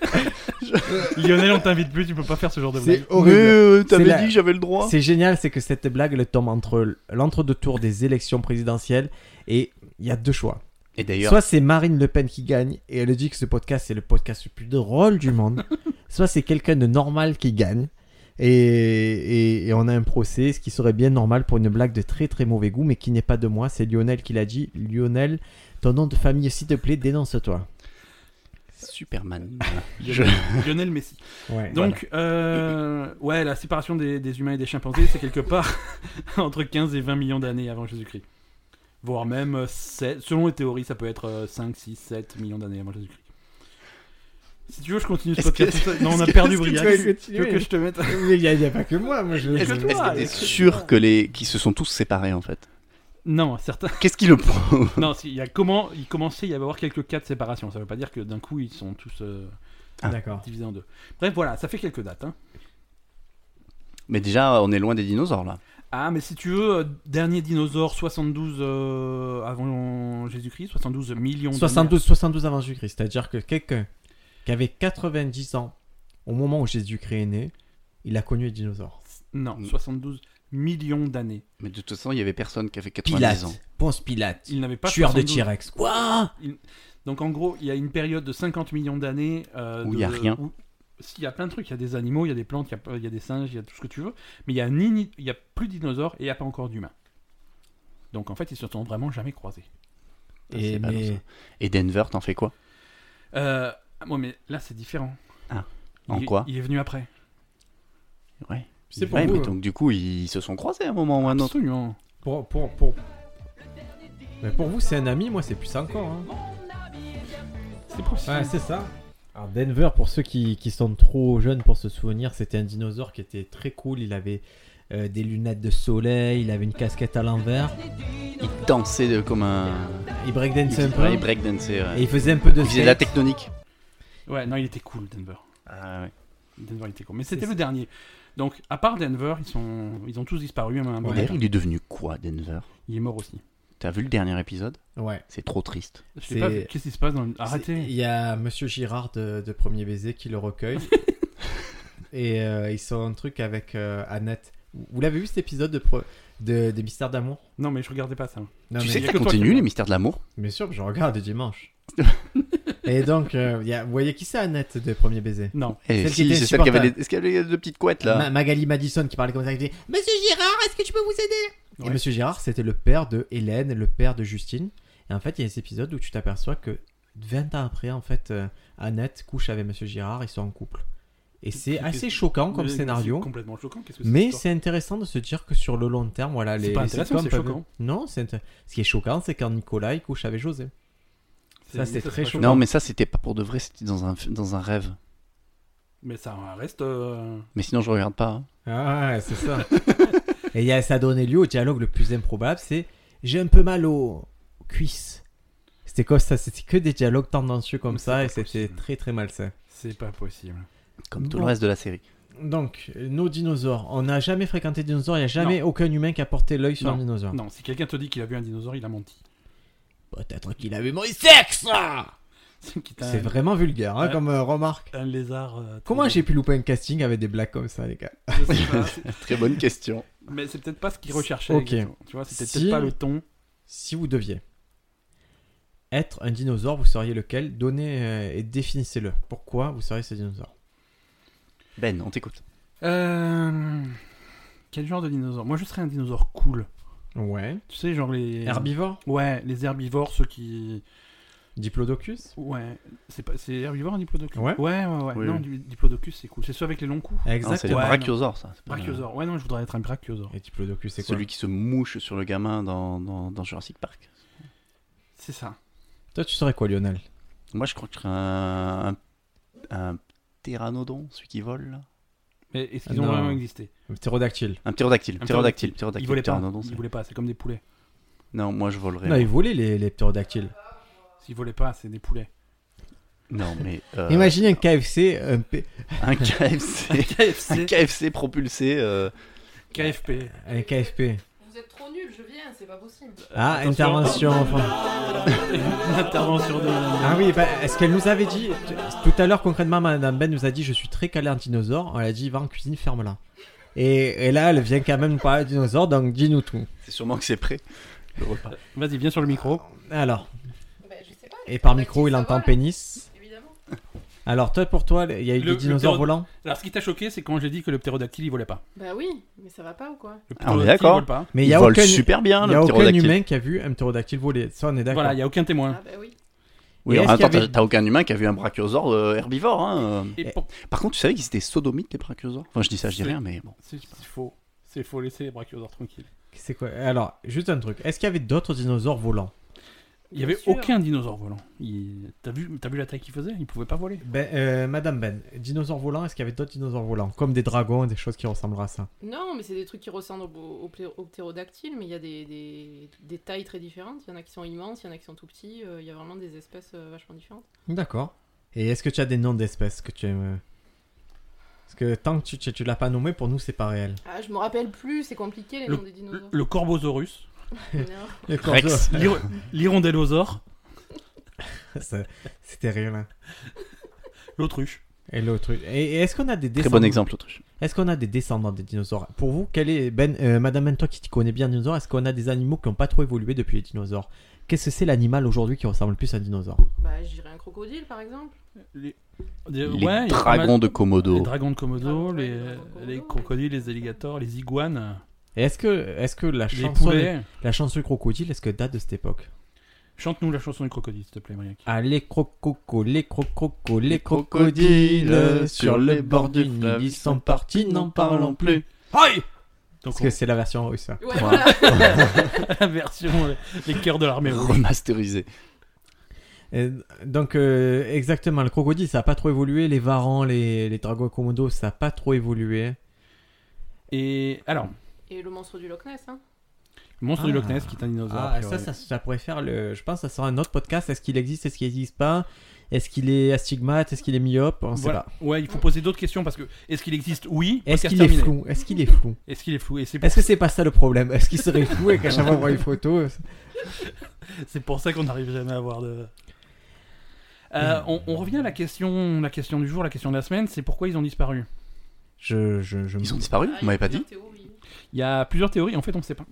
[SPEAKER 3] Je
[SPEAKER 2] Lionel, on t'invite plus, tu peux pas faire ce genre de blague.
[SPEAKER 1] C'est horrible.
[SPEAKER 3] euh, t'avais
[SPEAKER 1] C'est la-
[SPEAKER 3] dit que j'avais le droit.
[SPEAKER 1] C'est génial, c'est que cette blague elle tombe entre l'entre-deux tours des élections présidentielles et il y a deux choix.
[SPEAKER 3] Et d'ailleurs,
[SPEAKER 1] Soit c'est Marine Le Pen qui gagne et elle dit que ce podcast c'est le podcast le plus drôle du monde. Soit c'est quelqu'un de normal qui gagne et, et- et on a un procès, ce qui serait bien normal pour une blague de très très mauvais goût mais qui n'est pas de moi. C'est Lionel qui l'a dit. Lionel, ton nom de famille s'il te plaît, dénonce-toi.
[SPEAKER 3] Superman. Je-
[SPEAKER 2] Lionel, Lionel Messi.
[SPEAKER 1] Ouais,
[SPEAKER 2] Donc, euh, ouais, la séparation des, des humains et des chimpanzés, c'est quelque part entre 15 et 20 millions d'années avant Jésus-Christ. Voire même euh, sept- selon les théories, ça peut être euh, 5, 6, 7 millions d'années avant Jésus-Christ. Si tu veux, je continue ce
[SPEAKER 3] Est-ce que-
[SPEAKER 2] podcast. tout seul. Non, on a
[SPEAKER 3] est-ce que-
[SPEAKER 2] perdu
[SPEAKER 3] est-ce que tu
[SPEAKER 2] Briac.
[SPEAKER 1] veux
[SPEAKER 2] Tu veux
[SPEAKER 1] continuer
[SPEAKER 2] que je te mette
[SPEAKER 1] il n'y a, pas que moi. moi je,
[SPEAKER 3] Est-ce
[SPEAKER 2] je-
[SPEAKER 3] est-ce que t'es
[SPEAKER 2] Est-ce que-
[SPEAKER 3] sûr que les qui se sont tous séparés en fait
[SPEAKER 2] Non, certains.
[SPEAKER 3] Qu'est-ce qui le prouve
[SPEAKER 2] Non, si, il y a comment il commençait, il y avait avoir quelques cas de séparation. Ça veut pas dire que d'un coup ils sont tous euh,
[SPEAKER 1] D'accord.
[SPEAKER 2] divisés en deux. Bref, voilà, ça fait quelques dates. hein.
[SPEAKER 3] Mais déjà, on est loin des dinosaures là.
[SPEAKER 2] Ah, mais si tu veux, euh, dernier dinosaure 72 euh, avant Jésus-Christ, 72 millions. d'années.
[SPEAKER 1] 72, 72 avant Jésus-Christ, c'est-à-dire que quelqu'un qui avait 90 ans au moment où Jésus-Christ est né, il a connu les dinosaures.
[SPEAKER 2] Non,
[SPEAKER 3] Mm.
[SPEAKER 2] 72 millions d'années.
[SPEAKER 3] Mais de toute façon, il y avait personne qui avait 90
[SPEAKER 1] Pilate,
[SPEAKER 3] ans.
[SPEAKER 1] Ponce Pilate,
[SPEAKER 2] Il n'avait pas.
[SPEAKER 1] tueur de
[SPEAKER 2] 72.
[SPEAKER 1] T-Rex. Quoi
[SPEAKER 2] Donc en gros, il y a une période de 50 millions d'années euh,
[SPEAKER 3] Où
[SPEAKER 2] de-
[SPEAKER 3] il y a rien.
[SPEAKER 2] où- S'il y a plein de trucs, il y a des animaux, il y a des plantes, il y a pas- il y, a des singes, il y a tout ce que tu veux, mais il y a, ni, ni- il y a plus de dinosaures et il n'y a pas encore d'humains. Donc en fait, ils se sont vraiment jamais croisés.
[SPEAKER 3] Ça,
[SPEAKER 1] Et
[SPEAKER 3] c'est pas
[SPEAKER 1] mais-
[SPEAKER 3] bon, ça. Et Denver, t'en fais quoi
[SPEAKER 2] Euh, ah, ouais, mais là, c'est différent.
[SPEAKER 3] Ah. En
[SPEAKER 2] Il-
[SPEAKER 3] quoi
[SPEAKER 2] Il est venu après.
[SPEAKER 3] Ouais.
[SPEAKER 1] C'est
[SPEAKER 3] Ouais,
[SPEAKER 1] pour
[SPEAKER 3] mais
[SPEAKER 1] vous, hein.
[SPEAKER 3] donc du coup, ils se sont croisés à un moment ou à un autre.
[SPEAKER 2] Absolument.
[SPEAKER 1] Pour, pour, pour... Mais pour vous, c'est un ami, moi, c'est plus encore. hein.
[SPEAKER 2] C'est possible.
[SPEAKER 1] Ouais, c'est ça. Alors Denver, pour ceux qui, qui sont trop jeunes pour se souvenir, c'était un dinosaure qui était très cool. Il avait euh, des lunettes de soleil, il avait une casquette à l'envers,
[SPEAKER 3] Ils dansaient de- comme un.
[SPEAKER 1] il breakdance un
[SPEAKER 3] Ils
[SPEAKER 1] peu,
[SPEAKER 3] ouais, ils breakdançaient. ouais.
[SPEAKER 1] et il faisait un peu de
[SPEAKER 3] Ils faisaient de la
[SPEAKER 1] skate.
[SPEAKER 3] tectonique.
[SPEAKER 2] Ouais, non, il était cool, Denver.
[SPEAKER 3] Ah, ouais.
[SPEAKER 2] Denver il était cool. Mais c'était
[SPEAKER 1] C'est
[SPEAKER 2] le dernier. Donc, à part Denver, ils, sont... ils ont tous disparu. Même un bon
[SPEAKER 3] D'ailleurs,
[SPEAKER 2] matin.
[SPEAKER 3] il est devenu quoi, Denver
[SPEAKER 2] Il est mort aussi.
[SPEAKER 3] T'as vu le dernier épisode
[SPEAKER 1] Ouais.
[SPEAKER 3] C'est trop triste.
[SPEAKER 2] Je
[SPEAKER 1] C'est-
[SPEAKER 2] sais pas, vu. qu'est-ce qui se passe dans
[SPEAKER 1] Il
[SPEAKER 2] le- Arrêtez.
[SPEAKER 1] y a Monsieur Girard de, de Premier Baiser qui le recueille. et euh, ils sont un truc avec euh, Annette. Vous vous l'avez vu cet épisode de, pro- de- des Mystères d'amour
[SPEAKER 2] Non, mais je regardais pas ça.
[SPEAKER 1] Non,
[SPEAKER 3] tu
[SPEAKER 1] mais
[SPEAKER 3] sais que
[SPEAKER 2] y a
[SPEAKER 3] ça
[SPEAKER 2] que toi qui
[SPEAKER 3] continue,
[SPEAKER 2] le
[SPEAKER 3] les
[SPEAKER 2] vois.
[SPEAKER 3] mystères de l'amour
[SPEAKER 1] bien sûr, je regarde le dimanche. et donc, euh, il y a- vous voyez qui c'est Annette de Premier Baiser
[SPEAKER 2] Non.
[SPEAKER 3] Et
[SPEAKER 1] Celle qui
[SPEAKER 3] si,
[SPEAKER 1] était
[SPEAKER 3] c'est celle qui avait
[SPEAKER 1] insupportable.
[SPEAKER 3] les... Est-ce qu'elle avait les deux petites couettes là
[SPEAKER 1] Ma- Magali Madison qui parlait comme ça, qui disait Monsieur Girard, est-ce que tu peux vous aider Et
[SPEAKER 2] Ouais.
[SPEAKER 1] Monsieur Girard, c'était le père de Hélène, le père de Justine. Et en fait, il y a des épisodes où tu t'aperçois que 20 ans après, en fait, euh, Annette couche avec Monsieur Girard, ils sont en couple. Et c'est assez choquant comme
[SPEAKER 2] Mais
[SPEAKER 1] scénario.
[SPEAKER 2] Euh, C'est complètement choquant. Qu'est-ce que
[SPEAKER 1] Mais
[SPEAKER 2] cette
[SPEAKER 1] c'est intéressant de se dire que sur le long terme, voilà,
[SPEAKER 2] C'est
[SPEAKER 1] les.
[SPEAKER 2] pas
[SPEAKER 1] les
[SPEAKER 2] intéressant,
[SPEAKER 1] sitcoms
[SPEAKER 2] c'est
[SPEAKER 1] peuvent-
[SPEAKER 2] choquant.
[SPEAKER 1] Non, c'est int- ce qui est choquant, c'est quand Nicolas il couche avec José.
[SPEAKER 2] histoire
[SPEAKER 1] ça, c'est très
[SPEAKER 2] pas
[SPEAKER 1] choquant.
[SPEAKER 3] Non, mais ça, c'était pas pour de vrai, c'était dans un, dans un rêve.
[SPEAKER 2] Mais ça reste. euh,
[SPEAKER 3] Mais sinon, je regarde pas. hein.
[SPEAKER 1] Ah, c'est ça. Et il y a- ça donnait lieu au dialogue le plus improbable, c'est j'ai un peu mal aux cuisses. C'était quoi ça C'était que des dialogues tendancieux comme
[SPEAKER 2] Mais c'est
[SPEAKER 1] ça
[SPEAKER 2] pas
[SPEAKER 1] et c'était
[SPEAKER 2] possible.
[SPEAKER 1] très très malsain.
[SPEAKER 2] C'est pas possible.
[SPEAKER 3] Comme tout
[SPEAKER 1] Bon.
[SPEAKER 3] le reste de la série.
[SPEAKER 1] Donc, nos dinosaures, on n'a jamais fréquenté de dinosaures, il n'y a jamais aucun humain qui a porté l'œil sur
[SPEAKER 2] Non.
[SPEAKER 1] un dinosaure.
[SPEAKER 2] Non, si quelqu'un te dit qu'il a vu un dinosaure, il a menti.
[SPEAKER 5] Peut-être qu'il avait mon sexe
[SPEAKER 2] C'est qu'il t'a
[SPEAKER 1] C'est
[SPEAKER 2] un-
[SPEAKER 1] vraiment vulgaire hein,
[SPEAKER 2] Ouais.
[SPEAKER 1] comme euh, remarque.
[SPEAKER 2] Un lézard. euh,
[SPEAKER 1] Comment
[SPEAKER 2] très-
[SPEAKER 1] j'ai pu louper un casting avec des blagues comme ça, les gars
[SPEAKER 2] Je sais pas, c'est-
[SPEAKER 3] Très bonne question.
[SPEAKER 2] Mais c'est peut-être pas ce qu'il recherchait.
[SPEAKER 1] Ok.
[SPEAKER 2] exactement. Tu vois, c'était
[SPEAKER 1] Si-
[SPEAKER 2] peut-être pas le ton.
[SPEAKER 1] Si vous deviez être un dinosaure, vous seriez lequel Donnez euh, et définissez-le. Pourquoi vous seriez ce dinosaure
[SPEAKER 3] Ben, on t'écoute.
[SPEAKER 2] Euh, Quel genre de dinosaure Moi, je serais un dinosaure cool.
[SPEAKER 1] Ouais.
[SPEAKER 2] Tu sais, genre les.
[SPEAKER 1] Herbivore
[SPEAKER 2] Ouais, les herbivores, ceux qui.
[SPEAKER 1] Diplodocus
[SPEAKER 2] Ouais. C'est pas... c'est herbivore, un diplodocus
[SPEAKER 1] Ouais.
[SPEAKER 2] Ouais, ouais, ouais.
[SPEAKER 3] Oui,
[SPEAKER 2] non,
[SPEAKER 3] oui.
[SPEAKER 2] du- diplodocus, c'est cool. C'est ceux avec les longs coups.
[SPEAKER 1] Ah,
[SPEAKER 3] Non, C'est le
[SPEAKER 1] Exactement.
[SPEAKER 2] Ouais,
[SPEAKER 3] brachiosaure, ça. C'est pas-
[SPEAKER 2] Brachiosaure. Ouais, non, je voudrais être un brachiosaure.
[SPEAKER 1] Et Diplodocus, c'est quoi
[SPEAKER 3] Celui qui se mouche sur le gamin dans, dans, dans Jurassic Park.
[SPEAKER 2] C'est ça.
[SPEAKER 1] Toi, tu serais quoi, Lionel
[SPEAKER 3] Moi, je crois que je serais un, un, un pteranodon, celui qui vole. Là.
[SPEAKER 2] Mais est-ce
[SPEAKER 1] Ah,
[SPEAKER 2] qu'ils ont
[SPEAKER 1] non.
[SPEAKER 2] vraiment existé
[SPEAKER 1] Un ptérodactyle.
[SPEAKER 3] Un ptérodactyle.
[SPEAKER 2] Un
[SPEAKER 3] ptérodactyle.
[SPEAKER 2] Ils
[SPEAKER 3] ptérodactyle.
[SPEAKER 2] voulaient pas.
[SPEAKER 3] pteranodon,
[SPEAKER 2] Ils
[SPEAKER 3] c'est-
[SPEAKER 2] voulaient pas. C'est comme des poulets.
[SPEAKER 3] Non, moi, je volerais.
[SPEAKER 1] Non, ils volaient les, les ptérodactyles.
[SPEAKER 2] S'ils volaient pas, c'est des poulets.
[SPEAKER 3] Non, mais. euh,
[SPEAKER 1] Imaginez un KFC, un P-
[SPEAKER 3] Un KFC. un
[SPEAKER 2] KFC,
[SPEAKER 3] KFC propulsé. euh,
[SPEAKER 2] KFP.
[SPEAKER 1] un KFP. Euh,
[SPEAKER 4] Vous êtes trop nuls, je viens, c'est pas possible.
[SPEAKER 1] Ah,
[SPEAKER 2] Attention.
[SPEAKER 1] intervention. enfin.
[SPEAKER 2] L'intervention de Madame Ben.
[SPEAKER 1] Ah oui, bah, est-ce qu'elle nous avait dit tout à l'heure concrètement, Madame Ben nous a dit je suis très calée en dinosaure. Elle a dit va en cuisine, ferme-la. Et, et là, elle vient quand même nous parler de dinosaure, donc dis-nous tout.
[SPEAKER 3] C'est sûrement que c'est prêt. Le repas.
[SPEAKER 2] Vas-y, viens sur le micro.
[SPEAKER 1] Alors,
[SPEAKER 4] Bah, je sais pas,
[SPEAKER 1] et par
[SPEAKER 4] Bah,
[SPEAKER 1] micro,
[SPEAKER 4] dis
[SPEAKER 1] il
[SPEAKER 4] ça,
[SPEAKER 1] entend
[SPEAKER 4] voilà.
[SPEAKER 1] pénis.
[SPEAKER 4] évidemment.
[SPEAKER 1] Alors toi, pour toi, il y a eu
[SPEAKER 2] Le-
[SPEAKER 1] des dinosaures
[SPEAKER 2] le-
[SPEAKER 1] volants.
[SPEAKER 2] Alors, ce qui t'a choqué, c'est quand j'ai dit que le ptérodactyle, il volait pas.
[SPEAKER 4] Bah oui, mais ça va pas ou quoi
[SPEAKER 2] Le
[SPEAKER 3] Ah, on est
[SPEAKER 2] ptérodactyle,
[SPEAKER 3] d'accord.
[SPEAKER 2] il vole pas.
[SPEAKER 1] Mais il
[SPEAKER 3] il
[SPEAKER 1] y a
[SPEAKER 3] vole
[SPEAKER 1] aucun,
[SPEAKER 3] super bien
[SPEAKER 1] il y
[SPEAKER 3] le
[SPEAKER 1] a aucun
[SPEAKER 3] ptérodactyle.
[SPEAKER 1] humain qui a vu un ptérodactyle voler. Ça, on est d'accord.
[SPEAKER 2] Voilà, il n'y a aucun témoin.
[SPEAKER 4] Ah bah oui.
[SPEAKER 3] Oui,
[SPEAKER 1] Et
[SPEAKER 3] en
[SPEAKER 1] est-ce
[SPEAKER 3] même temps,
[SPEAKER 1] qu'il y avait-
[SPEAKER 3] t'as- t'as aucun humain qui a vu un brachiosaure euh, herbivore. hein, euh.
[SPEAKER 2] Et pour-
[SPEAKER 3] Par contre, tu savais qu'ils étaient sodomites, les brachiosaures Enfin, je dis ça, je dis rien, mais bon.
[SPEAKER 2] C'est c'est faux. C'est faux, laisser les brachiosaures tranquilles.
[SPEAKER 1] C'est quoi Alors, juste un truc. Est-ce qu'il y avait d'autres dinosaures volants
[SPEAKER 2] Il n'y avait
[SPEAKER 4] sûr.
[SPEAKER 2] aucun dinosaure volant. Il- T'as vu, t'as vu la taille qu'il faisait Il pouvait pas voler.
[SPEAKER 1] ben, euh, Madame Ben, dinosaures volants, est-ce qu'il y avait d'autres dinosaures volants Comme des dragons, des choses qui ressemblent à ça.
[SPEAKER 4] Non, mais c'est des trucs qui ressemblent aux ptérodactyles, mais il y a des, des- des tailles très différentes. Il y en a qui sont immenses, il y en a qui sont tout petits. euh, Il y a vraiment des espèces euh, vachement différentes.
[SPEAKER 1] D'accord. Et est-ce que tu as des noms d'espèces que tu aimes euh Parce que tant que tu, tu, tu l'as pas nommé, pour nous, c'est pas réel.
[SPEAKER 4] Ah, je me rappelle plus, c'est compliqué les noms des dinosaures.
[SPEAKER 2] Le corbosaurus,
[SPEAKER 4] Non.
[SPEAKER 1] Les
[SPEAKER 3] Rex.
[SPEAKER 2] l'hir- l'hirondellosaure,
[SPEAKER 1] Ça- C'était réel. hein.
[SPEAKER 2] l'autruche.
[SPEAKER 1] Et l'autre. Et, et est-ce qu'on a des
[SPEAKER 3] Très
[SPEAKER 1] descendants
[SPEAKER 3] bon exemple, l'autruche.
[SPEAKER 1] Est-ce qu'on a des descendants des dinosaures Pour vous, quel est Ben, euh, Madame Ben, toi qui t'y connais bien les dinosaures, est-ce qu'on a des animaux qui n'ont pas trop évolué depuis les dinosaures Qu'est-ce que c'est l'animal aujourd'hui qui ressemble le plus à un dinosaure
[SPEAKER 4] Bah, je dirais un crocodile par exemple.
[SPEAKER 2] Les, des-
[SPEAKER 3] les
[SPEAKER 2] ouais, il y a pas mal-
[SPEAKER 3] dragons de
[SPEAKER 2] Les
[SPEAKER 3] Komodo.
[SPEAKER 2] dragons de Komodo,
[SPEAKER 4] Dragons, Ah, ouais,
[SPEAKER 2] les,
[SPEAKER 4] les dragons de Komodo,
[SPEAKER 2] les
[SPEAKER 4] ouais.
[SPEAKER 2] crocodiles, les alligators, les iguanes,
[SPEAKER 1] Et est-ce que, est-ce que la
[SPEAKER 2] les
[SPEAKER 1] chanson,
[SPEAKER 2] poulets.
[SPEAKER 1] la chanson du crocodile, est-ce que date de cette époque
[SPEAKER 2] Chante-nous la chanson du crocodile, s'il te plaît, Mariac.
[SPEAKER 1] Ah, les crococos, les crococos, les
[SPEAKER 3] Les
[SPEAKER 1] crocodiles
[SPEAKER 3] crocodiles,
[SPEAKER 1] sur les bords du Nil, ils sont partis, n'en parlons plus.
[SPEAKER 2] Aïe Donc,
[SPEAKER 1] Parce que c'est la version russe. hein. ça.
[SPEAKER 4] Ouais,
[SPEAKER 3] Ouais.
[SPEAKER 4] voilà.
[SPEAKER 2] on- la version, euh, les cœurs de l'armée. rouge.
[SPEAKER 3] Remasterisé.
[SPEAKER 1] Et donc euh, exactement, le crocodile ça a pas trop évolué, les varans, les, les dragons komodo ça a pas trop évolué.
[SPEAKER 2] Et alors,
[SPEAKER 4] Et le monstre du Loch Ness. Hein.
[SPEAKER 2] le monstre du
[SPEAKER 1] Ah.
[SPEAKER 2] Loch Ness, qui est un dinosaure. a
[SPEAKER 1] Ah, ça,
[SPEAKER 2] priori.
[SPEAKER 1] ça, ça pourrait faire le. Je pense que ça sera un autre podcast. Est-ce qu'il existe, est-ce qu'il n'existe pas Est-ce qu'il est astigmate, est-ce qu'il est myope On sait
[SPEAKER 2] Voilà.
[SPEAKER 1] pas.
[SPEAKER 2] Ouais, il faut poser d'autres questions parce que est-ce qu'il existe Oui.
[SPEAKER 1] Est-ce
[SPEAKER 2] podcast
[SPEAKER 1] qu'il est
[SPEAKER 2] terminé.
[SPEAKER 1] flou Est-ce qu'il est flou
[SPEAKER 2] Est-ce qu'il est flou Et c'est pour,
[SPEAKER 1] Est-ce que c'est pas ça le problème Est-ce qu'il serait flou et qu'à chaque fois on voit une photo euh,
[SPEAKER 2] c'est pour ça qu'on n'arrive jamais à avoir de. Euh, on, on revient à la question, la question du jour, la question de la semaine, c'est pourquoi ils ont disparu.
[SPEAKER 1] Je, je, je.
[SPEAKER 3] Ils ont disparu
[SPEAKER 4] Ah, il y
[SPEAKER 3] Vous
[SPEAKER 4] a
[SPEAKER 3] m'avez pas dit
[SPEAKER 4] plusieurs théories.
[SPEAKER 2] Il y a plusieurs théories, en fait, on ne sait pas.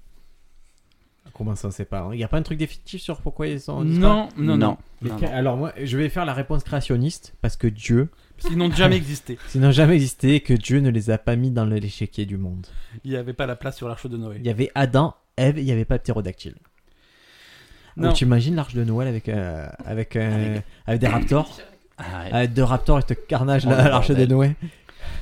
[SPEAKER 1] Comment ça, on sait pas Il y a pas un truc définitif sur pourquoi ils sont. disparus
[SPEAKER 2] Non, non, non,
[SPEAKER 1] Mais
[SPEAKER 3] non,
[SPEAKER 1] que-
[SPEAKER 3] non.
[SPEAKER 1] Alors moi, je vais faire la réponse créationniste parce que Dieu,
[SPEAKER 2] Parce qu'ils n'ont jamais existé.
[SPEAKER 1] s'ils n'ont jamais existé, que Dieu ne les a pas mis dans l'échiquier du monde.
[SPEAKER 2] Il n'y avait pas la place sur l'arche de Noé.
[SPEAKER 1] Il y avait Adam, Ève, il n'y avait pas Ptérodactyle.
[SPEAKER 2] Non.
[SPEAKER 1] Donc, T'imagines l'arche de Noël avec, euh, avec, euh, avec des raptors
[SPEAKER 3] Ah, ouais.
[SPEAKER 1] Avec deux raptors et ce carnage
[SPEAKER 3] Oh,
[SPEAKER 1] là,
[SPEAKER 3] le
[SPEAKER 1] à l'arche de
[SPEAKER 3] bordel.
[SPEAKER 1] Noé.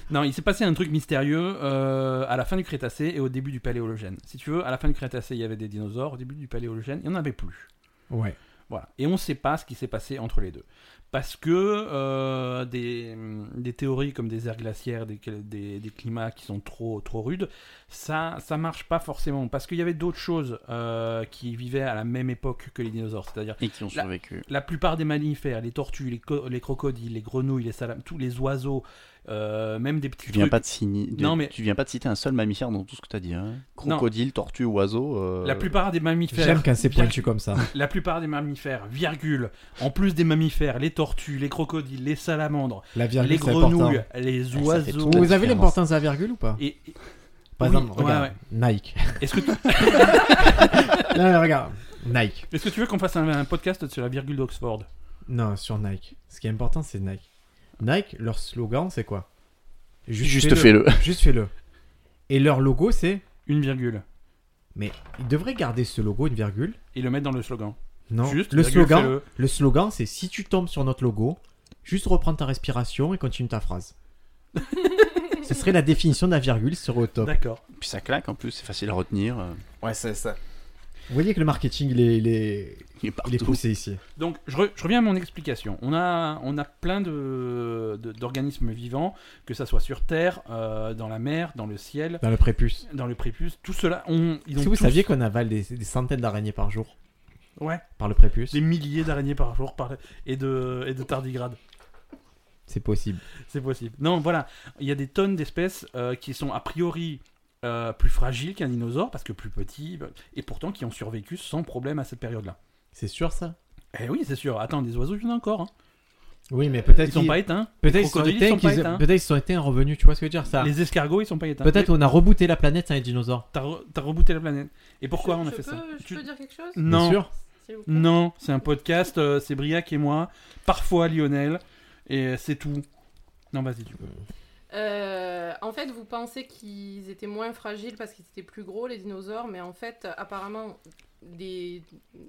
[SPEAKER 2] Non, il s'est passé un truc mystérieux euh, à la fin du Crétacé et au début du Paléologène. Si tu veux, à la fin du Crétacé, il y avait des dinosaures, au début du Paléologène, il n'y en avait plus.
[SPEAKER 1] Ouais.
[SPEAKER 2] Voilà. Et on ne sait pas ce qui s'est passé entre les deux. Parce que euh, des, des théories comme des aires glaciaires, des, des- des climats qui sont trop, trop rudes, ça ça marche pas forcément. Parce qu'il y avait d'autres choses euh, qui vivaient à la même époque que les dinosaures. C'est-à-dire
[SPEAKER 3] Et qui ont survécu.
[SPEAKER 2] la plupart des mammifères, les tortues, les, co- les crocodiles, les grenouilles, les salam, tous les oiseaux, euh, même des petits
[SPEAKER 3] Tu viens,
[SPEAKER 2] trucs.
[SPEAKER 3] pas de signer- de-
[SPEAKER 2] Non, mais-
[SPEAKER 3] tu viens pas de citer un seul mammifère dans tout ce que tu as dit. hein. Crocodile, tortue, oiseau. euh,
[SPEAKER 2] La plupart des mammifères,
[SPEAKER 1] J'aime quand c'est
[SPEAKER 2] bien-
[SPEAKER 1] pointu comme ça.
[SPEAKER 2] la plupart des mammifères, virgule, en plus des mammifères, les tortues, les crocodiles, les salamandres,
[SPEAKER 1] La virgule,
[SPEAKER 2] les
[SPEAKER 1] c'est important.
[SPEAKER 2] grenouilles, les
[SPEAKER 3] fait
[SPEAKER 2] oiseaux.
[SPEAKER 3] tout.
[SPEAKER 1] Vous avez
[SPEAKER 3] différence.
[SPEAKER 1] l'importance de la virgule ou pas
[SPEAKER 2] Et, et-
[SPEAKER 1] Par
[SPEAKER 2] oui,
[SPEAKER 1] exemple,
[SPEAKER 2] ouais,
[SPEAKER 1] regarde, Nike.
[SPEAKER 2] ouais. Est-ce que, tu-
[SPEAKER 1] non, mais regarde, Nike.
[SPEAKER 2] est-ce que tu veux qu'on fasse un, un podcast sur la virgule d'Oxford
[SPEAKER 1] Non, sur Nike. Ce qui est important, c'est Nike. Nike, leur slogan, c'est quoi
[SPEAKER 3] Juste fais-le.
[SPEAKER 1] Juste fais-le. Et leur logo, c'est.
[SPEAKER 2] Une virgule.
[SPEAKER 1] Ils devraient garder ce logo, une virgule.
[SPEAKER 2] Et le mettre dans le slogan.
[SPEAKER 1] Non,
[SPEAKER 2] Juste,
[SPEAKER 1] le
[SPEAKER 2] virgule,
[SPEAKER 1] slogan,
[SPEAKER 2] fais-le.
[SPEAKER 1] Le slogan, c'est si tu tombes sur notre logo, juste reprends ta respiration et continue ta phrase. Ce serait la définition de la virgule, ce serait au top.
[SPEAKER 2] D'accord.
[SPEAKER 3] Puis ça claque en plus, c'est facile à retenir. euh,
[SPEAKER 1] Ouais, c'est ça. Vous voyez que le marketing, il est, il est- il
[SPEAKER 3] Il est
[SPEAKER 1] est
[SPEAKER 3] partout.
[SPEAKER 1] poussé ici.
[SPEAKER 2] Donc, je, re- je reviens à mon explication. On a, on a plein de- de- d'organismes vivants, que ça soit sur Terre, euh, dans la mer, dans le ciel,
[SPEAKER 1] Dans le prépuce.
[SPEAKER 2] dans le prépuce. Tout cela, on, ils
[SPEAKER 1] Est-ce
[SPEAKER 2] ont
[SPEAKER 1] que vous
[SPEAKER 2] tous-
[SPEAKER 1] saviez qu'on avale des, des centaines d'araignées par jour
[SPEAKER 2] Ouais,
[SPEAKER 1] Par le prépuce
[SPEAKER 2] des milliers d'araignées par jour par... Et, de, et de tardigrades.
[SPEAKER 1] C'est possible.
[SPEAKER 2] C'est possible. Non, voilà. Il y a des tonnes d'espèces euh, qui sont a priori euh, plus fragiles qu'un dinosaure parce que plus petits et pourtant qui ont survécu sans problème à cette période-là.
[SPEAKER 1] C'est sûr ça
[SPEAKER 2] Eh oui, c'est sûr. Attends, des oiseaux, il y en a encore. hein.
[SPEAKER 1] Oui, mais
[SPEAKER 2] Ils
[SPEAKER 1] peut-être
[SPEAKER 2] sont
[SPEAKER 1] qu'ils-
[SPEAKER 2] pas éteints. hein.
[SPEAKER 1] peut-être
[SPEAKER 2] Les
[SPEAKER 1] ils sont
[SPEAKER 2] crocodiles,
[SPEAKER 1] éteints,
[SPEAKER 2] pas
[SPEAKER 1] qu'ils-
[SPEAKER 2] éteints.
[SPEAKER 1] peut-être ils sont éteints revenus, tu vois ce que je veux dire ça
[SPEAKER 2] Les escargots, ils sont pas éteints.
[SPEAKER 1] Ah. Peut-être on a rebooté la planète, ça a des dinosaures.
[SPEAKER 2] T'as re- t'as rebooté la planète. Et pourquoi
[SPEAKER 4] Je-
[SPEAKER 2] on a
[SPEAKER 4] je
[SPEAKER 2] fait
[SPEAKER 4] peux-
[SPEAKER 2] ça
[SPEAKER 4] Je
[SPEAKER 2] Tu-
[SPEAKER 4] peux dire quelque chose
[SPEAKER 1] Bien
[SPEAKER 2] Non,
[SPEAKER 1] sûr.
[SPEAKER 4] s'il vous plaît
[SPEAKER 2] non, c'est un podcast, euh, c'est Briac et moi, parfois Lionel, et c'est tout. Non, vas-y, tu peux.
[SPEAKER 4] Euh, en fait, vous pensez qu'ils étaient moins fragiles parce qu'ils étaient plus gros, les dinosaures, mais en fait, apparemment, des...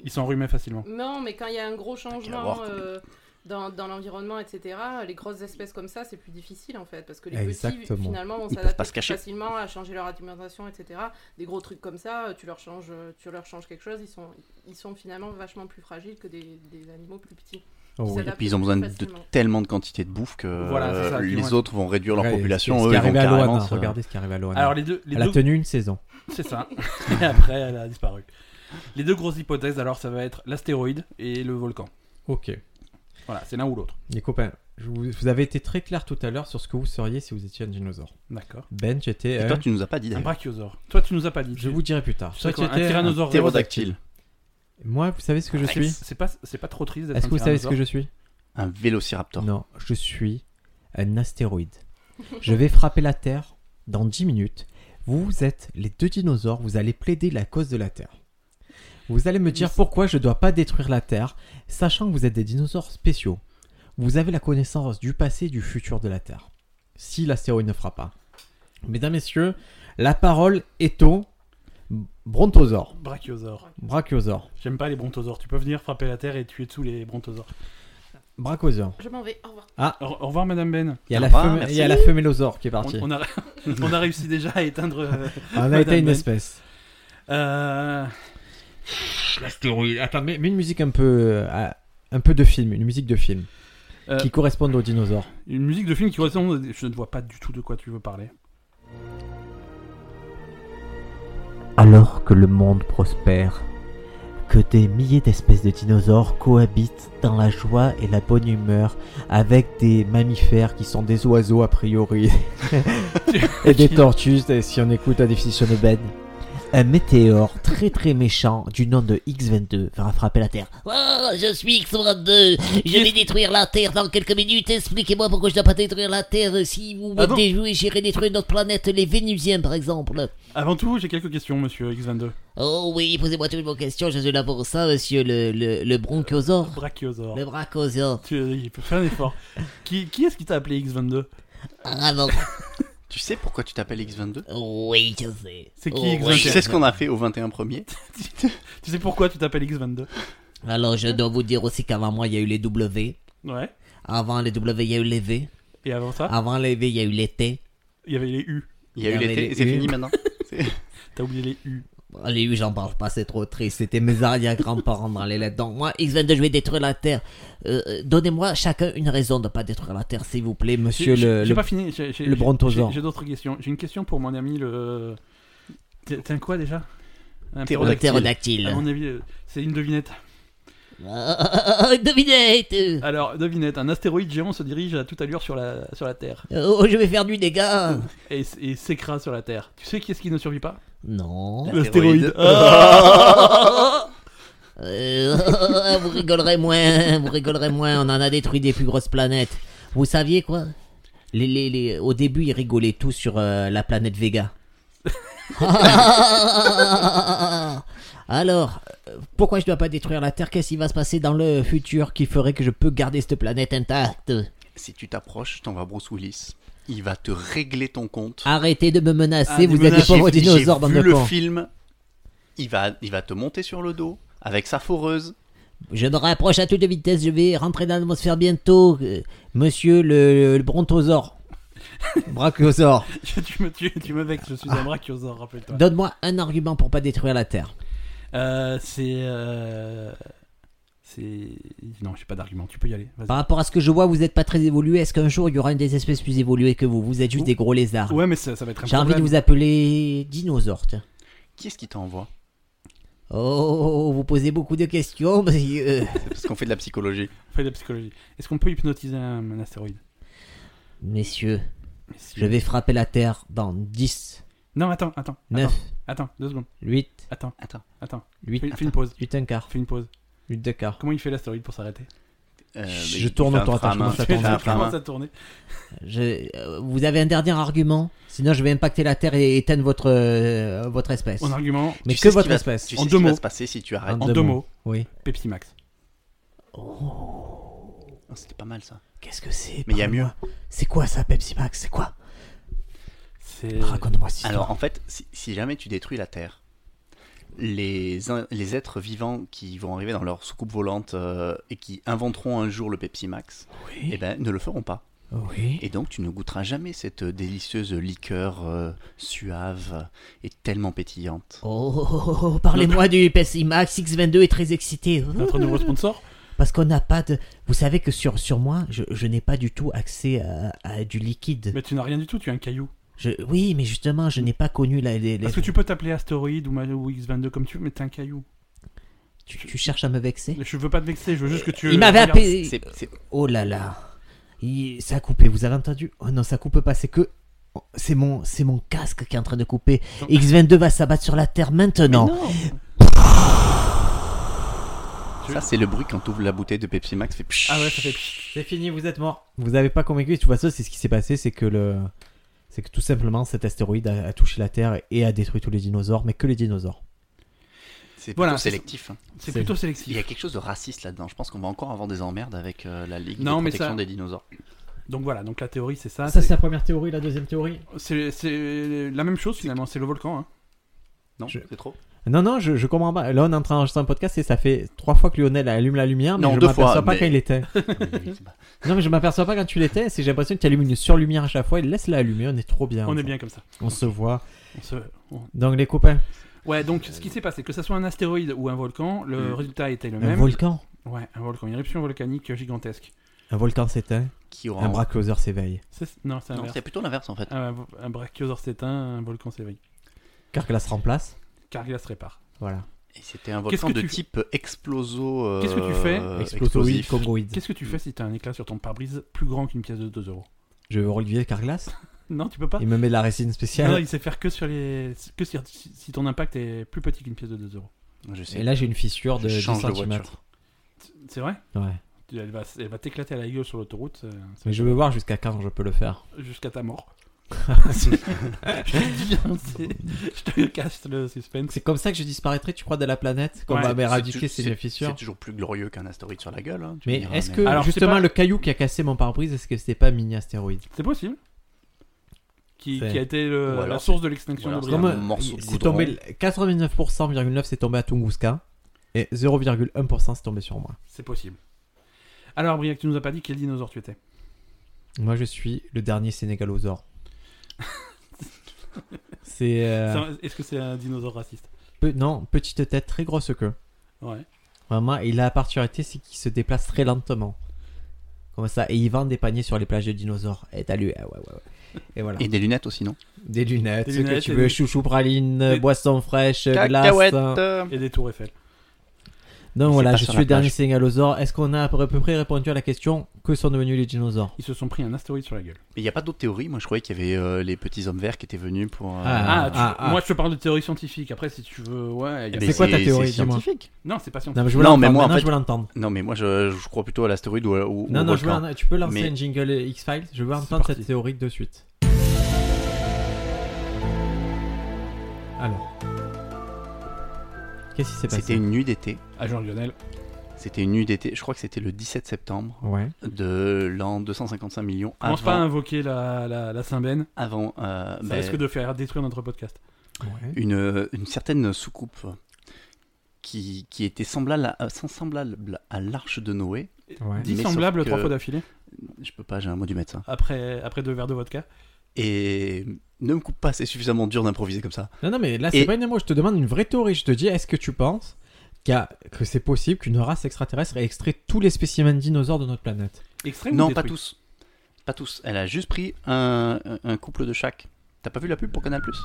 [SPEAKER 2] Ils s'enrhumaient facilement.
[SPEAKER 4] Non, mais quand il y a un gros changement
[SPEAKER 3] avoir, quand même.
[SPEAKER 4] euh, dans, dans l'environnement, etc., les grosses espèces comme ça, c'est plus difficile en fait, parce que les petits,
[SPEAKER 1] Exactement.
[SPEAKER 4] finalement, on
[SPEAKER 3] Ils peuvent
[SPEAKER 4] s'adapte
[SPEAKER 3] pas se
[SPEAKER 4] plus
[SPEAKER 3] cacher.
[SPEAKER 4] facilement à changer leur alimentation, etc. Des gros trucs comme ça, euh, tu leur changes, tu leur changes quelque chose, ils sont, ils sont finalement vachement plus fragiles que des, des animaux plus petits.
[SPEAKER 1] Oh, oui.
[SPEAKER 4] s'adaptent
[SPEAKER 3] Et puis ils ont besoin de
[SPEAKER 4] facilement.
[SPEAKER 3] tellement de quantité de bouffe que
[SPEAKER 2] Voilà, c'est ça,
[SPEAKER 3] euh,
[SPEAKER 2] qu'ils vont
[SPEAKER 3] les
[SPEAKER 2] être-
[SPEAKER 3] autres vont réduire leur
[SPEAKER 1] Regardez,
[SPEAKER 3] population.
[SPEAKER 1] ce
[SPEAKER 3] Eux,
[SPEAKER 1] qui
[SPEAKER 3] ils
[SPEAKER 1] est
[SPEAKER 3] vont
[SPEAKER 1] arrivé à hein,
[SPEAKER 3] carrément.
[SPEAKER 1] Loana.
[SPEAKER 3] se-
[SPEAKER 1] Regardez ce qui arrive à Loana.
[SPEAKER 2] Alors, les deux. Les
[SPEAKER 1] Elle a
[SPEAKER 2] deux...
[SPEAKER 1] tenu une saison.
[SPEAKER 2] C'est ça. et après, elle a disparu. Les deux grosses hypothèses, alors, ça va être l'astéroïde et le volcan.
[SPEAKER 1] Ok.
[SPEAKER 2] Voilà, c'est l'un ou l'autre.
[SPEAKER 1] Les copains, je vous, vous avez été très clair tout à l'heure sur ce que vous seriez si vous étiez un dinosaure.
[SPEAKER 2] D'accord.
[SPEAKER 1] Ben, tu étais.
[SPEAKER 3] Et
[SPEAKER 1] euh,
[SPEAKER 3] toi, tu nous as pas dit.
[SPEAKER 2] Un
[SPEAKER 3] d'ailleurs.
[SPEAKER 2] brachiosaure. Toi, tu nous as pas dit.
[SPEAKER 1] Je vous dirai plus tard.
[SPEAKER 2] Tu
[SPEAKER 1] Toi,
[SPEAKER 2] sais
[SPEAKER 1] tu
[SPEAKER 2] quoi, un
[SPEAKER 1] étais- euh,
[SPEAKER 2] tyrannosaure. Ah,
[SPEAKER 3] Ptérodactyle.
[SPEAKER 1] Moi, vous savez ce que je
[SPEAKER 3] Nice.
[SPEAKER 1] suis
[SPEAKER 2] C'est pas, c'est pas trop triste d'être
[SPEAKER 1] Est-ce
[SPEAKER 2] un
[SPEAKER 1] que vous savez ce que
[SPEAKER 2] tyrannosaure.
[SPEAKER 1] je suis
[SPEAKER 3] Un vélociraptor.
[SPEAKER 1] Non, je suis un astéroïde. je vais frapper la Terre dans 10 minutes. Vous êtes les deux dinosaures, vous allez plaider la cause de la Terre. Vous allez me dire pourquoi je ne dois pas détruire la Terre, sachant que vous êtes des dinosaures spéciaux. Vous avez la connaissance du passé et du futur de la Terre. Si l'astéroïde ne fera pas. Mesdames, messieurs, la parole est au brontosaure,
[SPEAKER 2] Brachiosaure.
[SPEAKER 1] brachiosaure,
[SPEAKER 2] J'aime pas les brontosaures. Tu peux venir frapper la terre et tuer tous les brontosaures.
[SPEAKER 1] brachosaure.
[SPEAKER 4] Je m'en vais, au revoir.
[SPEAKER 2] Au, au revoir, Madame Ben.
[SPEAKER 1] Il y a la,
[SPEAKER 3] Au revoir,
[SPEAKER 1] feme-
[SPEAKER 3] merci.
[SPEAKER 1] il y a la femélosaure qui est
[SPEAKER 2] On,
[SPEAKER 1] partie. On,
[SPEAKER 2] on a, on a réussi déjà à éteindre. euh,
[SPEAKER 1] a
[SPEAKER 2] Madame
[SPEAKER 1] été une
[SPEAKER 2] Ben.
[SPEAKER 1] espèce.
[SPEAKER 2] euh,
[SPEAKER 1] L'astéroïde. Attends, mets, mets une musique un peu, euh, à- un peu de film, une musique de film
[SPEAKER 2] Euh.
[SPEAKER 1] qui corresponde aux dinosaures.
[SPEAKER 2] une musique de film qui ressemble. Je ne vois pas du tout de quoi tu veux parler.
[SPEAKER 1] Alors que le monde prospère, que des milliers d'espèces de dinosaures cohabitent dans la joie et la bonne humeur avec des mammifères qui sont des oiseaux a priori et des tortues et si on écoute la définition de Ben. Un météore très très méchant du nom de X22 va frapper la Terre.
[SPEAKER 5] Oh, je suis X-22. Je vais détruire la Terre dans quelques minutes. Expliquez-moi pourquoi je dois pas détruire la Terre. Si vous me
[SPEAKER 2] Ah bon
[SPEAKER 5] déjouez, j'irai détruire notre planète, les Vénusiens, par exemple.
[SPEAKER 2] Avant tout, j'ai quelques questions, monsieur X22.
[SPEAKER 5] Oh oui, posez-moi toutes vos questions. Je suis là pour ça, monsieur le, le, le bronchosaure.
[SPEAKER 2] Brachiosaure.
[SPEAKER 5] Le brachosaure.
[SPEAKER 2] Tu, il peut faire un effort. qui qui est-ce qui t'a appelé X22
[SPEAKER 5] Ah non.
[SPEAKER 3] Tu sais pourquoi tu t'appelles X22
[SPEAKER 5] Oui, je sais.
[SPEAKER 2] C'est qui,
[SPEAKER 5] Oh,
[SPEAKER 2] X22?
[SPEAKER 5] oui.
[SPEAKER 3] Tu sais ce qu'on a fait au 21 premier
[SPEAKER 2] Tu sais pourquoi tu t'appelles X22
[SPEAKER 5] Alors, je dois vous dire aussi qu'avant moi, il y a eu les W.
[SPEAKER 2] Ouais.
[SPEAKER 5] Avant les W, il y a eu les V.
[SPEAKER 2] Et avant ça,
[SPEAKER 5] Avant les V, il y a eu les T.
[SPEAKER 2] il y avait les U.
[SPEAKER 3] Il y a
[SPEAKER 5] Il y
[SPEAKER 3] eu
[SPEAKER 5] avait
[SPEAKER 3] l'été,
[SPEAKER 5] les
[SPEAKER 3] et c'est
[SPEAKER 5] U.
[SPEAKER 3] fini maintenant.
[SPEAKER 2] T'as oublié les U.
[SPEAKER 5] Bon, Les U, j'en parle pas, c'est trop triste. C'était mes arrière-grands-parents dans les lettres. Donc, moi, X22, je vais détruire la Terre. Euh, euh, Donnez-moi chacun une raison de pas détruire la Terre, s'il vous plaît, monsieur
[SPEAKER 2] J'ai-
[SPEAKER 5] le.
[SPEAKER 2] j'ai
[SPEAKER 5] le-
[SPEAKER 2] pas fini. j'ai- j'ai-
[SPEAKER 1] le brontosaure.
[SPEAKER 2] j'ai- J'ai d'autres questions. J'ai une question pour mon ami le. T'es t'es un quoi déjà Un
[SPEAKER 5] le
[SPEAKER 3] Ptérodactyle.
[SPEAKER 5] ptérodactyle.
[SPEAKER 2] À mon avis, euh, c'est une devinette.
[SPEAKER 5] Ah, ah, ah, ah, devinette
[SPEAKER 2] Alors, devinette, un astéroïde géant se dirige à toute allure sur la, sur la Terre
[SPEAKER 5] Oh, je vais faire du dégât
[SPEAKER 2] et, s- et s'écrase sur la Terre. Tu sais qui est-ce qui ne survit pas Ah,
[SPEAKER 5] Non.
[SPEAKER 3] L'astéroïde.
[SPEAKER 5] Euh, ah, vous rigolerez moins, vous rigolerez moins, on en a détruit des plus grosses planètes. Vous saviez quoi les, les, les- Au début, ils rigolaient tous sur euh, la planète Vega. Alors, euh, pourquoi je dois pas détruire la Terre Qu'est-ce qui va se passer dans le futur qui ferait que je peux garder cette planète intacte
[SPEAKER 3] Si tu t'approches, t'en vas Bruce Willis. Il va te régler ton compte.
[SPEAKER 5] Arrêtez de me menacer,
[SPEAKER 2] Ah, des
[SPEAKER 5] vous êtes des
[SPEAKER 2] menaces,
[SPEAKER 5] pauvres
[SPEAKER 3] J'ai- j'ai
[SPEAKER 5] dinosaures, bande
[SPEAKER 3] vu
[SPEAKER 5] de
[SPEAKER 3] le
[SPEAKER 5] cons.
[SPEAKER 3] film. Il va, il va te monter sur le dos avec sa foreuse.
[SPEAKER 5] Je me rapproche à toute vitesse, je vais rentrer dans l'atmosphère bientôt. euh, Monsieur le, le brontosaure. Brachiosaure.
[SPEAKER 2] tu, me, tu, tu me vexes, je suis un brachiosaure, rappelle-toi.
[SPEAKER 5] Donne-moi un argument pour pas détruire la Terre.
[SPEAKER 2] Euh, c'est. euh, c'est. Non, j'ai pas d'argument, tu peux y aller. Vas-y.
[SPEAKER 5] Par rapport à ce que je vois, vous n'êtes pas très évolué. Est-ce qu'un jour il y aura une des espèces plus évoluées que vous Vous êtes juste des gros lézards.
[SPEAKER 2] Ouais, mais ça, ça va être un
[SPEAKER 5] J'ai envie de
[SPEAKER 2] problème.
[SPEAKER 5] vous appeler dinosaures. tiens.
[SPEAKER 3] Qui est-ce qui t'envoie
[SPEAKER 5] Oh, vous posez beaucoup de questions, monsieur.
[SPEAKER 3] C'est parce qu'on fait de la psychologie.
[SPEAKER 2] Fais de la psychologie. Est-ce qu'on peut hypnotiser un, un astéroïde
[SPEAKER 5] Messieurs,
[SPEAKER 2] Messieurs.
[SPEAKER 5] je vais frapper la Terre dans 10,
[SPEAKER 2] Non, attends, attends.
[SPEAKER 5] 9,
[SPEAKER 2] Attends, attends, deux secondes.
[SPEAKER 5] 8,
[SPEAKER 2] Attends,
[SPEAKER 3] Attends.
[SPEAKER 2] attends.
[SPEAKER 5] 8,
[SPEAKER 2] Fais, fais une pause.
[SPEAKER 5] 8, un quart,
[SPEAKER 2] Fais une pause.
[SPEAKER 1] Lutte de car.
[SPEAKER 2] Comment il fait l'astéroïde pour s'arrêter
[SPEAKER 3] Euh,
[SPEAKER 1] Je
[SPEAKER 3] mais il
[SPEAKER 1] tourne
[SPEAKER 3] fait un
[SPEAKER 1] autour, attends, je
[SPEAKER 3] frame,
[SPEAKER 5] Ah,
[SPEAKER 1] commence à
[SPEAKER 3] il fait
[SPEAKER 1] tourner.
[SPEAKER 3] un
[SPEAKER 2] Je
[SPEAKER 3] frame.
[SPEAKER 2] commence à tourner.
[SPEAKER 5] Je- euh, vous avez un dernier argument Sinon, je vais impacter la Terre et éteindre votre, euh, votre espèce.
[SPEAKER 2] Mon argument,
[SPEAKER 1] Mais
[SPEAKER 3] Tu
[SPEAKER 1] que
[SPEAKER 3] sais ce
[SPEAKER 1] votre
[SPEAKER 3] qui va-
[SPEAKER 1] espèce.
[SPEAKER 3] Tu
[SPEAKER 2] En
[SPEAKER 3] sais
[SPEAKER 2] deux
[SPEAKER 3] ce qui va
[SPEAKER 2] mots.
[SPEAKER 3] se passer si tu
[SPEAKER 1] En
[SPEAKER 3] arrêtes.
[SPEAKER 2] en
[SPEAKER 1] deux
[SPEAKER 2] deux
[SPEAKER 1] mots.
[SPEAKER 2] mots,
[SPEAKER 1] Oui.
[SPEAKER 2] Pepsi Max.
[SPEAKER 3] Oh, C'était pas mal ça.
[SPEAKER 5] Qu'est-ce que c'est
[SPEAKER 3] Mais il y a mieux.
[SPEAKER 5] parle-moi. C'est quoi ça, Pepsi Max C'est quoi
[SPEAKER 2] C'est
[SPEAKER 5] Raconte-moi si.
[SPEAKER 3] Alors en fait, si, si jamais tu détruis la Terre, les, in- les êtres vivants qui vont arriver dans leur soucoupe volante euh, et qui inventeront un jour le Pepsi Max,
[SPEAKER 5] Oui.
[SPEAKER 3] eh ben, ne le feront pas.
[SPEAKER 5] Oui.
[SPEAKER 3] Et donc tu ne goûteras jamais cette délicieuse liqueur euh, suave et tellement pétillante.
[SPEAKER 5] Oh, oh, oh, oh, oh, parlez-moi du Pepsi Max X22 est très excité. hein.
[SPEAKER 2] notre nouveau sponsor.
[SPEAKER 5] Parce qu'on n'a pas de. Vous savez que sur, sur moi, je, je n'ai pas du tout accès à, à du liquide.
[SPEAKER 2] Mais tu n'as rien du tout, tu es un caillou.
[SPEAKER 5] Je- oui, mais justement, je n'ai pas connu la, les. les-
[SPEAKER 2] Parce que tu peux t'appeler astéroïde ou, Ma- ou X22 comme tu veux, mais t'es un caillou.
[SPEAKER 5] tu, tu cherches à me vexer
[SPEAKER 2] Je veux pas te vexer, je veux juste que tu.
[SPEAKER 5] Il m'avait
[SPEAKER 2] regardes.
[SPEAKER 5] appelé.
[SPEAKER 3] C'est- c'est-
[SPEAKER 5] Oh là là. Il- Ça a coupé, vous avez entendu Oh non, ça coupe pas, c'est que. C'est mon, c'est mon casque qui est en train de couper.
[SPEAKER 2] Non.
[SPEAKER 5] X22 va s'abattre sur la Terre maintenant.
[SPEAKER 3] Ça c'est le bruit quand tu ouvres la bouteille de Pepsi Max, fait pshhh.
[SPEAKER 2] Ah ouais, ça fait. pchit.
[SPEAKER 1] C'est fini, vous êtes mort. Vous avez pas convaincu. Et tu vois ça, c'est ce qui s'est passé, c'est que le, c'est que tout simplement cet astéroïde a, a touché la Terre et a détruit tous les dinosaures, mais que les dinosaures.
[SPEAKER 3] c'est plutôt
[SPEAKER 2] Voilà, c'est-
[SPEAKER 3] sélectif. hein.
[SPEAKER 2] C'est
[SPEAKER 1] C'est-
[SPEAKER 2] plutôt
[SPEAKER 3] Il y
[SPEAKER 2] sélectif.
[SPEAKER 3] a quelque chose de raciste là-dedans. Je pense qu'on va encore avoir des emmerdes avec euh, la Ligue
[SPEAKER 2] Non,
[SPEAKER 3] de
[SPEAKER 2] mais
[SPEAKER 3] protection
[SPEAKER 2] ça-
[SPEAKER 3] des dinosaures.
[SPEAKER 2] Donc voilà, donc la théorie c'est ça.
[SPEAKER 1] Ah, ça,
[SPEAKER 2] c'est-
[SPEAKER 1] c'est la première théorie, la deuxième théorie.
[SPEAKER 2] C'est c'est la même chose finalement, c'est le volcan. hein.
[SPEAKER 3] Non,
[SPEAKER 1] Je-
[SPEAKER 3] c'est trop.
[SPEAKER 1] Non, non, je, je comprends pas. Là, on est en train d'enregistrer un podcast et ça fait trois fois que Lionel allume la lumière, mais
[SPEAKER 3] Non,
[SPEAKER 1] je
[SPEAKER 3] deux
[SPEAKER 1] m'aperçois
[SPEAKER 3] fois,
[SPEAKER 1] pas
[SPEAKER 3] mais-
[SPEAKER 1] quand il était. Non, mais je m'aperçois pas quand tu l'étais. C'est j'ai l'impression que tu allumes une surlumière à chaque fois. Et laisse-la allumer, on est trop bien.
[SPEAKER 2] On est bien comme ça.
[SPEAKER 1] On se voit.
[SPEAKER 2] On se- on-
[SPEAKER 1] Donc les copains,
[SPEAKER 2] Ouais, donc ce qui s'est passé, que ce soit un astéroïde ou un volcan, le
[SPEAKER 3] Mm.
[SPEAKER 2] résultat était le
[SPEAKER 1] un
[SPEAKER 2] même.
[SPEAKER 1] volcan,
[SPEAKER 2] Ouais, un volcan, une éruption volcanique gigantesque.
[SPEAKER 1] un volcan s'éteint,
[SPEAKER 3] Qui aura
[SPEAKER 1] un brachiosaure s'éveille.
[SPEAKER 2] C'est- Non, c'est
[SPEAKER 3] Non,
[SPEAKER 2] inverse.
[SPEAKER 3] c'est plutôt l'inverse en fait.
[SPEAKER 2] Un, un brachiosaure s'éteint, un volcan s'éveille.
[SPEAKER 1] Carglass remplace.
[SPEAKER 2] Carglass répare.
[SPEAKER 1] Voilà.
[SPEAKER 3] Et c'était un
[SPEAKER 2] Qu'est-ce
[SPEAKER 3] volcan
[SPEAKER 2] que
[SPEAKER 3] de
[SPEAKER 2] tu-
[SPEAKER 3] type euh, exploso. euh,
[SPEAKER 2] Qu'est-ce que tu fais
[SPEAKER 3] euh,
[SPEAKER 1] Explosoïde,
[SPEAKER 3] explosif.
[SPEAKER 1] congoïde.
[SPEAKER 2] Qu'est-ce que tu fais si t'as un éclat sur ton pare-brise plus grand qu'une pièce de 2 euros
[SPEAKER 1] Je veux Olivier Carglass.
[SPEAKER 2] Non, tu peux pas.
[SPEAKER 1] Il me met de la résine
[SPEAKER 2] Non,
[SPEAKER 1] spéciale.
[SPEAKER 2] il sait faire que sur les que si, si ton impact est plus petit qu'une pièce de 2 euros.
[SPEAKER 3] Je sais.
[SPEAKER 1] Et là, j'ai une fissure de
[SPEAKER 3] Je
[SPEAKER 1] 10
[SPEAKER 3] change de
[SPEAKER 1] cm.
[SPEAKER 3] voiture.
[SPEAKER 2] C'est vrai
[SPEAKER 1] Ouais.
[SPEAKER 2] Tu- Elle va, elle va t'éclater à la gueule sur l'autoroute euh,
[SPEAKER 1] Mais je veux voir jusqu'à quand je peux le faire.
[SPEAKER 2] jusqu'à ta mort. je te le dis, hein, c'est- je te casse le suspense.
[SPEAKER 1] C'est comme ça que je disparaîtrais, tu crois, de la planète Qu'on
[SPEAKER 2] Ouais,
[SPEAKER 1] va
[SPEAKER 3] tou-
[SPEAKER 1] m'éradiquer, c'est une
[SPEAKER 3] c'est
[SPEAKER 1] fissure.
[SPEAKER 3] toujours plus glorieux qu'un astéroïde sur la gueule. hein, tu me
[SPEAKER 1] Mais
[SPEAKER 3] diras,
[SPEAKER 1] est-ce que,
[SPEAKER 3] mais-
[SPEAKER 2] Alors, c'est
[SPEAKER 1] justement,
[SPEAKER 2] pas-
[SPEAKER 1] le caillou qui a cassé mon pare-brise, est-ce que c'était pas mini-astéroïde
[SPEAKER 2] C'est possible. Qui,
[SPEAKER 1] C'est-
[SPEAKER 2] qui a été le-
[SPEAKER 3] Ou alors
[SPEAKER 2] la
[SPEAKER 3] c'est-
[SPEAKER 2] source de l'extinction
[SPEAKER 3] ou alors
[SPEAKER 2] de
[SPEAKER 3] C'est un
[SPEAKER 1] Comme,
[SPEAKER 2] Brian.
[SPEAKER 1] euh,
[SPEAKER 3] morceau de
[SPEAKER 1] c'est
[SPEAKER 3] goudron.
[SPEAKER 1] tombé 99,9% c'est tombé à Tunguska et 0,1% c'est tombé sur moi.
[SPEAKER 2] C'est possible. Alors, Briac, tu nous as pas dit quel dinosaure tu étais.
[SPEAKER 1] Moi, je suis le dernier sénégalosaure. c'est euh,
[SPEAKER 2] C'est un- Est-ce que c'est un dinosaure raciste
[SPEAKER 1] peu- non petite tête, très grosse queue.
[SPEAKER 2] Ouais.
[SPEAKER 1] Vraiment, il a la particularité, c'est qu'il se déplace très lentement. Comme ça, et il vend des paniers sur les plages de dinosaures. Et t'as lu, ah ouais, ouais, ouais. Et voilà.
[SPEAKER 3] Et des lunettes aussi, non
[SPEAKER 1] Des lunettes,
[SPEAKER 2] Des
[SPEAKER 1] ce
[SPEAKER 2] lunettes,
[SPEAKER 1] que tu
[SPEAKER 2] et
[SPEAKER 1] veux,
[SPEAKER 2] des-
[SPEAKER 1] chouchou praline,
[SPEAKER 2] des-
[SPEAKER 1] boisson fraîche, glace.
[SPEAKER 3] Cacahuètes
[SPEAKER 1] hein.
[SPEAKER 3] euh,
[SPEAKER 2] Et des tours Eiffel.
[SPEAKER 1] Donc
[SPEAKER 3] C'est
[SPEAKER 1] voilà,
[SPEAKER 3] pas
[SPEAKER 1] je
[SPEAKER 3] sur
[SPEAKER 1] suis
[SPEAKER 3] la
[SPEAKER 1] le dernier
[SPEAKER 3] plage.
[SPEAKER 1] signalosaure. Est-ce qu'on a à peu près répondu à la question que sont devenus les dinosaures
[SPEAKER 2] Ils se sont pris un astéroïde sur la gueule.
[SPEAKER 3] Mais il n'y a pas d'autre théorie. Moi, je croyais qu'il y avait euh, les petits hommes verts qui étaient venus pour. euh,
[SPEAKER 1] Ah,
[SPEAKER 2] Ah, tu-
[SPEAKER 1] ah, Eh ben. ah.
[SPEAKER 2] moi je te parle de théorie scientifique. Après, si tu veux, ouais. il y a-
[SPEAKER 3] mais
[SPEAKER 1] c'est quoi ta théorie,
[SPEAKER 3] c'est
[SPEAKER 1] dis-moi
[SPEAKER 3] scientifique.
[SPEAKER 2] Non, c'est pas scientifique.
[SPEAKER 1] Non, mais je veux
[SPEAKER 3] Non,
[SPEAKER 1] l'entendre.
[SPEAKER 3] mais moi, en
[SPEAKER 1] Maintenant,
[SPEAKER 3] fait-
[SPEAKER 1] je veux l'entendre.
[SPEAKER 3] Non, mais moi, je, je crois plutôt à l'astéroïde ou, à- ou
[SPEAKER 1] Non,
[SPEAKER 3] au
[SPEAKER 1] non, je veux
[SPEAKER 3] volcan.
[SPEAKER 1] un- tu peux lancer
[SPEAKER 3] Mais-
[SPEAKER 1] une jingle X-Files. Je veux
[SPEAKER 2] C'est
[SPEAKER 1] entendre
[SPEAKER 2] parti.
[SPEAKER 1] cette théorie de suite. Alors. Qu'est-ce qui s'est passé
[SPEAKER 3] C'était une nuit d'été.
[SPEAKER 2] Ah, Jean-Lionel.
[SPEAKER 3] C'était une nuit d'été. Je crois que c'était le 17 septembre
[SPEAKER 1] Ouais.
[SPEAKER 3] de l'an 255 millions
[SPEAKER 1] Ah,
[SPEAKER 2] Commence
[SPEAKER 3] avant,
[SPEAKER 2] pas à invoquer la, la, la Saint-Ben.
[SPEAKER 3] avant euh,
[SPEAKER 2] Ça
[SPEAKER 3] ben,
[SPEAKER 2] risque de faire détruire notre podcast.
[SPEAKER 1] ouais.
[SPEAKER 3] une, une certaine soucoupe qui, qui était semblable à, semblable à l'arche de Noé.
[SPEAKER 1] Ouais.
[SPEAKER 2] Dis
[SPEAKER 3] Mais sauf
[SPEAKER 2] semblable
[SPEAKER 3] que-
[SPEAKER 2] trois fois d'affilée.
[SPEAKER 3] Je peux pas, j'ai un mot du médecin.
[SPEAKER 2] Après, après deux verres de vodka.
[SPEAKER 3] Et ne me coupe pas, c'est suffisamment dur d'improviser comme ça.
[SPEAKER 1] Non, non, mais là, c'est
[SPEAKER 3] Et-
[SPEAKER 1] pas une émo. Je te demande une vraie théorie. Je te dis, est-ce que tu penses qu'il y a- que c'est possible qu'une race extraterrestre ait extrait tous les spécimens dinosaures de notre planète
[SPEAKER 2] Extrême
[SPEAKER 3] non,
[SPEAKER 2] ou
[SPEAKER 3] pas
[SPEAKER 2] détruit
[SPEAKER 3] tous. Pas tous. Elle a juste pris un, un- un couple de chaque. T'as pas vu la pub pour Canal Plus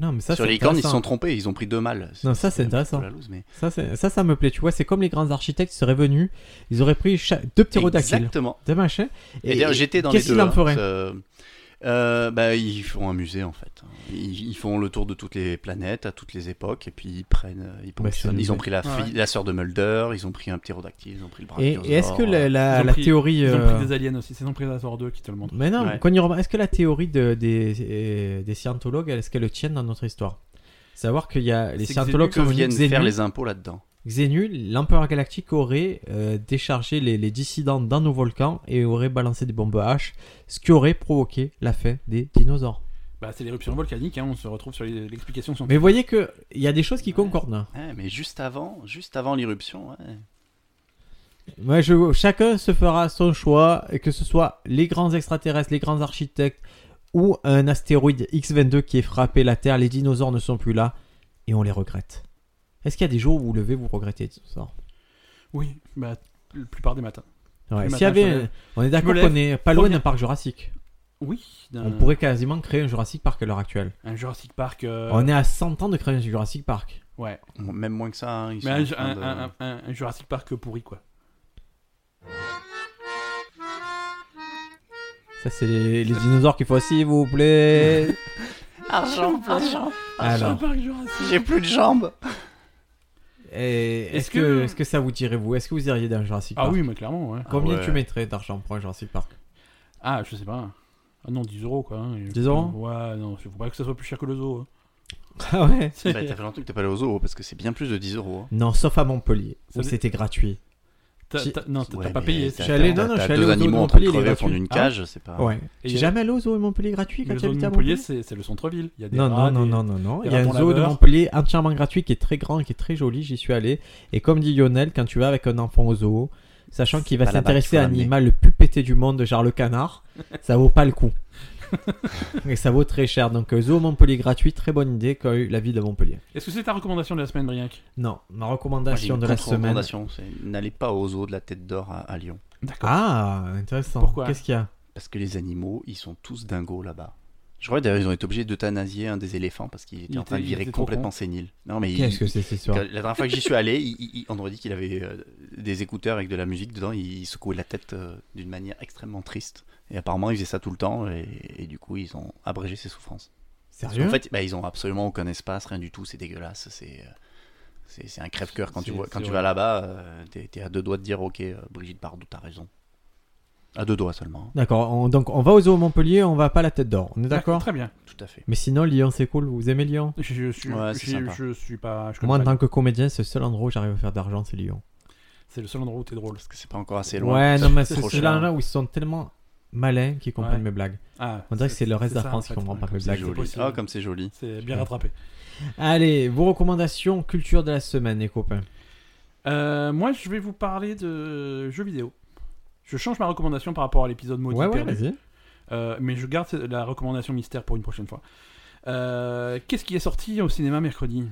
[SPEAKER 1] Non, mais ça,
[SPEAKER 3] Sur
[SPEAKER 1] c'est
[SPEAKER 3] les licornes, ils se
[SPEAKER 1] intéressant.
[SPEAKER 3] sont trompés, ils ont pris deux mâles.
[SPEAKER 1] Non, ça, c'est
[SPEAKER 3] un peu
[SPEAKER 1] intéressant.
[SPEAKER 3] la loose, mais-
[SPEAKER 1] Ça, c'est- ça, ça me plaît. Tu vois, c'est comme les grands architectes ils seraient venus, ils auraient pris cha- deux ptérodactyles,
[SPEAKER 3] Exactement.
[SPEAKER 1] deux machins.
[SPEAKER 3] Et, d'ailleurs, Eh j'étais dans les
[SPEAKER 1] qu'est-ce
[SPEAKER 3] deux.
[SPEAKER 1] qu'il en
[SPEAKER 3] hein,
[SPEAKER 1] ferait
[SPEAKER 3] ce- Euh, bah, ils font un musée en fait. Ils, ils font le tour de toutes les planètes à toutes les époques et puis ils prennent, euh, ils,
[SPEAKER 1] Bah,
[SPEAKER 3] ponctionnent.
[SPEAKER 1] c'est le
[SPEAKER 3] Ils ont pris la,
[SPEAKER 2] Ouais.
[SPEAKER 3] fille- la sœur de Mulder, ils ont pris un hein. ptérodactyle, ils ont pris le
[SPEAKER 1] Et,
[SPEAKER 3] brachiosaure.
[SPEAKER 1] et est-ce que la, la-
[SPEAKER 2] Ils ont
[SPEAKER 1] la
[SPEAKER 2] pris-
[SPEAKER 1] théorie.
[SPEAKER 2] Ils ont
[SPEAKER 1] euh,
[SPEAKER 2] pris des aliens aussi, c'est dans Predator 2 qui te le montre.
[SPEAKER 1] Mais non,
[SPEAKER 3] Ouais.
[SPEAKER 1] Conny Roberts, est-ce que la théorie de- des, euh, des scientologues, est-ce qu'elle tienne dans notre histoire Savoir qu'il y a les
[SPEAKER 2] C'est
[SPEAKER 1] scientologues
[SPEAKER 3] que
[SPEAKER 1] sont venus
[SPEAKER 3] viennent faire
[SPEAKER 1] Xenu.
[SPEAKER 3] les impôts là-dedans
[SPEAKER 1] Xenu, l'empereur galactique aurait euh, déchargé les, les dissidents dans nos volcans et aurait balancé des bombes à hache, ce qui aurait provoqué la fin des dinosaures.
[SPEAKER 2] Bah, c'est l'éruption volcanique, hein, on se retrouve sur les- l'explication scientifique.
[SPEAKER 1] Mais voyez que il y a des choses qui concordent.
[SPEAKER 3] Ouais, Mais juste avant, juste avant l'irruption, ouais.
[SPEAKER 1] Moi, je, chacun se fera son choix, et que ce soit les grands extraterrestres, les grands architectes ou un astéroïde X-22 qui est frappé la Terre. Les dinosaures ne sont plus là et on les regrette. Est-ce qu'il y a des jours où vous vous levez, vous regrettez tout ça
[SPEAKER 2] Oui, bah, la plupart des matins.
[SPEAKER 1] Ouais,
[SPEAKER 2] Le
[SPEAKER 1] S'il y
[SPEAKER 2] matin,
[SPEAKER 1] avait,
[SPEAKER 2] je me
[SPEAKER 1] un-
[SPEAKER 2] lève.
[SPEAKER 1] on est d'accord
[SPEAKER 2] Je me
[SPEAKER 1] qu'on est pas loin
[SPEAKER 2] Première-
[SPEAKER 1] d'un parc Jurassique.
[SPEAKER 2] Oui, d'un-
[SPEAKER 1] On pourrait quasiment créer un Jurassic Park à l'heure actuelle.
[SPEAKER 2] un Jurassic Park. euh,
[SPEAKER 1] On est à 100 ans de créer un Jurassic Park.
[SPEAKER 2] Ouais,
[SPEAKER 3] Même moins que ça. hein, ils
[SPEAKER 2] mais
[SPEAKER 3] sont
[SPEAKER 2] un, un-
[SPEAKER 3] en train de-
[SPEAKER 2] un- un- un Jurassic Park pourri, quoi.
[SPEAKER 1] Ça, c'est les, les dinosaures qu'il faut s'il vous plaît.
[SPEAKER 3] Argent, argent.
[SPEAKER 1] Alors,
[SPEAKER 2] Parc Jurassic.
[SPEAKER 3] J'ai plus de jambes.
[SPEAKER 1] et est-ce
[SPEAKER 2] Est-ce
[SPEAKER 1] que,
[SPEAKER 2] que-
[SPEAKER 1] est-ce que ça vous dirait vous Est-ce que vous iriez dans un Jurassic
[SPEAKER 2] Ah
[SPEAKER 1] Park
[SPEAKER 2] oui, mais clairement, ouais.
[SPEAKER 1] Combien
[SPEAKER 3] Ah ouais.
[SPEAKER 1] tu mettrais d'argent pour un Jurassic Park
[SPEAKER 2] Ah, je sais pas. Ah non, 10 euros, quoi. hein, et-
[SPEAKER 1] 10 euros
[SPEAKER 2] Ouais, non, faut pas que ça soit plus cher que le zoo. hein.
[SPEAKER 1] Ah ouais
[SPEAKER 3] Bah, T'as fait longtemps que t'es pas allé au zoo parce que c'est bien plus de 10 euros. hein.
[SPEAKER 1] Non, sauf à Montpellier,
[SPEAKER 2] Ça
[SPEAKER 1] où
[SPEAKER 2] veut-
[SPEAKER 1] c'était gratuit.
[SPEAKER 2] T'as-
[SPEAKER 1] Si-
[SPEAKER 2] t'as- Non, t'as
[SPEAKER 3] Ouais,
[SPEAKER 2] t'as pas
[SPEAKER 3] mais
[SPEAKER 2] payé.
[SPEAKER 3] t'as-
[SPEAKER 1] Je suis allé-
[SPEAKER 3] t'as-
[SPEAKER 1] non, non,
[SPEAKER 3] t'as
[SPEAKER 1] je suis allé
[SPEAKER 3] deux
[SPEAKER 1] au zoo de
[SPEAKER 3] animaux en train de
[SPEAKER 1] Montpellier, il
[SPEAKER 3] crever
[SPEAKER 1] est
[SPEAKER 3] au fond
[SPEAKER 1] gratuit.
[SPEAKER 3] d'une cage, c'est pas.
[SPEAKER 1] Ouais.
[SPEAKER 2] Ah.
[SPEAKER 1] J'ai
[SPEAKER 2] Et il y a-
[SPEAKER 1] jamais allé au zoo de Montpellier gratuit quand tu
[SPEAKER 2] Le zoo de
[SPEAKER 1] habitais à
[SPEAKER 2] Montpellier,
[SPEAKER 1] Montpellier
[SPEAKER 2] c'est c'est le centre-ville. Il y a des
[SPEAKER 1] non,
[SPEAKER 2] rats,
[SPEAKER 1] non, non,
[SPEAKER 2] des-
[SPEAKER 1] non, non, non.
[SPEAKER 2] des
[SPEAKER 1] Il y a un
[SPEAKER 2] ratons
[SPEAKER 1] zoo de
[SPEAKER 2] laveurs.
[SPEAKER 1] Montpellier entièrement gratuit qui est très grand, qui est très joli. J'y suis allé. Et comme dit Lionel, quand tu vas avec un enfant au zoo, sachant qu'il va
[SPEAKER 3] pas là-bas
[SPEAKER 1] s'intéresser
[SPEAKER 3] qu'il
[SPEAKER 1] à
[SPEAKER 3] faut l'amener.
[SPEAKER 1] l'animal le plus pété du monde, genre le canard, ça vaut pas le coup. Et ça vaut très cher. Donc, euh, zoo Montpellier gratuit, très bonne idée qu'a eu la ville de Montpellier.
[SPEAKER 2] Est-ce que c'est ta recommandation de la semaine, Briac
[SPEAKER 1] Non, ma
[SPEAKER 3] Moi, j'ai
[SPEAKER 1] recommandation
[SPEAKER 3] une
[SPEAKER 1] de la semaine.
[SPEAKER 3] contre-recommandation, c'est N'allez pas au zoo de la tête d'or à, à Lyon.
[SPEAKER 2] D'accord.
[SPEAKER 1] Ah, intéressant.
[SPEAKER 2] Pourquoi
[SPEAKER 1] Qu'est-ce qu'il y a
[SPEAKER 3] Parce que les animaux, ils sont tous dingos là-bas. Je crois d'ailleurs ils ont été obligés d'euthanasier un des éléphants parce qu'il était
[SPEAKER 2] Il
[SPEAKER 3] en train de
[SPEAKER 2] était- il
[SPEAKER 3] virer
[SPEAKER 2] était trop
[SPEAKER 3] complètement
[SPEAKER 2] con.
[SPEAKER 3] sénile. Non mais il-
[SPEAKER 1] Qu'est-ce que c'est ce
[SPEAKER 3] quand-
[SPEAKER 1] soir
[SPEAKER 3] la dernière fois que j'y suis allé, il- il- il- on aurait dit qu'il avait euh, des écouteurs avec de la musique dedans. Il secouait la tête euh, d'une manière extrêmement triste. Et apparemment, il faisait ça tout le temps et, et du coup, ils ont abrégé ses souffrances. Parce
[SPEAKER 1] Sérieux
[SPEAKER 3] qu'en fait, bah, ils ont absolument aucun espace, rien du tout. C'est dégueulasse. C'est euh, c'est c'est un crève-cœur quand tu
[SPEAKER 2] C'est-
[SPEAKER 3] vois quand
[SPEAKER 2] c'est
[SPEAKER 3] tu
[SPEAKER 2] vrai.
[SPEAKER 3] vas là-bas. euh, t'es t'es à deux doigts de dire ok, euh, Brigitte Bardot, t'as raison. À deux doigts seulement. hein.
[SPEAKER 1] D'accord, on- donc on va au zoo Montpellier, on va pas à la tête d'or, on est d'accord
[SPEAKER 2] Très bien.
[SPEAKER 3] Tout à fait.
[SPEAKER 1] Mais sinon, Lyon, c'est cool, vous aimez Lyon
[SPEAKER 2] Je, je suis, je,
[SPEAKER 3] Ouais, c'est
[SPEAKER 2] suis-
[SPEAKER 3] sympa.
[SPEAKER 2] je suis pas. je connais
[SPEAKER 1] Moi, en
[SPEAKER 2] pas-
[SPEAKER 1] tant que comédien, c'est le seul endroit où j'arrive à faire d'argent, c'est Lyon.
[SPEAKER 2] C'est le seul endroit où t'es drôle.
[SPEAKER 3] Parce que c'est pas encore assez loin.
[SPEAKER 1] Ouais, non, mais c'est
[SPEAKER 3] Trop
[SPEAKER 1] c'est
[SPEAKER 3] cher.
[SPEAKER 1] là où ils sont tellement malins qu'ils comprennent
[SPEAKER 2] Ouais.
[SPEAKER 1] mes blagues.
[SPEAKER 2] Ah,
[SPEAKER 1] On dirait que c'est le reste de la
[SPEAKER 2] ça,
[SPEAKER 1] France
[SPEAKER 2] en
[SPEAKER 1] qui
[SPEAKER 2] fait.
[SPEAKER 1] comprend pas
[SPEAKER 2] Ouais,
[SPEAKER 1] mes
[SPEAKER 3] C'est
[SPEAKER 1] blagues.
[SPEAKER 3] joli.
[SPEAKER 2] possible.
[SPEAKER 3] Ah, comme c'est joli.
[SPEAKER 2] C'est bien rattrapé.
[SPEAKER 1] Allez, vos recommandations culture de la semaine, les copains.
[SPEAKER 2] Euh, moi, je vais vous parler de jeux vidéo. Je change ma recommandation par rapport à l'épisode maudit
[SPEAKER 1] Ouais, ouais,
[SPEAKER 2] perdu.
[SPEAKER 1] vas-y.
[SPEAKER 2] Euh, mais je garde la recommandation mystère pour une prochaine fois. Euh, Qu'est-ce qui est sorti au cinéma mercredi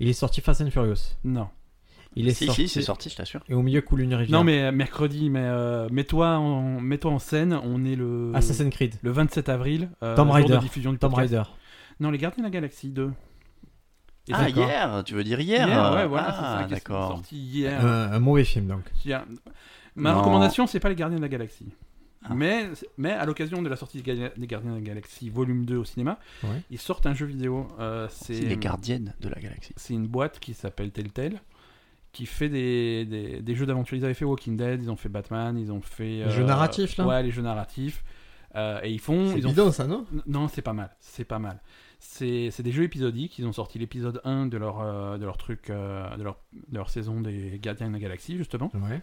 [SPEAKER 1] Il est sorti Fast and Furious.
[SPEAKER 2] Non.
[SPEAKER 1] Il est
[SPEAKER 3] si,
[SPEAKER 1] sorti.
[SPEAKER 3] si, c'est sorti, je t'assure.
[SPEAKER 1] Et au milieu coule une rivière.
[SPEAKER 2] Non, mais mercredi, mais euh, mets-toi en, mets en scène. On est le.
[SPEAKER 1] Assassin's Creed,
[SPEAKER 2] Le 27 avril, euh,
[SPEAKER 1] Ah, Tomb
[SPEAKER 2] jour de
[SPEAKER 1] Raider.
[SPEAKER 2] diffusion du
[SPEAKER 1] Tomb
[SPEAKER 2] podcast.
[SPEAKER 1] Raider.
[SPEAKER 2] Non, les Gardiens de la Galaxie 2. Et
[SPEAKER 3] Ah,
[SPEAKER 2] d'accord.
[SPEAKER 3] hier Tu veux dire hier,
[SPEAKER 2] Hier, ouais, voilà, c'est
[SPEAKER 3] Ah,
[SPEAKER 2] ça qui est
[SPEAKER 3] d'accord.
[SPEAKER 2] sorti hier.
[SPEAKER 1] Euh, Un, un mauvais film donc.
[SPEAKER 2] Tiens, Ma
[SPEAKER 3] Non.
[SPEAKER 2] recommandation, c'est pas les Gardiens de la Galaxie.
[SPEAKER 3] Ah.
[SPEAKER 2] Mais, mais à l'occasion de la sortie des Ga- des Gardiens de la Galaxie volume 2 au cinéma,
[SPEAKER 1] Ouais.
[SPEAKER 2] ils sortent un jeu vidéo. Euh,
[SPEAKER 3] C'est les gardiennes de la galaxie.
[SPEAKER 2] c'est une boîte qui s'appelle Telltale qui fait des, des- des jeux d'aventure. Ils avaient fait Walking Dead, ils ont fait Batman, ils ont fait. euh,
[SPEAKER 1] jeux narratifs, là
[SPEAKER 2] Ouais, les jeux narratifs. Euh, et ils font.
[SPEAKER 1] C'est
[SPEAKER 2] Ils ont
[SPEAKER 1] bidon ça, non
[SPEAKER 2] N- Non, c'est pas mal. C'est pas mal. C'est c'est des jeux épisodiques. Ils ont sorti l'épisode 1 de leur, euh, de leur truc, euh, de, leur, de leur saison des Gardiens de la Galaxie, justement.
[SPEAKER 1] Ouais.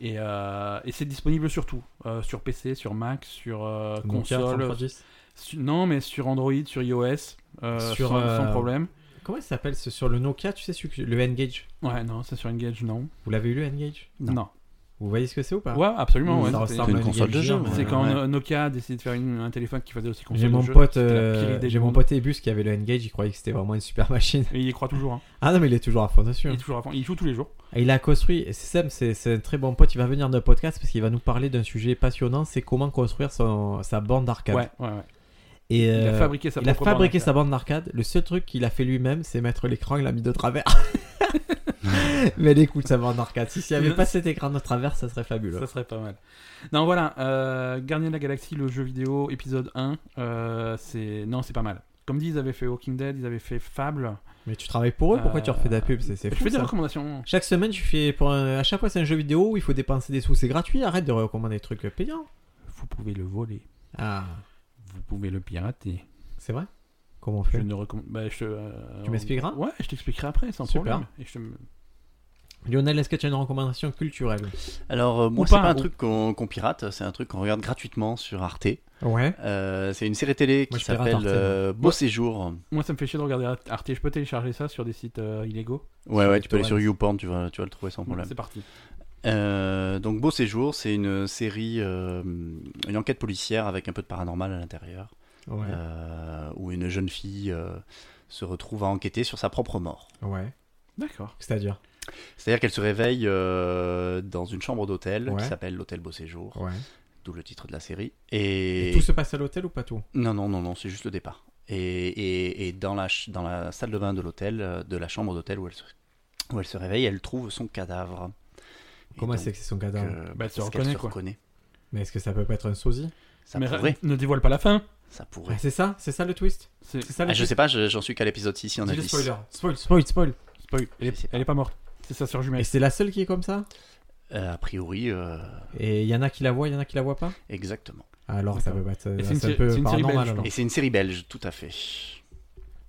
[SPEAKER 2] Et, euh, et c'est disponible sur tout. Euh, sur PC, sur Mac, sur euh,
[SPEAKER 1] Nokia,
[SPEAKER 2] console.
[SPEAKER 1] 3310.
[SPEAKER 2] su- non, mais sur Android, sur iOS. euh,
[SPEAKER 1] Sur,
[SPEAKER 2] sans, sans
[SPEAKER 1] euh,
[SPEAKER 2] problème.
[SPEAKER 1] Comment il s'appelle ce sur le Nokia, tu sais, celui que- le N-Gage
[SPEAKER 2] Ouais, non, c'est sur Engage, non.
[SPEAKER 1] Vous l'avez eu le N-Gage
[SPEAKER 2] Non.
[SPEAKER 1] Vous voyez ce que c'est ou pas
[SPEAKER 2] Ouais, absolument.
[SPEAKER 1] Mmh,
[SPEAKER 2] ouais,
[SPEAKER 1] ça
[SPEAKER 2] c'était-
[SPEAKER 1] ressemble à
[SPEAKER 3] une console de
[SPEAKER 1] N-Gage, hein.
[SPEAKER 3] jeu,
[SPEAKER 1] mais-
[SPEAKER 2] c'est quand
[SPEAKER 3] Ouais.
[SPEAKER 2] euh, Nokia a décidé de faire une- un téléphone qui faisait aussi console
[SPEAKER 1] J'ai
[SPEAKER 2] de
[SPEAKER 1] mon
[SPEAKER 2] jeu.
[SPEAKER 1] pote,
[SPEAKER 2] C'était la
[SPEAKER 1] euh,
[SPEAKER 2] pire idée du
[SPEAKER 1] j'ai mon
[SPEAKER 2] monde.
[SPEAKER 1] pote Ebus qui avait le N-Gage, il croyait que c'était vraiment une super machine.
[SPEAKER 2] Et il y croit toujours. hein.
[SPEAKER 1] Ah non, mais il est toujours à fond, bien sûr.
[SPEAKER 2] Il, est toujours à fond. Il joue tous les jours.
[SPEAKER 1] Et Il a construit, et c'est Sam, c'est c'est un très bon pote, il va venir dans le podcast parce qu'il va nous parler d'un sujet passionnant, c'est comment construire son, sa bande d'arcade.
[SPEAKER 2] Ouais, ouais, ouais.
[SPEAKER 1] Et
[SPEAKER 2] Il a
[SPEAKER 1] euh,
[SPEAKER 2] fabriqué sa
[SPEAKER 1] il a
[SPEAKER 2] propre bande
[SPEAKER 1] fabriqué
[SPEAKER 2] d'arcade.
[SPEAKER 1] sa bande d'arcade, le seul truc qu'il a fait lui-même, c'est mettre l'écran, il l'a mis de travers. Mais elle est cool, ça va en arcade. Si, s'il n'y avait
[SPEAKER 2] Non.
[SPEAKER 1] pas cet écran de travers, ça serait fabuleux.
[SPEAKER 2] Ça serait pas mal. Non, voilà, euh, Gardien de la Galaxie, le jeu vidéo, épisode 1, euh, c'est... Non, c'est pas mal. Comme dit, ils avaient fait Walking Dead, ils avaient fait Fable.
[SPEAKER 1] Mais tu travailles pour eux, pourquoi tu refais de la pub C'est c'est
[SPEAKER 2] Je
[SPEAKER 1] fou.
[SPEAKER 2] fais des
[SPEAKER 1] ça.
[SPEAKER 2] recommandations.
[SPEAKER 1] Chaque semaine, tu fais pour un- à chaque fois, c'est un jeu vidéo où il faut dépenser des sous, c'est gratuit. Arrête de recommander des trucs payants.
[SPEAKER 2] Vous pouvez le voler,
[SPEAKER 1] Ah,
[SPEAKER 2] vous pouvez le pirater.
[SPEAKER 1] c'est vrai Comment on
[SPEAKER 2] Je
[SPEAKER 1] fait
[SPEAKER 2] ne recommande... Bah, je te, euh,
[SPEAKER 1] Tu m'expliqueras
[SPEAKER 2] Ouais, je t'expliquerai après, sans
[SPEAKER 1] Super.
[SPEAKER 2] problème. Et je te-
[SPEAKER 1] Lionel, est-ce que tu as une recommandation culturelle
[SPEAKER 3] Alors, euh, moi,
[SPEAKER 2] Ou
[SPEAKER 3] c'est
[SPEAKER 2] pas,
[SPEAKER 3] pas un
[SPEAKER 2] ou-
[SPEAKER 3] truc qu'on qu'on pirate, c'est un truc qu'on regarde gratuitement sur Arte.
[SPEAKER 1] Ouais.
[SPEAKER 3] Euh, c'est une série télé
[SPEAKER 1] Moi,
[SPEAKER 3] qui
[SPEAKER 1] je pirate Arte,
[SPEAKER 3] s'appelle euh, Beau
[SPEAKER 2] Moi-
[SPEAKER 3] Séjour.
[SPEAKER 2] Moi, ça me fait chier de regarder Arte. Je peux télécharger ça sur des sites euh, illégaux
[SPEAKER 3] Ouais,
[SPEAKER 1] Sur
[SPEAKER 3] ouais,
[SPEAKER 1] les
[SPEAKER 3] tu peux aller sur
[SPEAKER 1] torrents.
[SPEAKER 3] YouPorn, tu vas, tu vas le trouver sans problème.
[SPEAKER 2] C'est parti.
[SPEAKER 3] Euh, donc Beau Séjour, c'est une série, euh, une enquête policière avec un peu de paranormal à l'intérieur,
[SPEAKER 1] Ouais.
[SPEAKER 3] euh, où une jeune fille euh, se retrouve à enquêter sur sa propre mort.
[SPEAKER 2] Euh,
[SPEAKER 1] Ouais.
[SPEAKER 2] D'accord.
[SPEAKER 1] C'est-à-dire
[SPEAKER 3] C'est-à-dire qu'elle se réveille euh, dans une chambre d'hôtel
[SPEAKER 1] Ouais.
[SPEAKER 3] qui s'appelle l'hôtel Beau Séjour,
[SPEAKER 1] Ouais.
[SPEAKER 3] d'où le titre de la série.
[SPEAKER 1] Et...
[SPEAKER 3] Et,
[SPEAKER 1] tout se passe à l'hôtel ou pas tout
[SPEAKER 3] non, non, non, non, c'est juste le départ. Et, et- et dans, la ch- dans la salle de bain de l'hôtel, euh, de la chambre d'hôtel où elle se où elle se réveille, elle trouve son cadavre. Et
[SPEAKER 1] Comment
[SPEAKER 3] donc,
[SPEAKER 1] c'est que c'est son cadavre
[SPEAKER 3] euh,
[SPEAKER 2] Bah, elle se
[SPEAKER 3] parce qu'elle
[SPEAKER 2] reconnaît, quoi.
[SPEAKER 3] reconnaît.
[SPEAKER 1] Mais est-ce que ça peut pas être un sosie
[SPEAKER 3] Ça
[SPEAKER 2] Mais
[SPEAKER 3] pourrait,
[SPEAKER 2] ne dévoile pas la fin.
[SPEAKER 3] ça
[SPEAKER 1] Ah,
[SPEAKER 3] pourrait.
[SPEAKER 1] C'est ça C'est ça le twist
[SPEAKER 2] C'est...
[SPEAKER 1] C'est ça le
[SPEAKER 3] Ah, je
[SPEAKER 1] twist
[SPEAKER 3] sais pas, je- j'en suis qu'à l'épisode 6, il y en a
[SPEAKER 1] Dis le
[SPEAKER 3] 10.
[SPEAKER 1] spoiler. Spoil, spoil, spoil.
[SPEAKER 2] Spoil. Elle,
[SPEAKER 3] Je sais
[SPEAKER 2] est...
[SPEAKER 3] pas.
[SPEAKER 2] elle est pas morte. C'est sa sœur
[SPEAKER 1] Et
[SPEAKER 2] jumelle.
[SPEAKER 1] c'est la seule qui est comme ça
[SPEAKER 3] Euh, a priori, euh,
[SPEAKER 1] Et il y en a qui la voient, il y en a qui la voient pas
[SPEAKER 3] exactement.
[SPEAKER 1] Alors ça
[SPEAKER 2] D'accord.
[SPEAKER 1] peut pas être. euh,
[SPEAKER 2] Et
[SPEAKER 1] C'est
[SPEAKER 2] c'est une
[SPEAKER 1] un
[SPEAKER 2] série-
[SPEAKER 1] peu
[SPEAKER 2] c'est une série
[SPEAKER 1] paranormal.
[SPEAKER 2] belge,
[SPEAKER 1] alors.
[SPEAKER 3] Et c'est une série belge, tout à fait.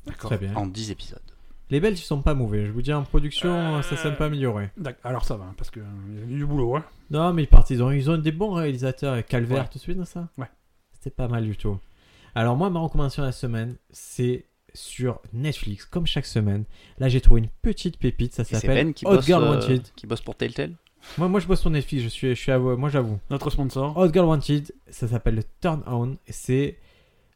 [SPEAKER 2] D'accord.
[SPEAKER 1] Très bien.
[SPEAKER 3] En 10 épisodes.
[SPEAKER 1] Les Belges ils sont pas mauvais, je vous dis en production
[SPEAKER 2] Euh,
[SPEAKER 1] ça s'est un peu amélioré.
[SPEAKER 2] D'ac- Alors ça va, parce que euh, il y a du boulot. Hein.
[SPEAKER 1] Non mais ils partent, ils ont, ils ont des bons réalisateurs, Calvert,
[SPEAKER 2] Ouais.
[SPEAKER 1] tout de suite, non, ça
[SPEAKER 2] Ouais.
[SPEAKER 1] C'était pas mal du tout. Alors moi ma recommandation de la semaine c'est sur Netflix, comme chaque semaine. Là j'ai trouvé une petite pépite, ça
[SPEAKER 3] Et c'est
[SPEAKER 1] s'appelle
[SPEAKER 3] Ben qui
[SPEAKER 1] Hot
[SPEAKER 3] bosse,
[SPEAKER 1] Girl
[SPEAKER 3] euh,
[SPEAKER 1] Wanted.
[SPEAKER 3] qui bosse pour Telltale.
[SPEAKER 1] Moi, moi je bosse sur Netflix, je suis, je suis avou- moi j'avoue.
[SPEAKER 2] Notre sponsor.
[SPEAKER 1] Hot Girl Wanted, ça s'appelle le Turn On. C'est.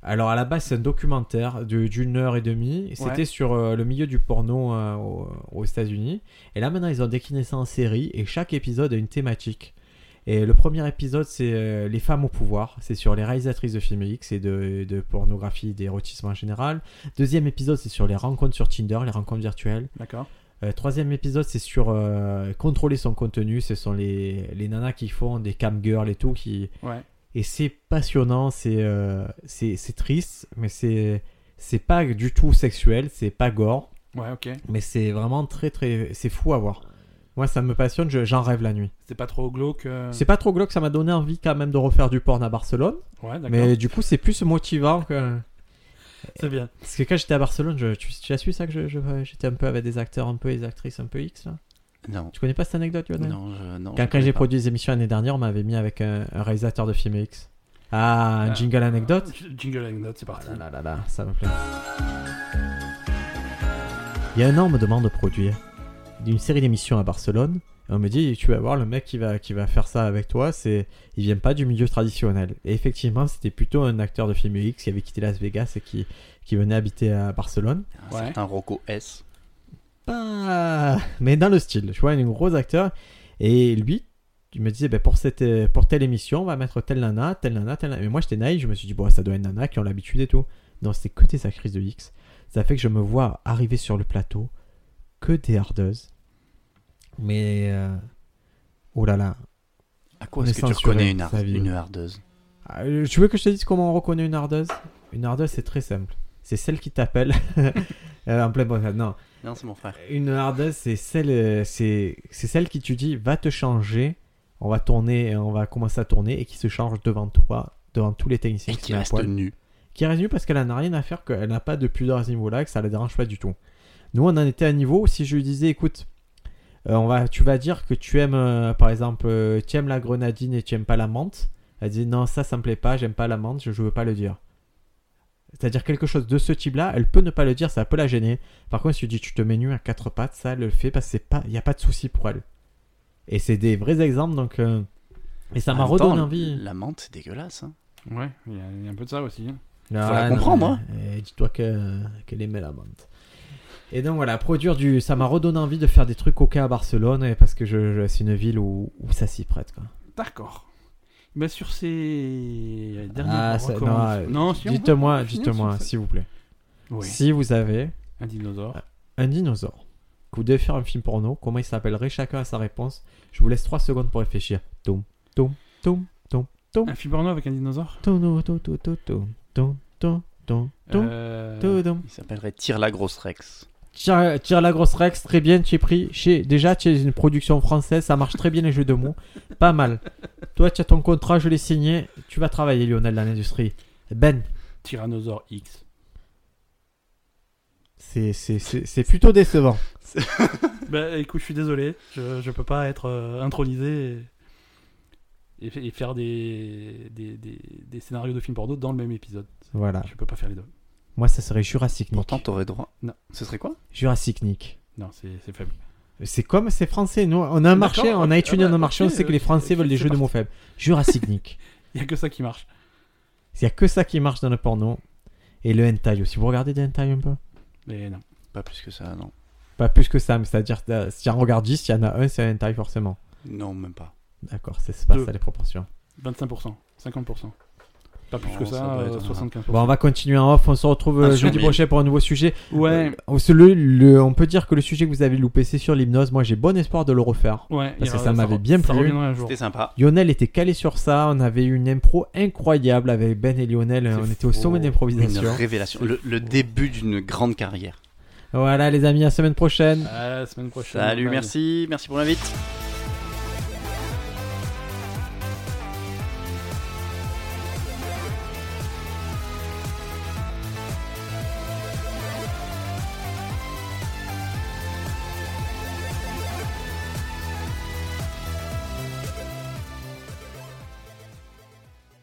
[SPEAKER 1] Alors à la base, c'est un documentaire de- d'une heure et demie. Et C'était
[SPEAKER 2] Ouais.
[SPEAKER 1] sur euh, le milieu du porno euh, au- aux États-Unis. Et là maintenant, ils ont décliné ça en série et chaque épisode a une thématique. Et le premier épisode, c'est euh, Les femmes au pouvoir. C'est sur les réalisatrices de films X et de, de pornographie, d'érotisme en général. Deuxième épisode, c'est sur les rencontres sur Tinder, les rencontres virtuelles.
[SPEAKER 2] D'accord.
[SPEAKER 1] Euh, troisième épisode, c'est sur euh, contrôler son contenu. Ce sont les, les nanas qui font des cam girls et tout, qui,
[SPEAKER 2] Ouais.
[SPEAKER 1] et c'est passionnant, c'est euh, c'est c'est triste, mais c'est c'est pas du tout sexuel, c'est pas gore,
[SPEAKER 2] Ouais, ok.
[SPEAKER 1] mais c'est vraiment très très c'est fou à voir. Moi ça me passionne, je- j'en rêve la nuit.
[SPEAKER 2] C'est pas trop glauque. euh,
[SPEAKER 1] C'est pas trop glauque, ça m'a donné envie quand même de refaire du porn à Barcelone,
[SPEAKER 2] Ouais, d'accord.
[SPEAKER 1] mais du coup c'est plus motivant que
[SPEAKER 2] C'est bien.
[SPEAKER 1] parce que quand j'étais à Barcelone, je, tu, tu as su ça que je- je- j'étais un peu avec des acteurs un peu et des actrices un peu X là.
[SPEAKER 3] Non.
[SPEAKER 1] Tu connais pas cette anecdote Lionel
[SPEAKER 3] Non, je, non.
[SPEAKER 1] Quand,
[SPEAKER 3] je
[SPEAKER 1] quand
[SPEAKER 3] connais
[SPEAKER 1] j'ai
[SPEAKER 3] pas.
[SPEAKER 1] produit des émissions l'année dernière, on m'avait mis avec euh, un, un réalisateur de film X. Ah, un
[SPEAKER 2] Ah.
[SPEAKER 1] jingle anecdote.
[SPEAKER 2] J- Jingle anecdote, c'est parti.
[SPEAKER 1] Ah là là là là, ça me plaît. Il y a un an, on me demande de produire une série d'émissions à Barcelone. Et on me dit, tu vas voir, le mec qui va, qui va faire ça avec toi, c'est, il vient pas du milieu traditionnel. Et effectivement, c'était plutôt un acteur de film X qui avait quitté Las Vegas et qui, qui venait habiter à Barcelone.
[SPEAKER 3] Un
[SPEAKER 2] Ouais.
[SPEAKER 3] certain Rocco S.
[SPEAKER 1] Pas- Mais dans le style, tu vois, un gros acteur. Et lui, il me disait, ben, pour, cette, euh, pour telle émission, on va mettre telle nana, telle nana, telle nana. Mais moi, j'étais naïf, je me suis dit, bon, ça doit être nana qui ont l'habitude et tout. Non, c'était que des actrices de X. Ça fait que je me vois arriver sur le plateau, que des hardeuses. Mais. euh, Oh là là.
[SPEAKER 3] À quoi est-ce
[SPEAKER 1] Mais
[SPEAKER 3] que tu
[SPEAKER 1] censuré,
[SPEAKER 3] reconnais une,
[SPEAKER 1] sa
[SPEAKER 3] hard-
[SPEAKER 1] vie.
[SPEAKER 3] une hardeuse
[SPEAKER 1] Ah, euh, Tu veux que je te dise comment on reconnaît une hardeuse Une hardeuse, c'est très simple. C'est celle qui t'appelle. Euh, en plein bon. Non.
[SPEAKER 3] Non, c'est mon frère.
[SPEAKER 1] Une hardeuse, c'est celle, euh, c'est, c'est celle qui tu dis va te changer, on va tourner, on va commencer à tourner et qui se change devant toi, devant tous les techniciens
[SPEAKER 3] Et
[SPEAKER 1] se
[SPEAKER 3] qui
[SPEAKER 1] mettent à
[SPEAKER 3] reste
[SPEAKER 1] poil.
[SPEAKER 3] nu.
[SPEAKER 1] Qui reste nue parce qu'elle n'a rien à faire, qu'elle n'a pas de pudeur à ce niveau-là, que ça la dérange pas du tout. Nous, on en était à un niveau où si je lui disais, écoute, euh, on va, tu vas dire que tu aimes, euh, par exemple, euh, tu aimes la grenadine et tu aimes pas la menthe, elle dit non, ça, ça me plaît pas, j'aime pas la menthe, je, je veux pas le dire. C'est-à-dire quelque chose de ce type-là, elle peut ne pas le dire, ça peut la gêner. Par contre, si tu dis tu te mets nu à quatre pattes, ça elle le fait parce qu'il n'y a pas de souci pour elle. Et c'est des vrais exemples, donc. euh, Et ça
[SPEAKER 3] En
[SPEAKER 1] m'a
[SPEAKER 3] même temps,
[SPEAKER 1] redonné envie.
[SPEAKER 3] La menthe, c'est dégueulasse. hein.
[SPEAKER 2] Ouais, il y, a- il y a un peu de ça aussi. hein.
[SPEAKER 1] Non,
[SPEAKER 3] la
[SPEAKER 1] non,
[SPEAKER 3] comprendre,
[SPEAKER 1] non. Eh, Dis-toi que- qu'elle aimait la menthe. Et donc voilà, produire du. Ça m'a redonné envie de faire des trucs coca à Barcelone eh, parce que je, je- c'est une ville où, où ça s'y prête. Quoi.
[SPEAKER 2] D'accord. Bah, sur ces dernières
[SPEAKER 1] Ah, ça-
[SPEAKER 2] recommandations-
[SPEAKER 1] non,
[SPEAKER 2] si on peut
[SPEAKER 1] Dites-moi,
[SPEAKER 2] finir
[SPEAKER 1] dites-moi,
[SPEAKER 2] sur ça.
[SPEAKER 1] s'il vous plaît.
[SPEAKER 2] Oui,
[SPEAKER 1] Si vous avez
[SPEAKER 2] un dinosaure.
[SPEAKER 1] un dinosaure que vous devez faire un film porno, comment il s'appellerait Chacun a sa réponse. Je vous laisse 3 secondes pour réfléchir. Tom, tom, tom, tom,
[SPEAKER 2] Un film porno avec un dinosaure
[SPEAKER 1] tom, tom, tom, tom, tom, tom, tom, tom, tom,
[SPEAKER 2] Euh,
[SPEAKER 1] tom, tom.
[SPEAKER 3] Il s'appellerait Tire la grosse Rex.
[SPEAKER 1] Tire, tire la grosse Rex, très bien, tu es pris. Chez, déjà, tu es une production française, ça marche très bien les jeux de mots. Pas mal. Toi, tu as ton contrat, je l'ai signé. Tu vas travailler, Lionel, dans l'industrie. Ben,
[SPEAKER 2] Tyrannosaure X.
[SPEAKER 1] c'est- c'est c'est- c'est plutôt décevant.
[SPEAKER 2] Bah écoute, je suis désolé, je, je peux pas être euh, intronisé et, et- et faire des, des, des, des scénarios de films porno dans le même épisode.
[SPEAKER 1] Voilà.
[SPEAKER 2] Je peux pas faire les deux.
[SPEAKER 1] Moi, ça serait Jurassic Nick.
[SPEAKER 3] Pourtant, t'aurais droit.
[SPEAKER 2] Non.
[SPEAKER 3] Ce serait quoi
[SPEAKER 1] Jurassic Nick.
[SPEAKER 2] Non, c'est c'est faible.
[SPEAKER 1] C'est comme c'est français, nous on a un marché,
[SPEAKER 2] D'accord,
[SPEAKER 1] on a
[SPEAKER 2] ok,
[SPEAKER 1] étudié
[SPEAKER 2] ah bah,
[SPEAKER 1] un marché, on
[SPEAKER 2] ok,
[SPEAKER 1] sait que les
[SPEAKER 2] ok,
[SPEAKER 1] Français
[SPEAKER 2] ok,
[SPEAKER 1] veulent des
[SPEAKER 2] c'est
[SPEAKER 1] jeux de mots
[SPEAKER 2] parti.
[SPEAKER 1] faibles. Jurassic Nick.
[SPEAKER 2] Il y a que ça qui marche.
[SPEAKER 1] Il y a que ça qui marche dans le porno. Et le hentai aussi. Vous regardez des hentai un peu
[SPEAKER 2] Mais non.
[SPEAKER 3] Pas plus que ça, non.
[SPEAKER 1] Pas plus que ça, mais c'est-à-dire euh, si j'en regarde 10, il y en a un, c'est un hentai forcément.
[SPEAKER 3] Non, même pas.
[SPEAKER 1] D'accord, c'est pas
[SPEAKER 2] Deux.
[SPEAKER 1] ça les proportions.
[SPEAKER 2] 25%, 50%. Pas plus
[SPEAKER 3] Non,
[SPEAKER 2] que
[SPEAKER 3] ça
[SPEAKER 2] ça,
[SPEAKER 3] doit
[SPEAKER 2] euh,
[SPEAKER 3] être un-
[SPEAKER 2] 75%.
[SPEAKER 1] Bon, on va continuer en off, on se retrouve euh,
[SPEAKER 3] Attention,
[SPEAKER 1] jeudi
[SPEAKER 3] Ah, mais-
[SPEAKER 1] prochain pour un nouveau sujet.
[SPEAKER 2] Ouais,
[SPEAKER 1] Euh, c'est le- le- on peut dire que le sujet que vous avez loupé, c'est sur l'hypnose. Moi, j'ai bon espoir de le refaire.
[SPEAKER 2] ouais.
[SPEAKER 1] Parce
[SPEAKER 2] il
[SPEAKER 1] que
[SPEAKER 2] re-
[SPEAKER 1] ça m'avait
[SPEAKER 2] re-
[SPEAKER 1] bien
[SPEAKER 2] Ça
[SPEAKER 1] plu.
[SPEAKER 2] reviendra un jour.
[SPEAKER 3] C'était sympa.
[SPEAKER 1] Lionel était calé sur ça, on avait eu une impro incroyable avec Ben et Lionel,
[SPEAKER 3] C'est
[SPEAKER 1] on était au sommet
[SPEAKER 3] faux.
[SPEAKER 1] d'improvisation.
[SPEAKER 3] Une révélation. Le, le début d'une grande carrière.
[SPEAKER 1] Voilà les amis, à la semaine prochaine.
[SPEAKER 2] À la semaine prochaine.
[SPEAKER 3] Salut,
[SPEAKER 2] Bye.
[SPEAKER 3] merci. Merci pour l'invite.